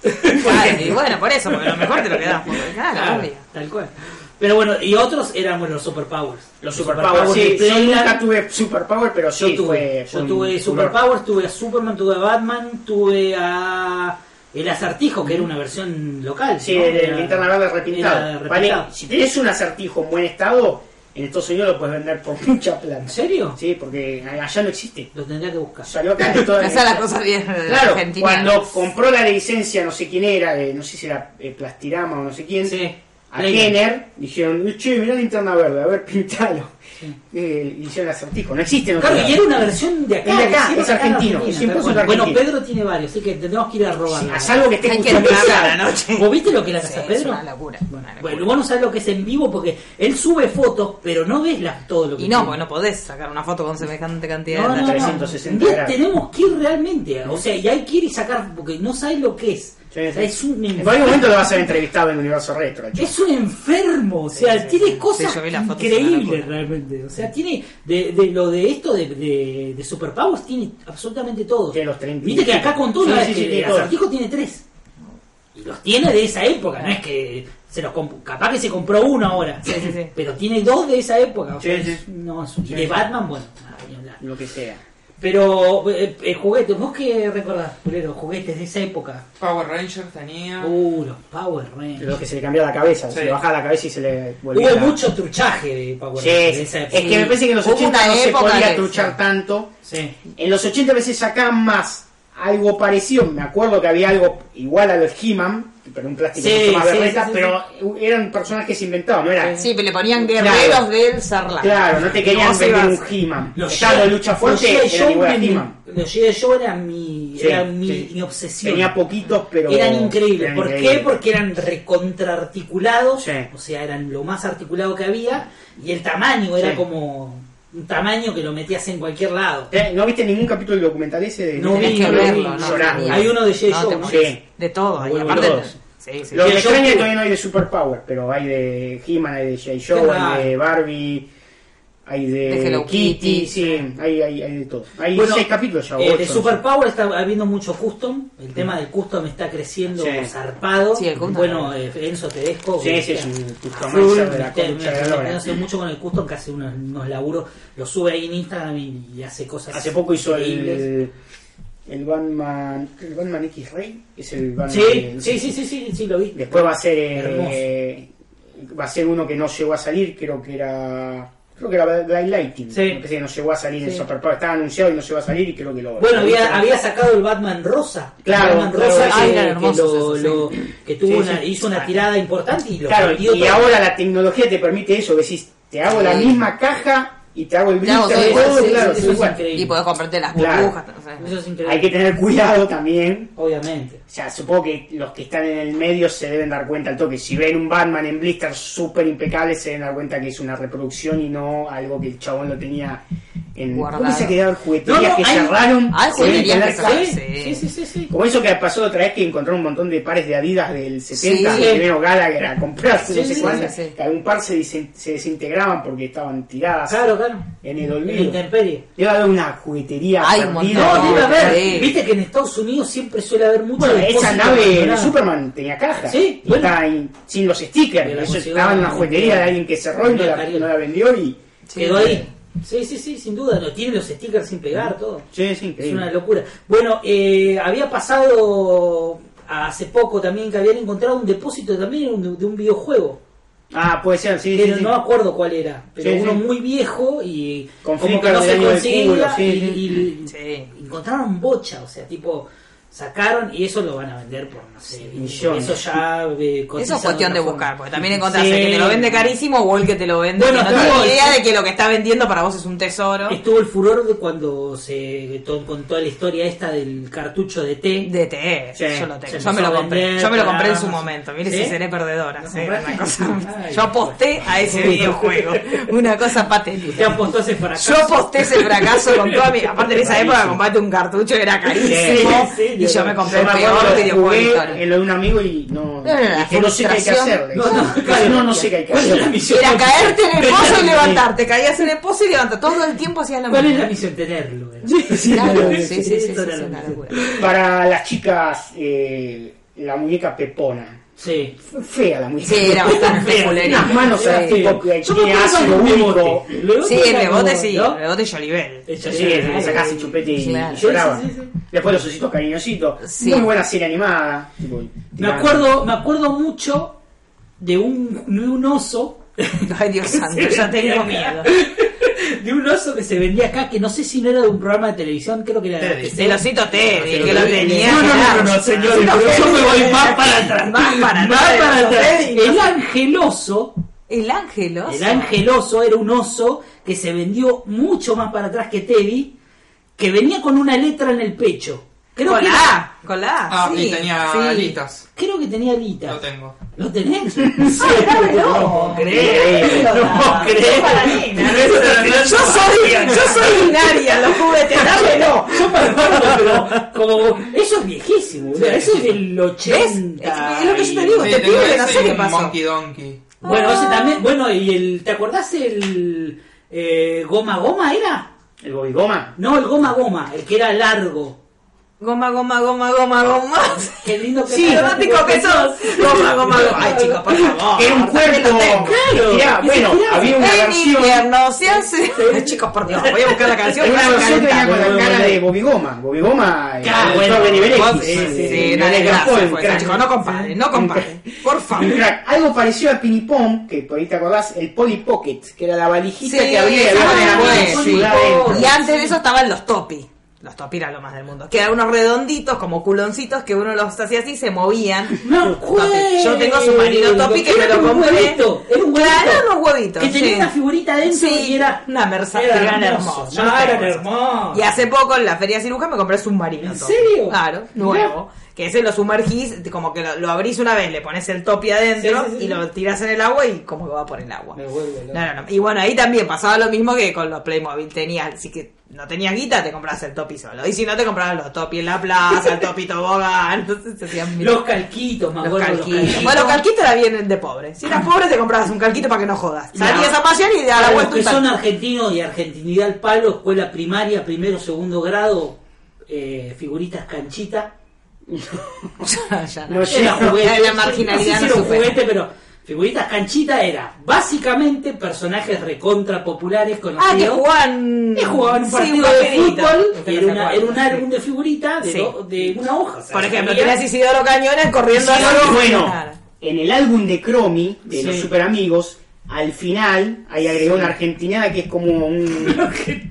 Speaker 4: Ay, y bueno, por eso, porque lo mejor te lo quedás. porque, claro,
Speaker 2: Claro,
Speaker 4: obvio.
Speaker 2: Ah, tal cual. Pero bueno, y otros eran bueno, los Superpowers.
Speaker 3: Los superpowers, sí.
Speaker 2: de
Speaker 3: Yo
Speaker 2: Playland.
Speaker 3: nunca tuve superpower, pero
Speaker 2: Yo
Speaker 3: sí
Speaker 2: tuve,
Speaker 3: fue- fue
Speaker 2: yo
Speaker 3: un
Speaker 2: tuve
Speaker 3: furor.
Speaker 2: Superpowers, tuve a Superman, tuve a Batman, tuve a El Acertijo, que era una versión local.
Speaker 3: Sí,
Speaker 2: ¿no?
Speaker 3: el- el
Speaker 2: Era-
Speaker 3: linterna verde
Speaker 2: era
Speaker 3: repintado. Vale,
Speaker 2: repintado.
Speaker 3: si tenés un acertijo en buen estado, en Estados Unidos lo puedes vender por mucha plata.
Speaker 2: ¿En serio?
Speaker 3: Sí, porque allá no existe.
Speaker 2: Lo tendría que buscar.
Speaker 3: Salió acá de todo
Speaker 4: Esa es la cosa bien de la
Speaker 3: Claro,
Speaker 4: Argentina.
Speaker 3: cuando compró la licencia, no sé quién era, eh, no sé si era eh, Plastirama o no sé quién,
Speaker 2: Sí.
Speaker 3: a Kenner, dijeron, che, mirá la linterna verde, a ver, pintalo. Eh, hicieron el acertijo, no existe. en otro
Speaker 2: Claro,
Speaker 3: lado.
Speaker 2: y era una versión de acá.
Speaker 3: Es de acá,
Speaker 2: que hicieron
Speaker 3: es argentino,
Speaker 2: en Argentina,
Speaker 3: 100%
Speaker 2: tal cual. Bueno,
Speaker 3: argentino.
Speaker 2: Pedro tiene varios, así que tendremos que ir a
Speaker 3: Sí,
Speaker 2: robarla.
Speaker 3: a salvo que esté
Speaker 4: Hay que entrar a la
Speaker 3: customizada.
Speaker 4: noche.
Speaker 2: ¿Vos viste lo que es la
Speaker 4: Sí,
Speaker 2: casa de
Speaker 4: es
Speaker 2: Pedro?
Speaker 4: una locura, una locura.
Speaker 2: Bueno, vos no sabés lo que es en vivo porque él sube fotos, pero no ves las, todo lo que
Speaker 4: Y no,
Speaker 2: tiene.
Speaker 4: porque no podés sacar una foto con semejante cantidad
Speaker 2: No, no,
Speaker 4: de
Speaker 2: no.
Speaker 3: 360
Speaker 2: Bien,
Speaker 3: grados.
Speaker 2: Tenemos que ir realmente. O sea, y hay que ir y sacar porque no sabes lo que es.
Speaker 3: Sí,
Speaker 2: O sea,
Speaker 3: sí.
Speaker 2: Es un
Speaker 3: En algún momento
Speaker 2: enfermo.
Speaker 3: lo vas a ver entrevistado en Universo Retro. chico.
Speaker 2: Es un enfermo, o sea,
Speaker 4: sí,
Speaker 2: tiene
Speaker 4: sí.
Speaker 2: cosas
Speaker 4: Sí, yo vi las fotos, es una
Speaker 2: increíbles
Speaker 4: locura.
Speaker 2: realmente. O sea, tiene de, de lo de esto de, de, de Superpowers, tiene absolutamente todo.
Speaker 3: Tiene los 30 y
Speaker 2: Viste que acá con todo,
Speaker 3: Sí,
Speaker 2: el-
Speaker 3: sí, sí,
Speaker 2: el,
Speaker 3: tiene todo.
Speaker 2: acertijo tiene tres. Y los tiene de esa época, no es que se los comp- capaz que se compró uno ahora,
Speaker 4: Sí, sí, sí.
Speaker 2: pero tiene dos de esa época. o sea,
Speaker 3: Sí, sí.
Speaker 2: es- no, es un- y
Speaker 3: Sí,
Speaker 2: de
Speaker 3: sí.
Speaker 2: Batman, bueno, nada, ni hablar.
Speaker 3: Lo que sea.
Speaker 2: Pero eh, eh, juguetes, ¿vos qué recordás, Pulero? Juguetes de esa época.
Speaker 5: Power Rangers tenía.
Speaker 2: Uh, los Power Rangers.
Speaker 3: Ah. Lo que se le cambiaba la cabeza,
Speaker 5: Sí.
Speaker 3: se le bajaba la cabeza y se le volvía.
Speaker 2: Hubo
Speaker 3: la-
Speaker 2: mucho truchaje de Power
Speaker 3: Sí,
Speaker 2: Rangers en esa
Speaker 3: es
Speaker 2: época.
Speaker 3: que me parece que en los
Speaker 4: Hubo
Speaker 3: 80
Speaker 4: una
Speaker 3: no se
Speaker 4: época
Speaker 3: podía
Speaker 4: que-
Speaker 3: truchar tanto.
Speaker 2: Sí.
Speaker 3: En los 80 veces sacaban más algo parecido. Me acuerdo que había algo igual a los He-Man, pero un plástico
Speaker 2: Sí,
Speaker 3: mucho más
Speaker 2: sí,
Speaker 3: berreta,
Speaker 2: sí, sí,
Speaker 3: pero eran personajes inventados, no era.
Speaker 4: Sí, pero le ponían guerreros
Speaker 3: Claro.
Speaker 4: del Sarlacc.
Speaker 3: Claro, no te querían
Speaker 4: No se
Speaker 3: vender
Speaker 4: iba
Speaker 3: un
Speaker 4: a-
Speaker 3: He-Man.
Speaker 2: Los
Speaker 3: Estaba lo de lucha fuerte,
Speaker 2: los G.I.
Speaker 3: era igual a
Speaker 2: me-
Speaker 3: He-Man.
Speaker 2: Los G.I. Joe eran mi,
Speaker 3: Sí,
Speaker 2: era mi,
Speaker 3: sí.
Speaker 2: mi obsesión.
Speaker 3: Tenía poquitos, pero.
Speaker 2: eran increíbles.
Speaker 3: eran
Speaker 2: ¿Por
Speaker 3: increíbles.
Speaker 2: qué? Porque eran recontraarticulados,
Speaker 3: Sí.
Speaker 2: o sea, eran lo más articulado que había, y el tamaño era
Speaker 3: Sí.
Speaker 2: como un tamaño que lo metías en cualquier lado.
Speaker 3: Eh, ¿No viste ningún capítulo del documental ese? De
Speaker 2: No
Speaker 3: de-
Speaker 2: vi,
Speaker 4: Tenés que
Speaker 2: no
Speaker 3: de-
Speaker 2: vi,
Speaker 4: verlo, ¿no?
Speaker 3: llorando.
Speaker 2: Tenía. Hay uno de G.I.
Speaker 4: No, te
Speaker 2: Joe, ¿no?
Speaker 4: morís.
Speaker 3: Sí.
Speaker 4: De todo. Y
Speaker 2: Vuelvo
Speaker 4: aparte...
Speaker 3: todos.
Speaker 4: Sí, sí.
Speaker 3: Lo
Speaker 2: Sí,
Speaker 3: que me
Speaker 2: yo
Speaker 3: extraña es que
Speaker 2: tuve.
Speaker 3: todavía no hay de Superpower, pero hay de He-Man, hay de J.
Speaker 2: Qué
Speaker 3: Joe,
Speaker 2: raro.
Speaker 3: hay de Barbie, Hay de,
Speaker 4: De Hello Kitty.
Speaker 3: sí, hay, hay, hay de todo. Hay
Speaker 2: Bueno,
Speaker 3: seis capítulos ya. o
Speaker 2: Eh, de
Speaker 3: ocho,
Speaker 2: Superpower está habiendo mucho custom. El tema del custom está creciendo
Speaker 3: Sí.
Speaker 2: zarpado.
Speaker 4: Sí, el custom.
Speaker 2: Bueno, eh, Enzo Tedesco.
Speaker 3: Sí,
Speaker 2: que
Speaker 3: sí, es
Speaker 2: está
Speaker 3: un
Speaker 2: a
Speaker 3: customizer
Speaker 2: full,
Speaker 3: de la
Speaker 2: está-
Speaker 3: concha
Speaker 2: está
Speaker 3: de la lora.
Speaker 2: metiéndose mucho con el custom, que hace unos, unos laburos. Lo sube ahí en Instagram y, y hace
Speaker 3: no
Speaker 2: cosas.
Speaker 3: sé. Hace poco hizo
Speaker 2: increíbles.
Speaker 3: el, el Batman. ¿El Batman X Rey? Es el Batman.
Speaker 2: Sí, sí, sí, sí, sí, sí, lo vi.
Speaker 3: Después va a ser. eh,
Speaker 2: Hermoso.
Speaker 3: va a ser uno que no llegó a salir, creo que era. Creo que era Black Lightning.
Speaker 2: Sí.
Speaker 3: Me parece que no llegó a salir en Superpower. Estaba anunciado y no llegó a salir y creo que lo.
Speaker 2: Bueno,
Speaker 3: lo hizo.
Speaker 2: había, había sacado el Batman Rosa.
Speaker 3: Claro,
Speaker 2: Batman
Speaker 3: claro,
Speaker 2: Rosa
Speaker 3: sí.
Speaker 2: que,
Speaker 3: Ah, eran
Speaker 2: que
Speaker 4: hermosos
Speaker 2: lo-
Speaker 4: esos,
Speaker 2: lo- que tuvo
Speaker 3: Sí,
Speaker 2: una-
Speaker 3: sí. Ah.
Speaker 2: hizo una tirada importante y lo
Speaker 3: Claro, y
Speaker 2: partió todo.
Speaker 3: ahora la tecnología te permite eso, que decís, te hago la misma caja y te hago el
Speaker 4: Te hago
Speaker 3: blister,
Speaker 4: todo
Speaker 3: todo,
Speaker 4: igual, sí,
Speaker 3: claro,
Speaker 2: sí,
Speaker 3: todo
Speaker 2: sí,
Speaker 3: igual.
Speaker 2: sí.
Speaker 4: Y podés comprarte las
Speaker 3: Claro.
Speaker 4: burbujas. no sé.
Speaker 2: Eso es increíble.
Speaker 3: Hay que tener cuidado también.
Speaker 2: Obviamente.
Speaker 3: O sea, supongo que los que están en el medio se deben dar cuenta al toque. Si ven un Batman en blister súper impecable, se deben dar cuenta que es una reproducción y no algo que el chabón lo tenía en...
Speaker 4: Guardado.
Speaker 3: ¿Cómo se quedaban jugueterías
Speaker 2: No, no,
Speaker 3: que
Speaker 2: hay-
Speaker 3: cerraron?
Speaker 4: hay Ah,
Speaker 3: Se deben
Speaker 4: jugueterías
Speaker 3: tener
Speaker 4: que
Speaker 3: ca-
Speaker 4: cerraron.
Speaker 2: sí, sí, sí, sí.
Speaker 3: Como eso que pasó otra vez que encontró un montón de pares de Adidas del 70,
Speaker 4: Sí.
Speaker 3: que primero Gallagher a comprarse, no
Speaker 2: Sí,
Speaker 3: sé
Speaker 2: sí,
Speaker 3: cuántas,
Speaker 4: sí, sí.
Speaker 3: que algún par se, disen- se desintegraban porque estaban tiradas
Speaker 2: Claro, claro.
Speaker 3: en el
Speaker 2: En la
Speaker 3: olvido.
Speaker 2: intemperie.
Speaker 3: Debe haber una juguetería
Speaker 4: Hay un
Speaker 3: perdida.
Speaker 2: No,
Speaker 4: No,
Speaker 2: debe haber.
Speaker 4: sí.
Speaker 2: Viste que en Estados Unidos siempre suele haber mucho
Speaker 3: Bueno,
Speaker 2: depósito
Speaker 3: esa nave de
Speaker 2: abandonado.
Speaker 3: Superman tenía caja.
Speaker 2: Sí,
Speaker 3: y
Speaker 2: bueno.
Speaker 3: estaba ahí sin los
Speaker 2: Que
Speaker 3: stickers.
Speaker 2: la
Speaker 3: Eso
Speaker 2: consiguió
Speaker 3: estaba en una
Speaker 2: un-
Speaker 3: juguetería de alguien que cerró y no la,
Speaker 2: Mercadería.
Speaker 3: no la vendió y...
Speaker 2: Quedó ahí. Sí, sí, sí, sin duda. Lo tiene los stickers sin pegar, todo.
Speaker 3: Sí, sí,
Speaker 2: Es una locura. Bueno, eh, había pasado hace poco también que habían encontrado un depósito también de un- de un videojuego.
Speaker 3: Ah, puede ser, sí, sí,
Speaker 2: pero
Speaker 3: sí.
Speaker 2: no me acuerdo cuál era. Pero
Speaker 3: Sí,
Speaker 2: uno
Speaker 3: sí.
Speaker 2: muy viejo y
Speaker 3: Con
Speaker 2: como que
Speaker 3: flickers
Speaker 2: no
Speaker 3: del
Speaker 2: se
Speaker 3: año del culo,
Speaker 2: conseguía
Speaker 3: sí,
Speaker 2: y,
Speaker 3: sí.
Speaker 2: y-
Speaker 4: Sí.
Speaker 2: encontraron bocha, o sea, tipo sacaron y eso lo van a vender por no sé,
Speaker 3: Millones.
Speaker 2: eso ya eh, cotiza
Speaker 4: Eso es cuestión de
Speaker 2: otra
Speaker 4: buscar,
Speaker 2: forma.
Speaker 4: porque también encontrarse el que te lo
Speaker 2: Sí.
Speaker 4: vende carísimo o el que te lo vende.
Speaker 2: Bueno,
Speaker 4: que no
Speaker 2: claro,
Speaker 4: tiene idea
Speaker 2: eso-
Speaker 4: de que lo que está vendiendo para vos es un tesoro.
Speaker 2: Estuvo el furor de cuando se to- con toda la historia esta del cartucho de té.
Speaker 4: De té,
Speaker 3: Sí,
Speaker 4: yo lo tengo.
Speaker 2: se
Speaker 4: Yo me
Speaker 2: empezó
Speaker 4: lo
Speaker 2: a
Speaker 4: compré.
Speaker 2: vender
Speaker 4: Yo me lo compré en
Speaker 2: para-
Speaker 4: su momento. Mire
Speaker 2: ¿Sí?
Speaker 4: si seré perdedora.
Speaker 2: ¿Lo
Speaker 4: sí,
Speaker 2: compraste?
Speaker 4: una cosa-
Speaker 2: Ay,
Speaker 4: yo aposté a ese videojuego. Una cosa patética.
Speaker 2: Te apostó ese fracaso.
Speaker 4: Yo aposté ese fracaso con toda mi. Aparte en esa época,
Speaker 3: Carísimo.
Speaker 4: comprarte un cartucho era
Speaker 3: Sí,
Speaker 4: carísimo.
Speaker 2: sí,
Speaker 4: y yo
Speaker 2: yo
Speaker 4: me
Speaker 2: no-
Speaker 4: compré el
Speaker 3: Yo me
Speaker 4: peor
Speaker 3: acuerdo que
Speaker 4: videojuego de
Speaker 3: jugué
Speaker 4: historia.
Speaker 3: en lo de un amigo y no,
Speaker 4: no, la
Speaker 3: dije, no sé qué hay que
Speaker 4: frustración.
Speaker 3: hacer. le
Speaker 2: No,
Speaker 3: dije.
Speaker 2: no,
Speaker 3: Dije,
Speaker 2: claro.
Speaker 3: no, no sé qué hay que
Speaker 2: ¿Cuál es la
Speaker 3: hacer.
Speaker 2: misión?
Speaker 4: Era caerte en el pozo y
Speaker 3: Sí.
Speaker 4: levantarte. Caías en el pozo y levantarte. Todo el tiempo hacías la
Speaker 2: ¿Cuál es
Speaker 4: misma.
Speaker 2: la misión tenerlo? eh?
Speaker 4: Claro, sí,
Speaker 3: Sí,
Speaker 4: sí, sí, sí,
Speaker 2: esto
Speaker 4: sí,
Speaker 2: era
Speaker 4: sí,
Speaker 2: lo
Speaker 4: una
Speaker 2: que-
Speaker 4: locura.
Speaker 3: Para las chicas, eh, la muñeca Pepona.
Speaker 2: Sí.
Speaker 3: Fue Fea la muñeca.
Speaker 4: Sí, era bastante
Speaker 2: Feo,
Speaker 4: culero.
Speaker 3: Unas manos
Speaker 2: Era
Speaker 3: así,
Speaker 2: feo.
Speaker 3: tipo eh, que
Speaker 2: Yo me
Speaker 3: tiene
Speaker 2: acuerdo
Speaker 3: ácido
Speaker 2: del
Speaker 3: único.
Speaker 2: rebote. Luego
Speaker 4: Sí, el
Speaker 2: era como,
Speaker 4: rebote sí,
Speaker 2: ¿no?
Speaker 4: el rebote Yolibel.
Speaker 2: El
Speaker 3: Sí,
Speaker 2: chorizo,
Speaker 3: le sacás el
Speaker 2: eh,
Speaker 3: chupete y
Speaker 4: Claro.
Speaker 3: lloraba.
Speaker 2: Sí, sí, sí, sí.
Speaker 3: Después los ositos cariñositos.
Speaker 4: Sí.
Speaker 3: Muy buena serie animada. Tipo,
Speaker 2: Me
Speaker 3: tirando.
Speaker 2: acuerdo, me acuerdo mucho de un, de un oso,
Speaker 4: Ay, Dios santo, ya tengo miedo.
Speaker 2: de un oso que se vendía acá, que no sé si no era de un programa de televisión, creo que era de
Speaker 5: Teddy.
Speaker 2: TC.
Speaker 4: El osito Teddy, que lo tenía.
Speaker 2: No, no, no,
Speaker 4: claro.
Speaker 2: no, no, señores,
Speaker 4: El osito
Speaker 2: pero yo
Speaker 4: Teddy.
Speaker 2: me voy más para atrás.
Speaker 4: Más para
Speaker 2: Más
Speaker 4: atrás,
Speaker 2: para
Speaker 4: el
Speaker 2: atrás.
Speaker 4: Teddy.
Speaker 2: El angeloso,
Speaker 4: El ángel oso.
Speaker 2: el angeloso era un oso que se vendió mucho más para atrás que Teddy, que venía con una letra en el pecho. Creo
Speaker 4: Con
Speaker 2: que
Speaker 4: la
Speaker 2: era-
Speaker 4: A, con la A.
Speaker 5: Ah,
Speaker 4: sí,
Speaker 5: y tenía
Speaker 4: sí.
Speaker 5: alitas.
Speaker 2: Creo que tenía alitas.
Speaker 5: Lo tengo.
Speaker 2: ¿Lo tenés? no, crees. No, crees.
Speaker 4: Para mí, Yo soy, yo soy binaria, los juguetes. Dale, no.
Speaker 2: Yo me acuerdo, pero como eso es viejísimo, o sea, eso es del
Speaker 4: ¿Ves?
Speaker 2: 80.
Speaker 4: Es lo que yo te digo, Ah.
Speaker 5: Sí,
Speaker 4: este
Speaker 5: tengo
Speaker 4: pibe no
Speaker 5: ese
Speaker 4: sé
Speaker 5: y
Speaker 4: qué
Speaker 5: un
Speaker 4: pasó.
Speaker 5: Monkey Donkey.
Speaker 2: Bueno, ese también, bueno, y el ¿te acordás el eh, goma goma era?
Speaker 3: ¿El Bobby Goma?
Speaker 2: No, el goma goma, el que era largo.
Speaker 4: Goma, goma, goma, goma, goma.
Speaker 2: Qué lindo que
Speaker 4: Sí,
Speaker 2: era,
Speaker 4: dramático que sos. Goma, goma, goma. Ay, chicos, por favor.
Speaker 3: Era un cuerpo.
Speaker 2: Claro.
Speaker 3: Mirá,
Speaker 2: Ese
Speaker 3: bueno,
Speaker 2: tiraba.
Speaker 3: había una
Speaker 4: En
Speaker 3: versión.
Speaker 4: invierno se hace. Chicos, por Dios, voy a buscar la canción.
Speaker 3: Había
Speaker 4: voy a
Speaker 3: una versión que venía
Speaker 4: calentar.
Speaker 3: con la
Speaker 2: Bueno,
Speaker 3: cara
Speaker 2: bueno.
Speaker 3: de Bobby Goma. Bobby Goma, el
Speaker 2: Claro,
Speaker 3: productor de
Speaker 2: bueno,
Speaker 3: Nivel X. eh,
Speaker 4: Vos- Sí, sí, sí,
Speaker 3: Nivel
Speaker 4: dale
Speaker 3: Capone,
Speaker 4: gracias. pues,
Speaker 3: crack.
Speaker 4: Chicos, no comparen, no comparen. Por
Speaker 3: Un
Speaker 4: favor.
Speaker 3: crack. Algo parecido al pinipom, que por ahí te acordás, el Polly Pocket, que era la valijita
Speaker 4: Sí,
Speaker 3: que abría y
Speaker 4: ah,
Speaker 3: había una
Speaker 4: bueno,
Speaker 2: sí.
Speaker 3: ciudad adentro.
Speaker 4: Y antes de eso estaban los topi. Los topi eran lo más del mundo. Que eran unos redonditos, como culoncitos, que uno los hacía así y se movían.
Speaker 2: No,
Speaker 4: Topi. Yo tengo su marino topi que me
Speaker 2: Era
Speaker 4: lo
Speaker 2: como un
Speaker 4: compré.
Speaker 2: huevito, era un huevito.
Speaker 4: Claro, eran unos huevitos.
Speaker 2: Que tenía
Speaker 4: sí.
Speaker 2: una figurita dentro
Speaker 4: Sí,
Speaker 2: y era
Speaker 4: una merza- eran hermosos. Yo
Speaker 2: No,
Speaker 4: los
Speaker 2: eran
Speaker 4: tengo esos.
Speaker 2: hermosos.
Speaker 4: Y hace poco en la feria ciruja me compré submarino.
Speaker 2: ¿En
Speaker 4: topi.
Speaker 2: serio?
Speaker 4: Claro, nuevo. Que ese lo sumergís, como que lo, lo abrís una vez, le pones el topi adentro
Speaker 2: Sí, sí, sí, sí.
Speaker 4: y lo tirás en el agua y como que va por el agua.
Speaker 2: Me vuelve loco.
Speaker 4: No, no, no. Y bueno, ahí también pasaba lo mismo que con los Playmobil tenías, así que no tenías guita, te comprabas el topi solo. Y si no, te comprabas los topi en la plaza, el topi tobogán. Entonces se hacían mil-
Speaker 2: Los calquitos, me
Speaker 4: los
Speaker 2: acuerdo, Ah, los
Speaker 4: calquitos.
Speaker 2: calquitos.
Speaker 4: Bueno, calquito era bien de pobre. Si eras pobre, te comprabas un calquito para que no jodas.
Speaker 2: No.
Speaker 4: Salías a pasear y a la
Speaker 2: Para los
Speaker 4: vuelta
Speaker 2: que
Speaker 4: un
Speaker 2: son
Speaker 4: tal.
Speaker 2: argentinos y argentinidad al palo, escuela primaria, primero, segundo grado, eh, figuritas canchita.
Speaker 4: Ya, ya, no.
Speaker 3: No
Speaker 2: Era
Speaker 3: llega.
Speaker 2: juguete.
Speaker 7: la marginalidad
Speaker 2: No sé si
Speaker 7: no
Speaker 2: era un
Speaker 7: supera.
Speaker 2: juguete, pero figuritas canchita era básicamente personajes recontra populares conocidos.
Speaker 4: Ah, que jugaban.
Speaker 2: Que jugaban un
Speaker 4: Sí,
Speaker 2: partido de
Speaker 4: papelito.
Speaker 2: fútbol
Speaker 5: Usted
Speaker 2: y
Speaker 5: no
Speaker 2: era,
Speaker 5: se
Speaker 2: una-
Speaker 5: acuerda.
Speaker 2: era un
Speaker 5: Sí.
Speaker 2: álbum de figuritas de,
Speaker 4: Sí.
Speaker 2: do- de una hoja. o sea,
Speaker 4: Por ejemplo,
Speaker 2: había-
Speaker 4: tenías Isidoro Cañones corriendo a
Speaker 3: Isidoro,
Speaker 4: la
Speaker 3: bueno,
Speaker 4: Claro.
Speaker 3: en el álbum de Cromi, de los
Speaker 2: Sí.
Speaker 3: Super Amigos, al final, ahí agregó una argentinada que es como un,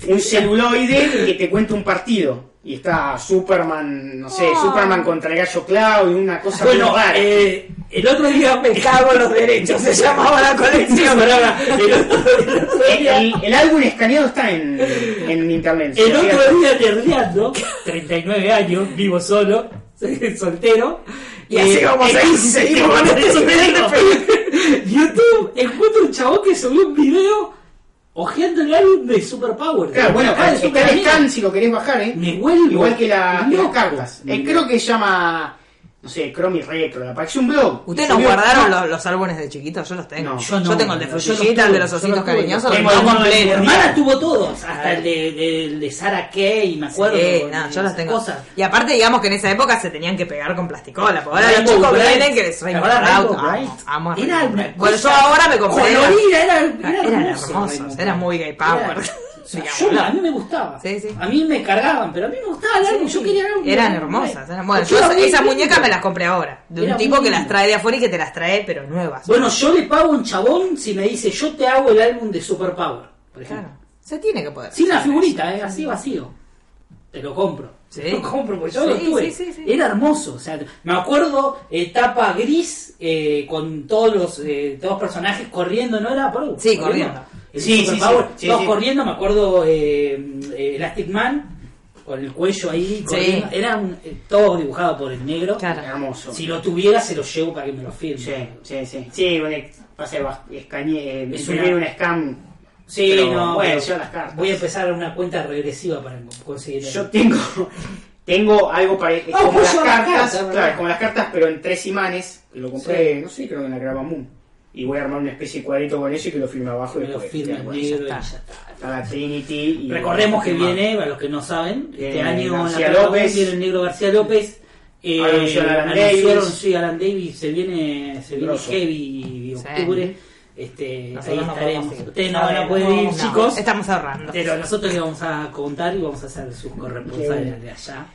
Speaker 3: un celuloide que te cuenta un partido. Y está Superman, no
Speaker 4: Oh.
Speaker 3: sé, Superman contra el gallo Clau y una cosa muy
Speaker 2: Bueno,
Speaker 3: rara.
Speaker 2: eh, el otro día me
Speaker 4: Cago en los derechos, se llamaba la colección.
Speaker 2: El otro- el otro
Speaker 3: El,
Speaker 2: día-
Speaker 3: Eh, el- el álbum escaneado está en, en internet.
Speaker 2: El
Speaker 3: o sea,
Speaker 2: otro día nerdeando, 39 años, vivo solo, soltero. Eh,
Speaker 4: Y así vamos a ir, seguimos con este nivel de
Speaker 2: YouTube, encuentro un chavo que subió un video ojeando el álbum de Superpower.
Speaker 3: Claro, Ah, bueno,
Speaker 2: Acá de
Speaker 3: está
Speaker 2: Super
Speaker 3: el scan
Speaker 2: Amigos.
Speaker 3: si lo querés bajar, ¿eh?
Speaker 2: Me vuelvo
Speaker 3: Igual que la-
Speaker 2: loco.
Speaker 3: las cartas. Eh, creo que se llama, no sé, Cromi Retro, la es un blog.
Speaker 4: ¿Ustedes nos
Speaker 3: Subió-
Speaker 4: guardaron
Speaker 3: no,
Speaker 4: los, los álbumes de chiquitos? Yo los tengo.
Speaker 3: No,
Speaker 4: yo,
Speaker 2: yo no,
Speaker 4: tengo el de
Speaker 2: no, yo
Speaker 4: Fushita,
Speaker 2: los
Speaker 4: el de
Speaker 2: tuve,
Speaker 4: los
Speaker 2: yo
Speaker 4: ositos
Speaker 2: los tuve.
Speaker 4: cariñosos.
Speaker 3: Tengo
Speaker 4: los
Speaker 3: el
Speaker 4: tengo
Speaker 3: uno de
Speaker 2: Mi
Speaker 4: completos.
Speaker 2: hermana tuvo todos, hasta el de, el de Sara Kay, me acuerdo.
Speaker 4: Sí,
Speaker 2: con
Speaker 4: no, yo
Speaker 2: esas
Speaker 4: los tengo.
Speaker 2: cosas.
Speaker 4: Y aparte, digamos que en esa época se tenían que pegar con plasticola. Porque ahora los
Speaker 2: Rainbow
Speaker 4: chicos
Speaker 2: Bright.
Speaker 4: vienen que les
Speaker 2: ¿Te acordás de
Speaker 4: Rainbow
Speaker 2: Rainbow
Speaker 4: Bright.
Speaker 2: Bright?
Speaker 4: Amo a
Speaker 2: Era
Speaker 4: Rainbow
Speaker 2: una
Speaker 4: Bright. Bueno, yo
Speaker 2: cosa
Speaker 4: ahora me compré.
Speaker 2: colorida, era- era
Speaker 4: eran
Speaker 2: hermoso,
Speaker 4: hermosos.
Speaker 2: Rainbow
Speaker 4: Era
Speaker 2: Bright.
Speaker 4: muy gay power.
Speaker 2: Era-
Speaker 4: digamos,
Speaker 2: Yo,
Speaker 4: ¿no?
Speaker 2: a mí me gustaba.
Speaker 4: Sí, sí.
Speaker 2: A mí me cargaban, pero a mí me gustaba el álbum. Yo quería el álbum.
Speaker 4: Eran hermosas. eran- Bueno,
Speaker 2: Porque
Speaker 4: yo
Speaker 2: era muy
Speaker 4: esas
Speaker 2: lindo.
Speaker 4: muñecas me las compré ahora. De un
Speaker 2: Era
Speaker 4: tipo
Speaker 2: muy
Speaker 4: que las
Speaker 2: lindo.
Speaker 4: trae de afuera y que te las trae, pero nuevas.
Speaker 2: Bueno, yo le pago a un chabón si me dice, yo te hago el álbum de Superpower, por ejemplo.
Speaker 4: Claro. Se tiene que poder.
Speaker 2: Sin la figurita, ¿eh? así vacío. Te lo compro.
Speaker 4: Sí.
Speaker 2: Te lo compro porque yo
Speaker 4: Sí,
Speaker 2: lo tuve.
Speaker 4: sí, sí, sí.
Speaker 2: Era hermoso. O sea, me acuerdo etapa gris eh, con todos los eh, todos los personajes corriendo, ¿no era? Por,
Speaker 4: Sí, corriendo.
Speaker 2: El
Speaker 3: Sí, sí,
Speaker 2: Superpower,
Speaker 3: sí, sí,
Speaker 2: todos
Speaker 3: sí.
Speaker 2: corriendo, me acuerdo eh, eh, Elastic Man con el cuello ahí. corriendo. Era un- eh, todo dibujado por el negro.
Speaker 4: Claro.
Speaker 3: Ah, Hermoso.
Speaker 2: Si lo tuviera, se lo llevo para que me lo filme.
Speaker 3: Sí, sí, sí. Sí, bueno, pasa a escanear,
Speaker 2: Es
Speaker 3: imprimir
Speaker 2: una-
Speaker 3: una scam.
Speaker 2: Sí,
Speaker 3: Pero,
Speaker 2: no,
Speaker 3: bueno,
Speaker 2: pero
Speaker 3: yo las cartas.
Speaker 2: Voy a empezar una cuenta regresiva para conseguir. el-
Speaker 3: Yo tengo, tengo algo para
Speaker 2: Ah,
Speaker 3: como
Speaker 2: pues
Speaker 3: las
Speaker 2: yo las
Speaker 3: cartas,
Speaker 2: cartas,
Speaker 3: claro,
Speaker 2: ¿verdad?
Speaker 3: como las cartas, pero en tres imanes. que Lo compré, no sé, creo que en la Gravamoon. Y voy a armar una especie de cuadrito con eso y que lo firme abajo.
Speaker 2: me
Speaker 3: y
Speaker 2: lo
Speaker 3: después,
Speaker 2: firma
Speaker 3: bueno,
Speaker 2: en negro y
Speaker 4: ya
Speaker 2: ya
Speaker 4: está.
Speaker 2: está.
Speaker 3: Está la Trinity. Y
Speaker 2: Recordemos que
Speaker 3: firmado.
Speaker 2: viene, para los que no saben, este
Speaker 3: Eh,
Speaker 2: año en la
Speaker 3: García
Speaker 2: Plata
Speaker 3: López.
Speaker 2: viene el negro García López. Eh,
Speaker 3: Ahora anunciaron Alan
Speaker 2: anunciaron,
Speaker 3: Davis.
Speaker 2: sí, Alan Davis se viene, se viene
Speaker 3: Grosso.
Speaker 2: heavy octubre. Este, ahí
Speaker 4: Nosotros no
Speaker 2: estaremos.
Speaker 4: podemos ir.
Speaker 2: Ustedes no
Speaker 4: A
Speaker 2: van a
Speaker 4: ver,
Speaker 2: poder
Speaker 4: no,
Speaker 2: ir,
Speaker 4: no.
Speaker 2: chicos.
Speaker 4: Estamos ahorrando.
Speaker 2: Pero nosotros les vamos a contar y vamos a ser sus corresponsales de allá.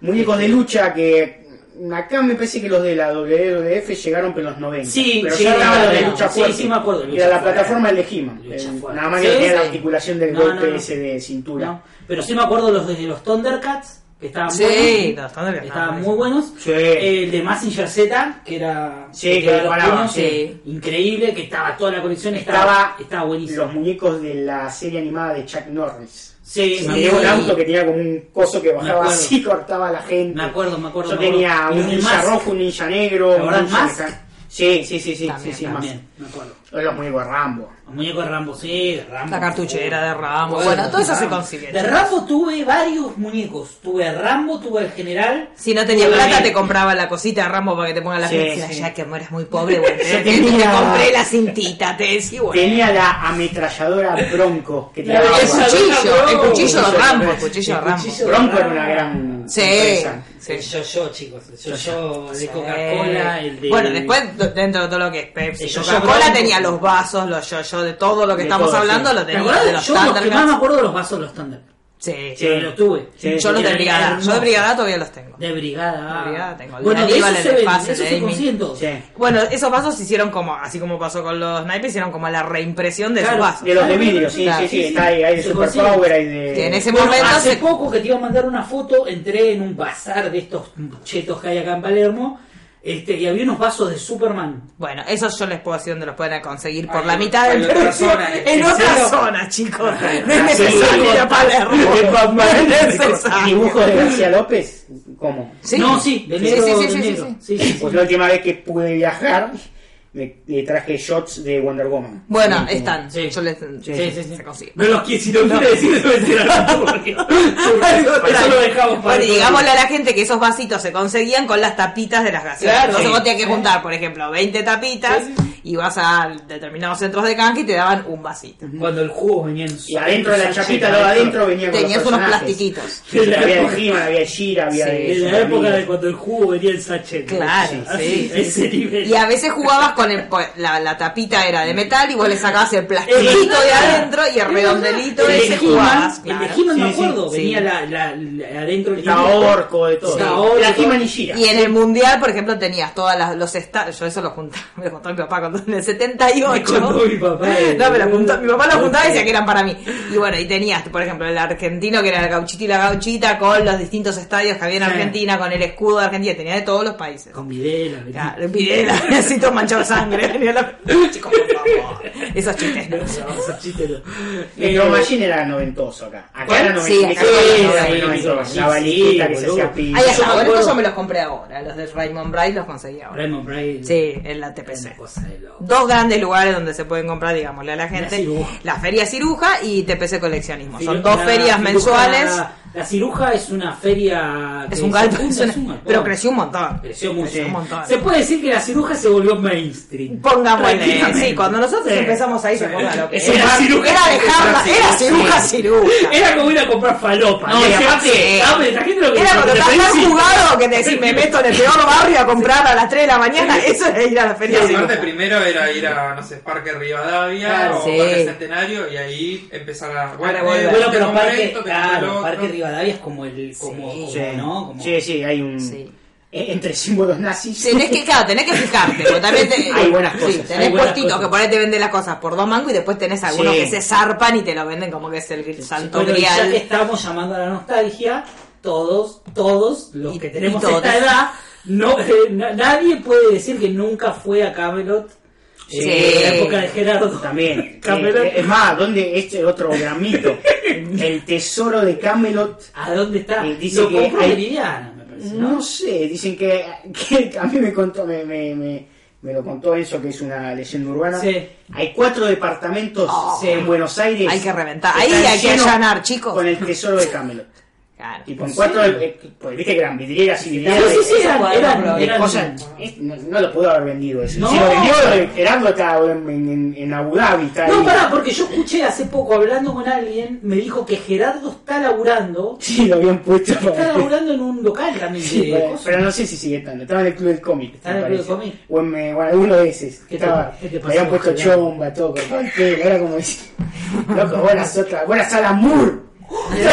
Speaker 3: Muñecos
Speaker 2: este.
Speaker 3: de lucha que. Acá me parece que los de la WWF llegaron pero en los 90.
Speaker 2: Sí,
Speaker 3: pero
Speaker 2: sí,
Speaker 3: ya estaban los de
Speaker 2: no,
Speaker 3: lucha
Speaker 2: sí,
Speaker 3: fuerte.
Speaker 2: sí me acuerdo, lucha
Speaker 3: Era la
Speaker 2: fuerte.
Speaker 3: plataforma del de He-Man.
Speaker 2: Lucha
Speaker 3: El-
Speaker 2: fuerte.
Speaker 3: Nada más
Speaker 2: Sí,
Speaker 3: que tenía la
Speaker 2: sí.
Speaker 3: articulación del
Speaker 2: No,
Speaker 3: golpe
Speaker 2: no, no.
Speaker 3: ese de cintura.
Speaker 2: ¿no? Pero sí me acuerdo los de los Thundercats, que estaban
Speaker 4: Sí,
Speaker 2: buenos.
Speaker 4: los Thundercats
Speaker 2: estaban
Speaker 4: estaban
Speaker 2: muy buenos.
Speaker 3: Sí.
Speaker 2: El de Massinger Z, que era
Speaker 3: Eh, Sí, que
Speaker 2: tenía los
Speaker 3: disparaba,
Speaker 2: puños,
Speaker 3: sí.
Speaker 2: eh, increíble, que estaba toda la colección, estaba,
Speaker 3: Estaba-
Speaker 2: estaba
Speaker 3: Los
Speaker 2: buenísimo.
Speaker 3: muñecos de la serie animada de Chuck Norris.
Speaker 2: Sí,
Speaker 3: Que
Speaker 2: me
Speaker 3: tenía un
Speaker 2: acuerdo.
Speaker 3: auto que tenía como un coso que bajaba
Speaker 2: acuerdo.
Speaker 3: así, cortaba a la gente.
Speaker 2: Me acuerdo, me acuerdo,
Speaker 3: Yo
Speaker 2: me acuerdo.
Speaker 3: tenía
Speaker 2: Y
Speaker 3: un
Speaker 2: un
Speaker 3: ninja
Speaker 2: Mask.
Speaker 3: rojo, un ninja negro.
Speaker 2: ¿Te
Speaker 3: un
Speaker 2: acordás
Speaker 3: ninja
Speaker 2: Mask?
Speaker 3: meca- Sí, sí, sí, sí.
Speaker 4: También,
Speaker 3: sí, sí Mask.
Speaker 2: También, me acuerdo.
Speaker 3: Los muñecos de Rambo.
Speaker 2: Los muñecos de Rambo, sí, de Rambo.
Speaker 4: La cartuchera de Rambo.
Speaker 2: Bueno,
Speaker 4: Bueno, todo eso se
Speaker 2: Rambo.
Speaker 4: consigue.
Speaker 2: De Rambo tuve varios muñecos. Tuve a Rambo, tuve al general.
Speaker 4: Si no tenías
Speaker 2: tuve a
Speaker 4: plata,
Speaker 2: Rambo.
Speaker 4: te compraba la cosita de Rambo para que te pongan la
Speaker 3: Sí,
Speaker 4: cintita.
Speaker 3: sí.
Speaker 4: Ya que mueras muy pobre, bueno, te,
Speaker 3: Yo tenía-
Speaker 4: te compré la cintita, te decía, bueno.
Speaker 3: Tenía la ametralladora Bronco. Que te
Speaker 2: La
Speaker 3: daba
Speaker 4: El
Speaker 2: belleza
Speaker 3: agua.
Speaker 4: cuchillo, el cuchillo de
Speaker 3: Cuchillo de
Speaker 4: Rambo, el
Speaker 3: Rambo.
Speaker 4: cuchillo de
Speaker 2: El
Speaker 4: Rambo.
Speaker 2: cuchillo de
Speaker 3: Bronco era una gran.
Speaker 4: Sí,
Speaker 3: empresa.
Speaker 4: sí.
Speaker 2: El yo-yo, chicos. El yo-yo de Coca-Cola,
Speaker 4: Sí.
Speaker 2: el de...
Speaker 4: Eh, Bueno, después do- dentro de todo lo que es Pepsi,
Speaker 2: El yo-yo
Speaker 4: Coca-Cola
Speaker 2: blanco.
Speaker 4: tenía los vasos, los yo-yo, de todo lo
Speaker 3: De
Speaker 4: que estamos
Speaker 3: todo,
Speaker 4: hablando,
Speaker 3: sí.
Speaker 4: lo
Speaker 2: ¿Te
Speaker 4: tenía
Speaker 2: acordás?
Speaker 4: de los
Speaker 2: Yo lo que más me
Speaker 4: Thundercats.
Speaker 2: acuerdo de los vasos de los Thundercats.
Speaker 4: Sí,
Speaker 2: Sí, los tuve.
Speaker 3: Sí,
Speaker 4: yo los
Speaker 2: Eran
Speaker 4: de brigada, yo de
Speaker 2: hermosos.
Speaker 4: brigada todavía los tengo.
Speaker 2: De brigada.
Speaker 4: De brigada tengo. El
Speaker 2: Bueno,
Speaker 4: de
Speaker 2: de eso
Speaker 4: Aníbal, el
Speaker 2: se
Speaker 4: de
Speaker 2: venden,
Speaker 4: Faz,
Speaker 2: de eso
Speaker 4: el de
Speaker 2: se
Speaker 4: Amy.
Speaker 2: consiguen todos.
Speaker 3: Sí.
Speaker 4: Bueno, esos vasos hicieron como, así como pasó con los naipes, hicieron como la reimpresión de
Speaker 2: Claro,
Speaker 4: esos vasos.
Speaker 3: De los de vidrio, sí,
Speaker 4: Claro.
Speaker 3: sí, sí. Está ahí, hay de
Speaker 2: Se
Speaker 3: Superpower,
Speaker 2: consigue.
Speaker 3: hay de.
Speaker 4: Que en ese
Speaker 2: Bueno,
Speaker 4: momento
Speaker 2: hace
Speaker 4: se-
Speaker 2: poco que te iba a mandar una foto, entré en un bazar de estos chetos que hay acá en Palermo, este, y había unos vasos de Superman.
Speaker 4: Bueno, esos yo les puedo decir donde los pueden conseguir por
Speaker 5: Hay-
Speaker 4: la mitad
Speaker 5: hay
Speaker 4: del
Speaker 5: otra
Speaker 4: precio.
Speaker 5: zona.
Speaker 4: en
Speaker 5: ¿En
Speaker 4: otra
Speaker 2: serio?
Speaker 4: zona, chicos. No es
Speaker 3: Ah, sí,
Speaker 4: necesario
Speaker 3: sí.
Speaker 4: ir a Palermo. No es necesario.
Speaker 3: ¿Dibujos de García López? ¿Cómo?
Speaker 4: Sí.
Speaker 2: No, sí, de
Speaker 4: Sí,
Speaker 2: negro,
Speaker 4: sí, sí,
Speaker 2: de
Speaker 4: sí, sí,
Speaker 2: negro. Sí, sí, sí.
Speaker 3: Pues la última vez que pude viajar, le, le traje shots de Wonder Woman.
Speaker 4: Bueno,
Speaker 3: Como-
Speaker 4: están.
Speaker 2: Sí.
Speaker 4: Yo les. eh,
Speaker 2: Sí, sí, sí.
Speaker 4: Se consigue.
Speaker 2: No los quiere, si no quiere decir eso, mentira. Porque... Eso
Speaker 4: trae.
Speaker 2: lo dejamos para
Speaker 4: Bueno, y
Speaker 2: el-
Speaker 4: digámosle a la gente que esos vasitos se conseguían con las tapitas de las gaseosas.
Speaker 2: Claro,
Speaker 4: Entonces
Speaker 2: sí.
Speaker 4: vos tenías que juntar, por ejemplo, 20 tapitas y vas a determinados centros de canje y te daban un vasito.
Speaker 2: Cuando el juego venía en su.
Speaker 3: Y adentro de la
Speaker 2: sacheta,
Speaker 3: chapita, luego adentro venía con
Speaker 4: Tenías
Speaker 3: los
Speaker 4: unos
Speaker 3: personajes.
Speaker 4: plastiquitos.
Speaker 2: De la
Speaker 3: había
Speaker 2: época-
Speaker 3: de He-Man, había de She-Ra, había
Speaker 4: Sí,
Speaker 3: de.
Speaker 2: En la
Speaker 3: Super
Speaker 2: época de
Speaker 3: Amigos.
Speaker 2: cuando el jugo venía en sachet.
Speaker 4: Claro,
Speaker 2: Así,
Speaker 4: sí.
Speaker 2: Ese nivel.
Speaker 4: Y a veces jugabas con el, con la, la tapita era de metal y vos le sacabas el
Speaker 2: Es
Speaker 4: plastiquito
Speaker 2: verdad.
Speaker 4: de adentro y el redondelito
Speaker 2: El
Speaker 4: ese
Speaker 2: de
Speaker 4: jugabas.
Speaker 2: He-Man, el
Speaker 4: claro.
Speaker 2: de He-Man, me
Speaker 3: Sí, sí,
Speaker 2: acuerdo,
Speaker 4: sí.
Speaker 2: venía la, la, la- adentro el
Speaker 3: Estaba
Speaker 2: libro.
Speaker 3: Orco, de todo.
Speaker 2: Estaba Orco.
Speaker 3: Era He-Man y She-Ra.
Speaker 4: Y en el mundial, por ejemplo, tenías todas las los estados. Yo eso lo juntaba, me lo contó mi papá cuando en el 78.
Speaker 2: Me contó mi papá.
Speaker 4: No, me lo juntó- mi papá lo juntaba y decía que eran para mí. Y bueno, y tenías, por ejemplo, el argentino que era el gauchito y la gauchita con los distintos estadios que había en
Speaker 2: Sí.
Speaker 4: Argentina, con el escudo de Argentina, tenía de todos los países.
Speaker 2: Con Videla, venía.
Speaker 4: Claro, Pirela, así todo manchado de sangre. tenía la- Chicos, por favor. Esos chistes. ¿no?
Speaker 2: No, no, ese chiste no. eh,
Speaker 3: Micro Machine era noventoso acá. Acá
Speaker 4: ¿Cuál?
Speaker 3: era
Speaker 4: Sí,
Speaker 3: noventoso.
Speaker 4: acá
Speaker 2: era
Speaker 3: era
Speaker 2: Micro
Speaker 3: noventoso.
Speaker 2: Machine,
Speaker 3: La balita
Speaker 2: sí,
Speaker 3: que se
Speaker 2: boludo.
Speaker 3: hacía pila.
Speaker 4: Ay,
Speaker 2: Yo me
Speaker 4: ajá, bueno,
Speaker 2: acuerdo-
Speaker 4: estos yo me los compré ahora. Los de Raymond Bright los conseguí ahora.
Speaker 2: Raymond Bray.
Speaker 4: Sí, en la
Speaker 2: Una
Speaker 4: TPC.
Speaker 2: cosa de loco.
Speaker 4: dos grandes lugares donde se pueden comprar, digámosle a la
Speaker 2: La
Speaker 4: gente,
Speaker 2: Ciruja.
Speaker 4: la Feria Ciruja y TPC Coleccionismo. Son
Speaker 2: Sí,
Speaker 4: dos
Speaker 2: la
Speaker 4: ferias
Speaker 2: ciruja-
Speaker 4: mensuales,
Speaker 2: La ciruja es una feria.
Speaker 4: es
Speaker 2: que
Speaker 4: un
Speaker 2: se
Speaker 4: galpón,
Speaker 2: junta,
Speaker 4: es una-
Speaker 2: es un galpón.
Speaker 4: pero creció un montón.
Speaker 2: Creció mucho.
Speaker 4: Creció un montón.
Speaker 2: Se puede decir que la ciruja se volvió mainstream.
Speaker 4: Pongámosle,
Speaker 2: Tranquilamente.
Speaker 4: sí, cuando nosotros
Speaker 2: Sí.
Speaker 4: empezamos ahí se ponga lo que
Speaker 2: Es una ciruja.
Speaker 4: era dejarla, era ciruja, ciruja.
Speaker 2: Era como ir a comprar falopa.
Speaker 4: No,
Speaker 2: Y
Speaker 4: y
Speaker 2: aparte,
Speaker 4: aparte-
Speaker 2: ah, me trajiste lo que
Speaker 4: Era
Speaker 2: lo
Speaker 4: cuando
Speaker 2: que te
Speaker 4: estás
Speaker 2: pedí,
Speaker 4: tan
Speaker 2: sí.
Speaker 4: jugado que te decís, me meto en el peor barrio a comprar a las 3 de la mañana, eso es ir a la
Speaker 5: Y
Speaker 4: Feria
Speaker 5: aparte
Speaker 4: Ciruja.
Speaker 5: primero era ir a, no sé, Parque Rivadavia
Speaker 4: Claro,
Speaker 5: o
Speaker 4: sí.
Speaker 5: Parque Centenario y ahí empezar a...
Speaker 4: Ahora
Speaker 5: eh,
Speaker 4: vuelve.
Speaker 5: te
Speaker 2: Bueno, pero
Speaker 5: compré
Speaker 2: Parque,
Speaker 5: esto, te compré lo
Speaker 2: claro,
Speaker 5: otro.
Speaker 2: Parque Rivadavia es como el. Como,
Speaker 4: Sí.
Speaker 2: como,
Speaker 3: Sí.
Speaker 2: ¿no? Como-
Speaker 3: Sí, sí, hay un.
Speaker 4: Sí.
Speaker 3: e- Entre símbolos nazis.
Speaker 4: Tenés que, claro, tenés que fijarte, porque también te-
Speaker 3: Hay buenas cosas,
Speaker 4: sí, tenés
Speaker 2: hay buenas
Speaker 4: puestitos
Speaker 2: cosas.
Speaker 4: que por ahí te venden las cosas por dos mangos y después tenés algunos
Speaker 3: Sí.
Speaker 4: que se zarpan y te lo venden como que es el santo
Speaker 2: Bueno, y ya
Speaker 4: grial.
Speaker 2: que estamos llamando a la nostalgia, todos, todos los
Speaker 4: Y-
Speaker 2: que tenemos
Speaker 4: y todos.
Speaker 2: esta edad, no, eh, na- nadie puede decir que nunca fue a Camelot. eh,
Speaker 4: Sí.
Speaker 2: en la época de Gerardo.
Speaker 3: También. Eh,
Speaker 2: Camelot.
Speaker 3: eh, es más, ¿dónde este otro gran mito? El tesoro de Camelot.
Speaker 2: ¿A dónde está?
Speaker 3: Y dice
Speaker 2: Lo
Speaker 3: que
Speaker 2: compró
Speaker 3: hay-
Speaker 2: Meridiana, me parece, ¿no?
Speaker 3: No sé, dicen que, que a mí me contó, me, me, me, me lo contó eso, que es una leyenda urbana.
Speaker 2: Sí.
Speaker 3: Hay cuatro departamentos
Speaker 4: Oh.
Speaker 3: en Buenos Aires.
Speaker 4: Hay que reventar. Ahí
Speaker 3: están
Speaker 4: hay que
Speaker 3: llenos
Speaker 4: allanar, chicos.
Speaker 3: Con el tesoro de Camelot.
Speaker 4: Claro.
Speaker 3: Y con cuatro, eh, pues, viste que eran vidrieras y vidrieras.
Speaker 2: Sí, sí, sí,
Speaker 3: de-
Speaker 2: eran-
Speaker 4: cuadro,
Speaker 2: eran-
Speaker 4: bro,
Speaker 3: de
Speaker 2: eran-
Speaker 3: cosas, eh, no, no lo pudo haber vendido eso.
Speaker 2: No.
Speaker 3: Si lo vendió, lo- Gerardo está en, en- en Abu Dhabi. Está
Speaker 2: No,
Speaker 3: ahí.
Speaker 2: pará, porque yo escuché hace poco hablando con alguien, me dijo que Gerardo está laburando.
Speaker 3: Sí, lo habían puesto.
Speaker 2: Está
Speaker 3: para-
Speaker 2: laburando en un local también
Speaker 3: Sí, eh,
Speaker 2: de
Speaker 3: pero-
Speaker 2: cosas.
Speaker 3: pero no sé si sigue estando. Estaba en el club del cómic.
Speaker 2: Estaba en el
Speaker 3: me
Speaker 2: Club del
Speaker 3: parece.
Speaker 2: cómic.
Speaker 3: O en me- bueno, alguno de esos.
Speaker 2: ¿Qué te-
Speaker 3: Estaba,
Speaker 2: qué te pasó,
Speaker 3: le habían puesto
Speaker 2: Gerardo?
Speaker 3: chomba, todo cortado el pelo. Era como decir, loco, buenas otras, buenas a la Moore.
Speaker 4: ¿Qué
Speaker 2: Abrió la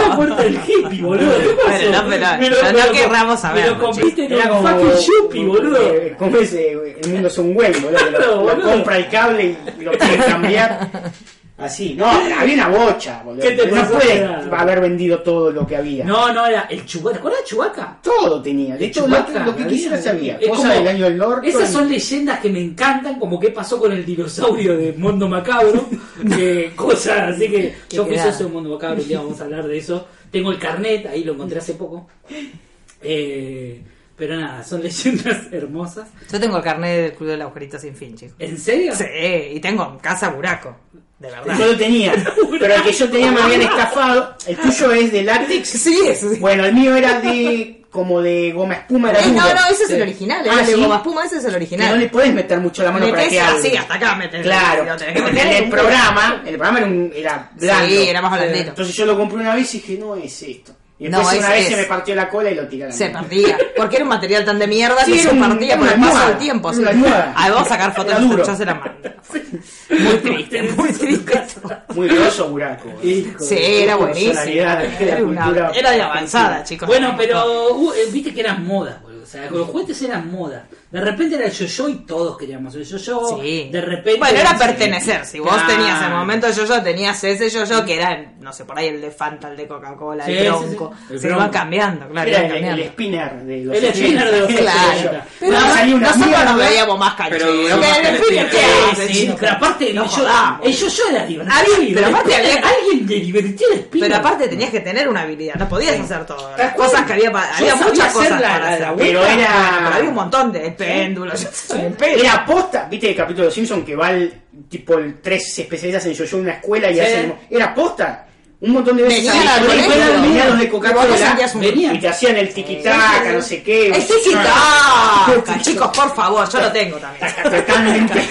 Speaker 4: pasó?
Speaker 2: puerta del hippie, boludo. ¿Qué pasó?
Speaker 4: Bueno, no, pero-
Speaker 2: Me lo-
Speaker 4: pero
Speaker 2: me
Speaker 4: no
Speaker 2: lo-
Speaker 4: querramos
Speaker 2: Me
Speaker 4: saber,
Speaker 2: lo comiste en un
Speaker 3: Era como.
Speaker 2: fucking yuppie, boludo.
Speaker 3: eh, como ese, eh, el mundo es un güey, boludo. que
Speaker 2: Claro,
Speaker 3: Lo, lo
Speaker 2: boludo.
Speaker 3: compra el cable y lo quiere cambiar. Así, no, había una bocha, boludo.
Speaker 2: ¿Qué te
Speaker 3: no
Speaker 2: pasó,
Speaker 3: puede
Speaker 2: Gerardo?
Speaker 3: haber vendido todo lo que había.
Speaker 2: No, no, era el Chubaca. ¿Te acuerdas de Chubaca?
Speaker 3: Todo tenía. De hecho, lo que, lo que quisiera sabía. Cosa del año del norte.
Speaker 2: Esas son leyendas que me encantan, como qué pasó con el dinosaurio de Mundo Macabro. que cosas así que. Yo fui
Speaker 4: quedada.
Speaker 2: socio de Mundo Macabro, un día vamos a hablar de eso. Tengo el carnet, ahí lo encontré hace poco. Eh, pero nada, son leyendas hermosas.
Speaker 4: Yo tengo el carnet del Club del Agujerito Sin Fin, chicos.
Speaker 2: ¿En serio?
Speaker 4: Sí, y tengo en casa buraco. De verdad.
Speaker 3: Yo lo tenía, pero el que yo tenía me habían estafado. El tuyo es de látex.
Speaker 4: Sí, eso sí.
Speaker 3: Bueno, el mío era de como de goma espuma. Era
Speaker 4: Eh,
Speaker 3: duro.
Speaker 4: no, no, ese es el
Speaker 3: Sí.
Speaker 4: original.
Speaker 3: Ah,
Speaker 4: El de
Speaker 3: ¿sí?
Speaker 4: Goma Espuma, ese es el
Speaker 3: Que no le
Speaker 4: original.
Speaker 3: podés meter mucho la mano para
Speaker 4: Metés
Speaker 3: que hable.
Speaker 4: así, hasta acá metés.
Speaker 3: Claro,
Speaker 4: No tenés que
Speaker 3: porque en
Speaker 4: meter
Speaker 3: el
Speaker 4: un-
Speaker 3: programa, el programa era, un, era blando.
Speaker 4: Sí, era más blandito.
Speaker 3: Entonces yo lo compré una vez y dije, no es esto. Y después
Speaker 4: No, es-
Speaker 3: una vez
Speaker 4: es.
Speaker 3: se me partió la cola y lo tiré a la
Speaker 4: Se
Speaker 3: mierda.
Speaker 4: partía. Porque era un material tan de mierda
Speaker 3: Sí,
Speaker 4: que
Speaker 3: era
Speaker 4: se
Speaker 3: un-
Speaker 4: partía
Speaker 3: era
Speaker 4: por el
Speaker 3: una
Speaker 4: paso
Speaker 3: almohada,
Speaker 4: del tiempo.
Speaker 3: era
Speaker 4: sí.
Speaker 3: una almohada.
Speaker 4: Ahí vamos a sacar fotos
Speaker 3: Era
Speaker 4: de
Speaker 3: duro.
Speaker 4: yo se la mando. Muy triste, muy triste.
Speaker 3: Muy grosso, buraco.
Speaker 2: Hijo
Speaker 4: Sí,
Speaker 2: de-
Speaker 4: era buenísimo.
Speaker 3: Solidaridad,
Speaker 4: Era, una-
Speaker 3: cultura.
Speaker 4: era de avanzada, chicos.
Speaker 2: Bueno, pero uh, eh, viste que eran modas, boludo. O sea, con los juguetes eran modas. De repente era el yo-yo y todos queríamos el yo-yo.
Speaker 4: Sí.
Speaker 2: De repente.
Speaker 4: Bueno, era
Speaker 2: no sé.
Speaker 4: pertenecer. Si vos
Speaker 2: Claro.
Speaker 4: tenías en el momento yo-yo, tenías ese yo-yo que era, no sé, por ahí el de Fanta, el de Coca-Cola,
Speaker 2: Sí,
Speaker 4: el
Speaker 2: sí,
Speaker 4: bronco.
Speaker 2: sí. El
Speaker 4: Se
Speaker 2: Bronco.
Speaker 4: iban cambiando, claro,
Speaker 3: Era
Speaker 4: iban
Speaker 3: el, el
Speaker 4: cambiando.
Speaker 3: spinner de los
Speaker 2: El spinner de los
Speaker 3: 80.
Speaker 4: Claro. Pero
Speaker 3: Nada, salía una
Speaker 4: nosotros
Speaker 3: mierda.
Speaker 4: nos veíamos más
Speaker 5: Pero
Speaker 4: cancheros.
Speaker 5: duramos
Speaker 4: En el fin,
Speaker 5: tres
Speaker 4: ¿qué
Speaker 5: días.
Speaker 2: Sí,
Speaker 4: haces,
Speaker 2: sí,
Speaker 4: chicos?
Speaker 2: pero aparte el
Speaker 4: No
Speaker 2: yo,
Speaker 4: jodamos.
Speaker 2: el yo-yo era divertido.
Speaker 4: Había- pero aparte
Speaker 2: Después
Speaker 4: había-
Speaker 2: alguien le divertía el espíritu.
Speaker 4: Pero aparte tenías que tener una habilidad, no podías hacer todo.
Speaker 2: ¿Te acuerdas?
Speaker 4: Cosas que había, pa-
Speaker 2: Yo
Speaker 4: había
Speaker 2: sabía
Speaker 4: muchas
Speaker 2: hacer
Speaker 4: cosas
Speaker 2: la-
Speaker 4: para
Speaker 2: la
Speaker 4: hacer.
Speaker 2: vuelta
Speaker 3: Pero era-
Speaker 4: Pero había un montón de péndulos. yo qué sé, un péndulo.
Speaker 3: Era posta, viste el capítulo de los Simpsons que va el tipo el tres se especializas en yo-yo en una escuela y hacen. Era posta. Un montón de veces
Speaker 4: Venía
Speaker 3: había
Speaker 4: la
Speaker 3: colegios,
Speaker 4: colegio,
Speaker 3: venían los de
Speaker 4: y vos
Speaker 3: Coca-Cola
Speaker 4: sentías un-
Speaker 3: y te hacían el tiquitaca, no sé qué.
Speaker 4: ¡Es tiquitaca! Chicos, por favor, yo lo tengo también.
Speaker 3: Totalmente.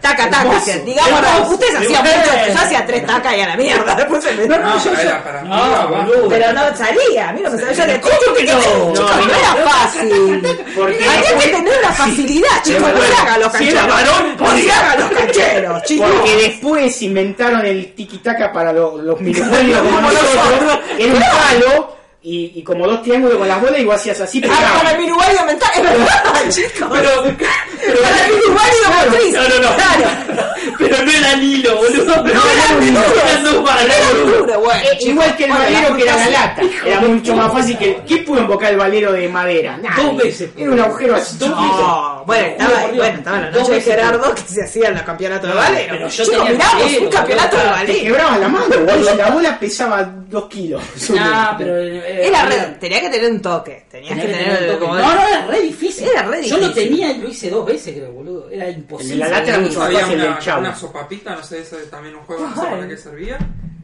Speaker 4: Taca, taca.
Speaker 3: Hermoso.
Speaker 4: hacían. Digamos,
Speaker 3: Hermoso.
Speaker 4: ustedes hacían
Speaker 3: Hermoso.
Speaker 4: mucho. Yo hacía tres tacas y a la mierda. Después se me...
Speaker 5: No, era para
Speaker 2: No,
Speaker 5: arriba, abajo.
Speaker 2: boludo.
Speaker 4: Pero no salía, a mí no me salía. Yo le
Speaker 3: ¿Cómo que no?
Speaker 4: Chicos, no,
Speaker 3: No,
Speaker 4: era fácil.
Speaker 3: Porque
Speaker 4: Había que
Speaker 3: después-
Speaker 4: tener la facilidad, chicos. No se
Speaker 3: bueno,
Speaker 4: hagan los
Speaker 3: si
Speaker 4: cancheros.
Speaker 3: era varón,
Speaker 4: No se
Speaker 3: podía.
Speaker 4: hagan los cancheros, chicos.
Speaker 3: Porque después inventaron el tiquitaca para los, los minijuegos como
Speaker 4: Como
Speaker 3: nosotros.
Speaker 4: nosotros.
Speaker 3: Era un palo y, y como dos triángulos con las bolas y vos hacías así.
Speaker 4: Ah,
Speaker 3: pegabas.
Speaker 4: para mi uruguayo mental, es verdad, chicos.
Speaker 3: pero-
Speaker 4: para mi uruguayo motriz.
Speaker 2: No, no, no.
Speaker 4: Claro.
Speaker 2: Pero no era Lilo, boludo. No
Speaker 4: eran
Speaker 2: Eran dos
Speaker 4: Era
Speaker 2: bananas.
Speaker 4: duro, bueno,
Speaker 3: Eh,
Speaker 4: chicos.
Speaker 3: igual que el
Speaker 4: Bueno,
Speaker 3: valero que era la
Speaker 4: fruta
Speaker 3: lata. Era mucho más fácil que el. ¿Qué pudo invocar el valero de madera? Nadie.
Speaker 2: Dos veces.
Speaker 3: Era un agujero así.
Speaker 2: Dos
Speaker 3: chiquito.
Speaker 4: No, Oh, bueno, estaba,
Speaker 2: Por Dios.
Speaker 4: bueno, estaba la
Speaker 2: Dos
Speaker 4: noche de
Speaker 2: veces.
Speaker 4: Gerardo que se hacía en los campeonatos de ballet.
Speaker 2: pero yo
Speaker 4: Chicos,
Speaker 2: tenía
Speaker 4: miramos
Speaker 2: cero,
Speaker 4: un campeonato de
Speaker 2: boludo.
Speaker 3: Te
Speaker 4: ballet.
Speaker 3: quebraban la mano, boludo. La bola pesaba dos kilos.
Speaker 2: No, pero. eh,
Speaker 4: Ah, Era
Speaker 2: era-
Speaker 4: re, tenía que tener un toque. Tenías que
Speaker 2: tenía que
Speaker 4: tener
Speaker 2: tener un toque.
Speaker 4: como-
Speaker 2: No, no, era re difícil.
Speaker 4: Era re
Speaker 2: Yo lo
Speaker 4: difícil.
Speaker 2: tenía y lo hice dos veces, creo, boludo. Era
Speaker 3: El
Speaker 2: imposible.
Speaker 3: de la lata era mucho más
Speaker 5: Había
Speaker 3: fácil del
Speaker 5: una,
Speaker 3: chavo.
Speaker 5: una sopapita, no sé, ese es también un juego, no sé para qué servía.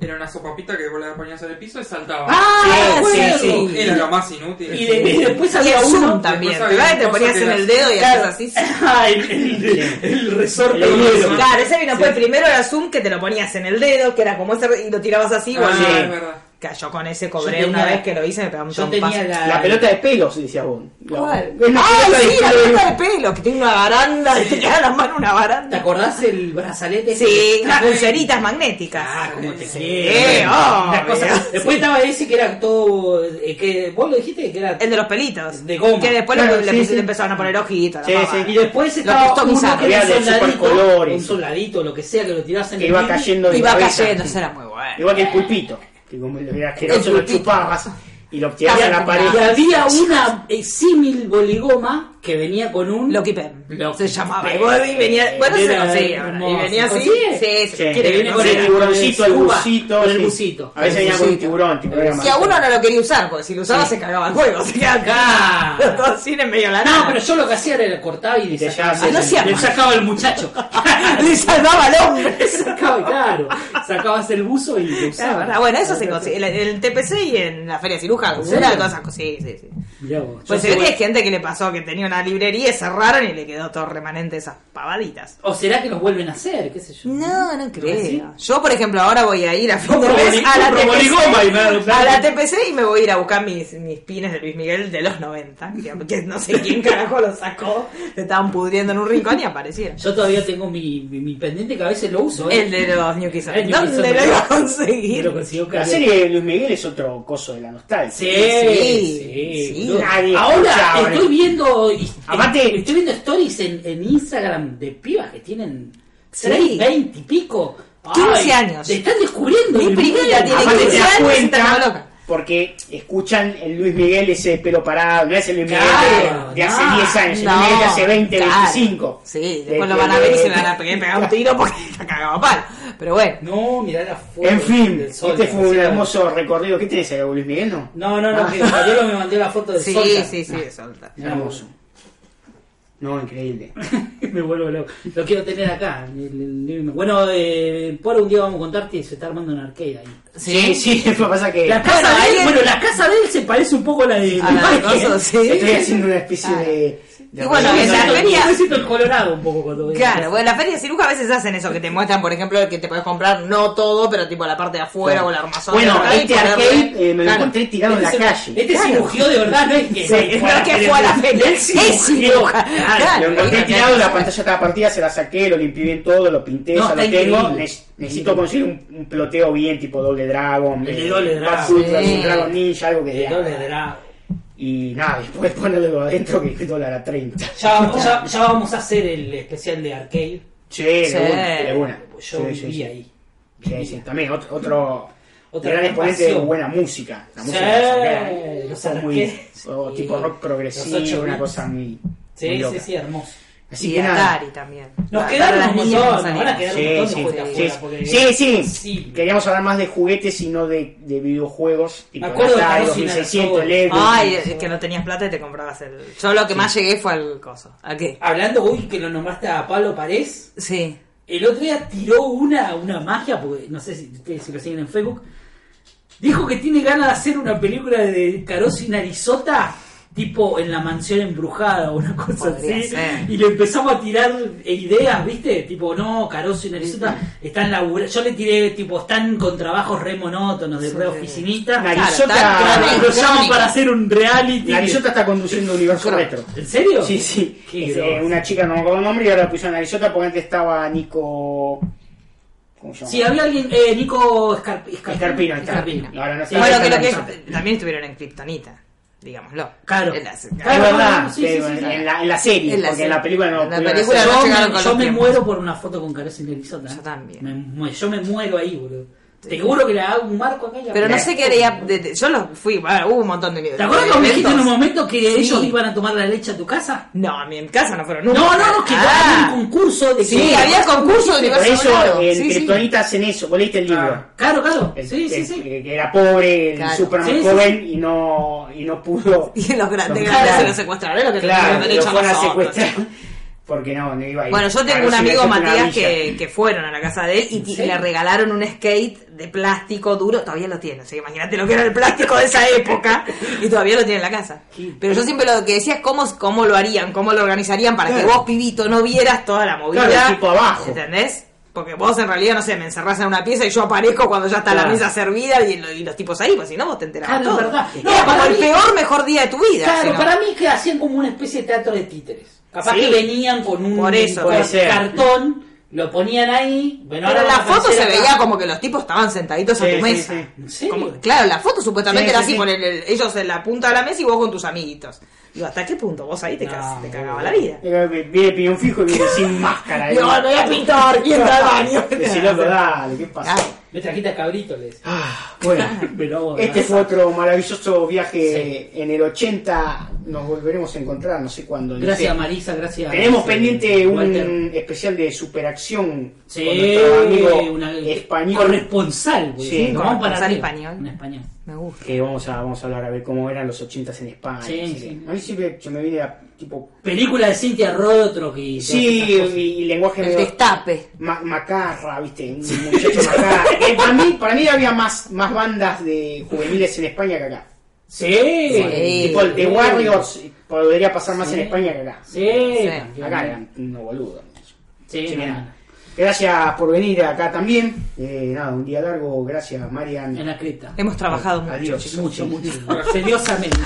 Speaker 5: Era una sopapita que vos la ponías en el piso y saltaba.
Speaker 2: Ah,
Speaker 4: Sí,
Speaker 2: bueno.
Speaker 4: sí,
Speaker 5: Era lo más inútil.
Speaker 2: Y, de- y después
Speaker 4: Y
Speaker 2: había
Speaker 4: el
Speaker 2: uno.
Speaker 4: zoom también.
Speaker 5: después
Speaker 4: ¿Te
Speaker 5: había
Speaker 4: acuerdas que te
Speaker 5: un coso
Speaker 4: ponías
Speaker 5: que
Speaker 4: en
Speaker 5: era
Speaker 4: el dedo y
Speaker 2: Claro.
Speaker 4: hacías así?
Speaker 2: Ah, el, el- el resorte.
Speaker 3: El
Speaker 2: boludo.
Speaker 3: hielo.
Speaker 4: Claro, ese vino fue primero era Zoom que te lo ponías en el dedo, que era como ese y lo tirabas así,
Speaker 5: Ah,
Speaker 4: bueno,
Speaker 5: es verdad.
Speaker 4: Cayó con ese cobré
Speaker 2: Yo tenía-
Speaker 4: una vez que lo hice, me pegaba un
Speaker 2: Yo tenía
Speaker 4: trompazo.
Speaker 2: la.
Speaker 3: La pelota de pelos, decía vos. La-
Speaker 4: ¿Cuál?
Speaker 3: es una
Speaker 4: ¡Ay,
Speaker 3: pelota de
Speaker 4: sí! La
Speaker 3: pelo.
Speaker 4: pelota de pelo, que tiene una baranda, y te queda la mano una
Speaker 2: ¿Te
Speaker 4: baranda.
Speaker 2: acordás el brazalete?
Speaker 4: Sí, unas
Speaker 2: Ah,
Speaker 4: pulseritas magnéticas.
Speaker 2: Ah, como te
Speaker 4: Eh,
Speaker 2: quiero.
Speaker 4: oh,
Speaker 2: Las cosas-
Speaker 4: Dios.
Speaker 2: Después estaba ese que era todo. eh, que vos lo dijiste que era.
Speaker 4: El de los pelitos.
Speaker 2: De goma.
Speaker 4: Que después le-
Speaker 3: Claro,
Speaker 4: le,
Speaker 3: sí,
Speaker 4: pus-
Speaker 3: sí.
Speaker 4: le empezaron a poner ojitos.
Speaker 3: Sí,
Speaker 4: la
Speaker 3: sí.
Speaker 4: pava.
Speaker 2: Y después
Speaker 4: Lo
Speaker 2: estaba uno que era
Speaker 4: customizaron.
Speaker 3: Había
Speaker 2: un
Speaker 3: de
Speaker 2: soldadito,
Speaker 3: supercolores.
Speaker 2: un soldadito, lo que sea, que lo tirás en
Speaker 3: Que
Speaker 2: el
Speaker 3: iba
Speaker 2: living.
Speaker 3: cayendo de
Speaker 4: Y va
Speaker 3: cabeza.
Speaker 4: cayendo, eso era muy bueno.
Speaker 3: Igual que el pulpito. Que como lo era asqueroso,
Speaker 4: El
Speaker 3: lo
Speaker 4: pulpito.
Speaker 3: chupabas y lo tirabas a la
Speaker 4: Casi
Speaker 3: pared.
Speaker 2: Y había una eh, símil boligoma que venía con un.
Speaker 4: Loki Pen.
Speaker 2: Loki
Speaker 4: Se llamaba. Y
Speaker 3: Pen.
Speaker 4: vos- y venía, bueno, se
Speaker 2: Era
Speaker 4: conseguía. ahora. Y
Speaker 2: hermoso.
Speaker 4: venía así. Sí,
Speaker 2: ¿Consigue?
Speaker 4: sí.
Speaker 3: Sí,
Speaker 4: quiere
Speaker 3: que
Speaker 4: que
Speaker 3: viene
Speaker 4: no
Speaker 3: con el
Speaker 4: sea.
Speaker 3: tiburoncito,
Speaker 2: con
Speaker 3: el
Speaker 2: el
Speaker 3: bucito.
Speaker 2: suba, con el
Speaker 3: sí.
Speaker 2: bucito.
Speaker 3: A veces
Speaker 2: El
Speaker 3: venía con el
Speaker 2: bucito.
Speaker 3: tiburón, este tiburón
Speaker 4: Si a
Speaker 3: amarillo.
Speaker 4: uno no lo quería usar, porque si lo usaba se cagaba el juego. Se quedaba
Speaker 2: Claro.
Speaker 4: Todo así en medio de la
Speaker 2: No,
Speaker 4: nada.
Speaker 2: pero yo lo que hacía era le cortaba y le
Speaker 3: te
Speaker 2: sacaba,
Speaker 3: llevas
Speaker 2: le
Speaker 4: el-
Speaker 2: sacaba- le sacaba el muchacho.
Speaker 4: Le salvaba al hombre.
Speaker 2: Le sacaba, claro. Sacabas el buzo y lo
Speaker 4: Ah,
Speaker 2: usabas.
Speaker 4: verdad. Bueno, eso se consigue. En el TPC y en la Feria Ciruja,
Speaker 2: serio?
Speaker 4: una de todas esas cosas. Sí, sí, sí.
Speaker 2: Mirá vos, yo
Speaker 4: Pues se ve que
Speaker 2: soy-
Speaker 4: hay gente que le pasó que tenía una librería, cerraron y le quedó todo remanente de esas pavaditas.
Speaker 2: O será que los vuelven a hacer, qué sé yo.
Speaker 4: No, no
Speaker 2: ¿Sí?
Speaker 4: creo. Yo, por ejemplo, ahora voy a ir a fin de
Speaker 2: Compro
Speaker 4: mes
Speaker 2: boli-
Speaker 4: a la
Speaker 2: compro boligoma y nada,
Speaker 4: TPC.
Speaker 2: claro.
Speaker 4: A la TPC y me voy a ir a buscar mis, mis pines de Luis Miguel de los 90. Que, que no sé quién carajo los sacó. Se estaban pudriendo en un rincón y aparecieron.
Speaker 2: Yo todavía tengo mi, mi, mi pendiente que a veces lo uso. ¿eh?
Speaker 4: El de los New Kids on
Speaker 2: El
Speaker 4: Earth.
Speaker 2: New Kids on
Speaker 4: ¿Dónde lo
Speaker 2: Earth.
Speaker 4: iba a
Speaker 2: Me lo
Speaker 4: conseguir?
Speaker 2: consiguió
Speaker 3: La
Speaker 2: Carlos.
Speaker 3: serie de Luis Miguel es otro coso de la nostalgia.
Speaker 2: Sí, sí.
Speaker 4: Sí, sí.
Speaker 2: boludo.
Speaker 3: Nadie
Speaker 2: Ahora
Speaker 3: escuchaba,
Speaker 2: estoy
Speaker 3: ¿no?
Speaker 2: viendo y-
Speaker 3: Aparte-
Speaker 2: estoy viendo stories en, en Instagram de pibas que tienen
Speaker 4: Sí.
Speaker 2: 3, 20 y pico.
Speaker 4: 15 años.
Speaker 2: Te están descubriendo.
Speaker 4: Mi
Speaker 2: el
Speaker 4: primita
Speaker 2: mundo.
Speaker 4: tiene
Speaker 3: Aparte te
Speaker 4: 15
Speaker 3: das
Speaker 4: años y está como
Speaker 3: cuenta
Speaker 4: loca.
Speaker 3: porque escuchan el Luis Miguel ese pelo parado, no es el Luis Miguel
Speaker 2: Claro,
Speaker 3: de, de hace
Speaker 2: no,
Speaker 3: 10 años, el Luis Miguel de hace Este, 20,
Speaker 4: Ah, claro.
Speaker 3: 25.
Speaker 4: Sí,
Speaker 3: De
Speaker 4: después lo
Speaker 3: que-
Speaker 4: van a ver y se le van a pe- pegar un tiro porque la cagaba a palo. Pero bueno.
Speaker 2: No, mirá la foto.
Speaker 3: En fin,
Speaker 2: del sol,
Speaker 3: este fue un
Speaker 2: sí.
Speaker 3: hermoso Ah. recorrido. ¿Qué tenés ahí, Luis Miguel, no?
Speaker 2: No, no, no, que Mariolo me mandó la foto del
Speaker 4: Sí,
Speaker 2: sol.
Speaker 4: sí, sí, solta.
Speaker 3: Hermoso. No, increíble.
Speaker 2: Me vuelvo loco. Lo quiero tener acá. el- el- el- Bueno, eh, por un día vamos a contarte que se está armando una arcade ahí.
Speaker 3: Sí, sí, lo que pasa es que
Speaker 2: La casa
Speaker 4: Bueno,
Speaker 2: de él,
Speaker 4: ahí-
Speaker 2: bueno, la casa de él se parece un poco a la de...
Speaker 4: A la de Coso,
Speaker 3: estoy
Speaker 4: sí. Ah.
Speaker 3: haciendo una especie de... de
Speaker 4: Y bueno,
Speaker 2: Yo me
Speaker 4: en la
Speaker 2: siento-
Speaker 4: feria-
Speaker 2: yo me siento el colorado un poco cuando veo
Speaker 4: Claro, bueno, las ferias cirujas a veces hacen eso, que te muestran, por ejemplo, que te puedes comprar no todo, pero tipo la parte de afuera o el armazón. de
Speaker 3: Bueno,
Speaker 4: atrás y
Speaker 3: este
Speaker 4: ponerle-
Speaker 3: arcade eh, me lo
Speaker 4: Claro.
Speaker 3: encontré tirado en la
Speaker 2: Este se-
Speaker 3: calle.
Speaker 2: Este se cirugió de verdad, no es que...
Speaker 4: Sí, no es que fue a la feria.
Speaker 2: Él sí
Speaker 4: Es ciruja.
Speaker 3: Lo
Speaker 4: Claro,
Speaker 3: encontré
Speaker 4: claro.
Speaker 3: tirado, la pantalla estaba partida, se la saqué, lo limpié bien todo, lo pinté,
Speaker 2: No,
Speaker 3: ya lo
Speaker 2: está
Speaker 3: tengo.
Speaker 2: increíble.
Speaker 3: Ne- necesito conseguir un, un ploteo bien, tipo Doble Dragon,
Speaker 2: El de Double Dragon.
Speaker 3: Bass Ultra,
Speaker 4: Sí.
Speaker 3: Ultra Dragon Ninja, algo que
Speaker 2: De
Speaker 3: sea.
Speaker 2: doble drag.
Speaker 3: Y nada, después ponerlo adentro que es dólar a 30.
Speaker 2: Ya vamos, ya, ya vamos a hacer el especial de arcade.
Speaker 3: Che,
Speaker 4: Sí.
Speaker 3: de una, de una.
Speaker 2: Pues Yo
Speaker 3: Sí,
Speaker 2: viví
Speaker 3: sí, sí.
Speaker 2: ahí.
Speaker 3: Sí, sí, También otro, otro
Speaker 2: Otra
Speaker 3: gran
Speaker 2: gran
Speaker 3: exponente de
Speaker 2: pasión.
Speaker 3: buena música. La
Speaker 2: Sí,
Speaker 3: música de los Arcade,
Speaker 2: los
Speaker 3: fue muy-
Speaker 2: arcades.
Speaker 3: fue
Speaker 2: Sí.
Speaker 3: tipo rock
Speaker 2: Los ocho
Speaker 3: progresivo, una
Speaker 2: bits.
Speaker 3: cosa muy. muy
Speaker 2: Sí,
Speaker 3: loca.
Speaker 2: sí, sí, hermoso.
Speaker 3: Así
Speaker 4: Y
Speaker 3: que nada.
Speaker 4: Atari también.
Speaker 2: Nos
Speaker 4: Para-
Speaker 2: quedaron
Speaker 4: para
Speaker 2: un
Speaker 4: las niñas
Speaker 2: montón,
Speaker 4: más
Speaker 2: nos van a
Speaker 4: animadas.
Speaker 2: quedar
Speaker 3: Sí,
Speaker 2: un
Speaker 3: sí,
Speaker 2: montón de juegos
Speaker 3: sí,
Speaker 2: afuera, porque
Speaker 3: sí, sí.
Speaker 2: Sí.
Speaker 3: Queríamos hablar más de juguetes y no de, de videojuegos. Tipo
Speaker 2: Me acuerdo de
Speaker 3: Atari,
Speaker 2: Cocina
Speaker 3: 2600,
Speaker 2: de
Speaker 3: Lego.
Speaker 4: Ay, eh, es que no tenías plata y te comprabas el. Yo lo que más llegué fue al coso. ¿A qué?
Speaker 2: Hablando, uy, que lo nombraste a Pablo Parés.
Speaker 4: Sí.
Speaker 2: El otro día tiró una, una magia, porque no sé si ustedes si lo siguen en Facebook. Dijo que tiene ganas de hacer una película de Carosi Narizota, tipo en la mansión embrujada o una cosa
Speaker 4: Podría
Speaker 2: así.
Speaker 4: ser.
Speaker 2: Y le empezamos a tirar ideas, ¿viste? Tipo, no, Carosi y Narizota están laburando. Yo le tiré, tipo, están con trabajos re monótonos, de re oficinistas.
Speaker 3: Nariz- Narizota-
Speaker 4: tal-
Speaker 2: Claro, Lo llaman
Speaker 4: crónico.
Speaker 2: para hacer un reality.
Speaker 3: Narizota está conduciendo Universo Retro.
Speaker 2: ¿En serio?
Speaker 3: Sí, sí.
Speaker 2: Qué
Speaker 3: Es,
Speaker 2: grosso.
Speaker 3: eh, una chica, no me acuerdo el nombre, y ahora la pusieron Narizota porque antes estaba Nico. ¿Cómo se llama?
Speaker 2: Sí, había alguien, eh, Nico Escar- Escarpino.
Speaker 3: Escarpino, ahí está.
Speaker 2: Escarpino.
Speaker 3: Ahora no está.
Speaker 2: Sí,
Speaker 4: Bueno, que
Speaker 3: está
Speaker 4: lo
Speaker 2: este,
Speaker 3: Narizota.
Speaker 4: que también estuvieron en Kryptonita, digámoslo.
Speaker 2: Claro.
Speaker 4: En las-
Speaker 3: Es
Speaker 2: Claro,
Speaker 3: verdad,
Speaker 2: no, no, ah, sí,
Speaker 3: pero
Speaker 2: sí, sí,
Speaker 3: en,
Speaker 2: sí.
Speaker 3: en la, en la serie,
Speaker 4: En la
Speaker 3: porque en la
Speaker 4: serie.
Speaker 3: película no.
Speaker 4: En la
Speaker 3: pudieron
Speaker 4: película
Speaker 3: hacer.
Speaker 4: no.
Speaker 2: Yo,
Speaker 4: llegaron con
Speaker 2: me, yo
Speaker 4: los
Speaker 2: me
Speaker 4: tiempos.
Speaker 2: muero por una foto con Carlos Narizota.
Speaker 4: Yo también.
Speaker 2: Me mu- yo me muero ahí, boludo. Te juro que le hago un marco acá y la-
Speaker 4: Pero no sé qué haría. de- de- yo lo fui, bueno, hubo un montón de
Speaker 2: ¿Te acuerdas que me dijiste en un momento que
Speaker 4: Sí.
Speaker 2: ellos iban a tomar la leche a tu casa?
Speaker 4: No, a mí en casa no fueron
Speaker 2: No,
Speaker 4: nunca.
Speaker 2: no, no, que
Speaker 4: Ah.
Speaker 2: había un concurso de
Speaker 4: Sí,
Speaker 2: que-
Speaker 4: había concurso de
Speaker 3: Por
Speaker 4: universo
Speaker 3: eso
Speaker 4: Dorado.
Speaker 3: en
Speaker 4: Sí, sí.
Speaker 3: Kryptonita hacen eso. Vos leíste el libro.
Speaker 5: Ah.
Speaker 2: Claro, claro.
Speaker 3: El-
Speaker 2: Sí, sí,
Speaker 3: el-
Speaker 2: sí.
Speaker 3: el que era pobre, el
Speaker 4: Claro.
Speaker 3: Superman
Speaker 2: Sí, sí,
Speaker 3: joven y no y no pudo.
Speaker 4: Y
Speaker 3: Los
Speaker 4: los grandes grandes se
Speaker 3: caras.
Speaker 4: los secuestraron. Lo que
Speaker 3: Claro,
Speaker 4: tenían
Speaker 3: lo
Speaker 4: derecho a
Speaker 3: fueron a
Speaker 4: nosotros.
Speaker 3: secuestrar. Porque no, no iba a ir.
Speaker 4: Bueno, yo tengo
Speaker 3: Claro,
Speaker 4: un
Speaker 3: sí,
Speaker 4: amigo,
Speaker 3: le hacen una
Speaker 4: Matías,
Speaker 3: villa.
Speaker 4: que, que fueron a la casa de él y ti-
Speaker 2: serio?
Speaker 4: le regalaron un skate de plástico duro. Todavía lo tiene, así que imagínate lo que era el plástico de esa época. Y todavía lo tiene en la casa. Pero yo siempre lo que decía es cómo, cómo lo harían, cómo lo organizarían para que
Speaker 3: Claro.
Speaker 4: vos, pibito, no vieras toda la movida.
Speaker 3: Claro, tipo abajo.
Speaker 4: ¿Entendés? Porque vos en realidad, no sé, me encerrás en una pieza y yo aparezco cuando ya está la
Speaker 3: Claro.
Speaker 4: mesa servida y, lo- y los tipos ahí, pues si no vos te enterabas
Speaker 2: Claro,
Speaker 4: todo.
Speaker 2: es verdad. No,
Speaker 4: Era como
Speaker 2: para
Speaker 4: el
Speaker 2: mí-
Speaker 4: peor, mejor día de tu vida. si
Speaker 2: Claro,
Speaker 4: no.
Speaker 2: para mí que hacían como una especie de teatro de títeres. Capaz
Speaker 3: Sí.
Speaker 2: que venían con un,
Speaker 4: Por eso,
Speaker 2: con
Speaker 3: puede
Speaker 2: un
Speaker 3: ser.
Speaker 2: cartón, lo ponían ahí. Bueno,
Speaker 4: Pero en
Speaker 2: ahora
Speaker 4: la
Speaker 2: vamos a
Speaker 4: foto
Speaker 2: hacer
Speaker 4: se
Speaker 2: acá.
Speaker 4: veía como que los tipos estaban sentaditos a
Speaker 3: Sí,
Speaker 4: tu
Speaker 3: sí,
Speaker 4: mesa.
Speaker 3: sí.
Speaker 2: ¿En serio?
Speaker 4: Como- claro, la foto supuestamente
Speaker 3: Sí,
Speaker 4: era
Speaker 3: sí,
Speaker 4: así,
Speaker 3: sí.
Speaker 4: con el- el- ellos en la punta de la mesa y vos con tus amiguitos. Digo, ¿hasta qué punto? Vos ahí te,
Speaker 2: No,
Speaker 4: cagabas- te
Speaker 2: no.
Speaker 4: cagaba la vida.
Speaker 3: Yo creo que Viene piñón fijo y viene sin máscara.
Speaker 4: Digo, no voy a pintar, quién entra al baño.
Speaker 3: Decir loco, dale, ¿qué pasa?
Speaker 4: Ah,
Speaker 2: Me trajiste a cabrito, le decía.
Speaker 3: Ah, bueno.
Speaker 2: Me lo hago de
Speaker 3: Este
Speaker 2: raza.
Speaker 3: fue otro maravilloso viaje en el 80. Nos volveremos a encontrar, no sé cuándo. no
Speaker 2: Gracias
Speaker 3: sé.
Speaker 2: Marisa, gracias.
Speaker 3: Tenemos
Speaker 2: eh,
Speaker 3: pendiente un
Speaker 2: Walter.
Speaker 3: especial de superacción
Speaker 2: Sí,
Speaker 3: con nuestro amigo
Speaker 2: una- eh,
Speaker 3: español
Speaker 2: Corresponsal, porque sí,
Speaker 3: Sí,
Speaker 2: vamos para
Speaker 4: corresponsal
Speaker 2: arriba.
Speaker 4: español.
Speaker 2: Un español.
Speaker 4: me gusta.
Speaker 3: que vamos a, vamos a hablar a ver cómo eran los 80s en España.
Speaker 2: Sí,
Speaker 3: así
Speaker 2: sí.
Speaker 3: que A mí siempre se me viene a, tipo...
Speaker 2: Película de Cintia Rodotro y
Speaker 3: Sí,
Speaker 2: todas esas
Speaker 3: y, y lenguaje
Speaker 4: El
Speaker 3: medio
Speaker 4: destape.
Speaker 3: ma- macarra, viste, un muchacho macarra. Eh, para, mí, para mí había más, más bandas de juveniles en España que acá.
Speaker 2: cosas. Sí.
Speaker 4: Sí.
Speaker 3: Tipo, el de Warriors podría pasar más en España que acá.
Speaker 2: Sí.
Speaker 4: Sí.
Speaker 3: Acá eran unos boludos.
Speaker 2: Sí,
Speaker 3: Sí,
Speaker 2: no,
Speaker 3: nada.
Speaker 2: no.
Speaker 3: Gracias por venir acá también. Eh, nada, un día largo. Gracias, Marian.
Speaker 2: En la cripta.
Speaker 4: Hemos trabajado mucho.
Speaker 3: Adiós.
Speaker 2: Mucho, mucho. Seriosamente.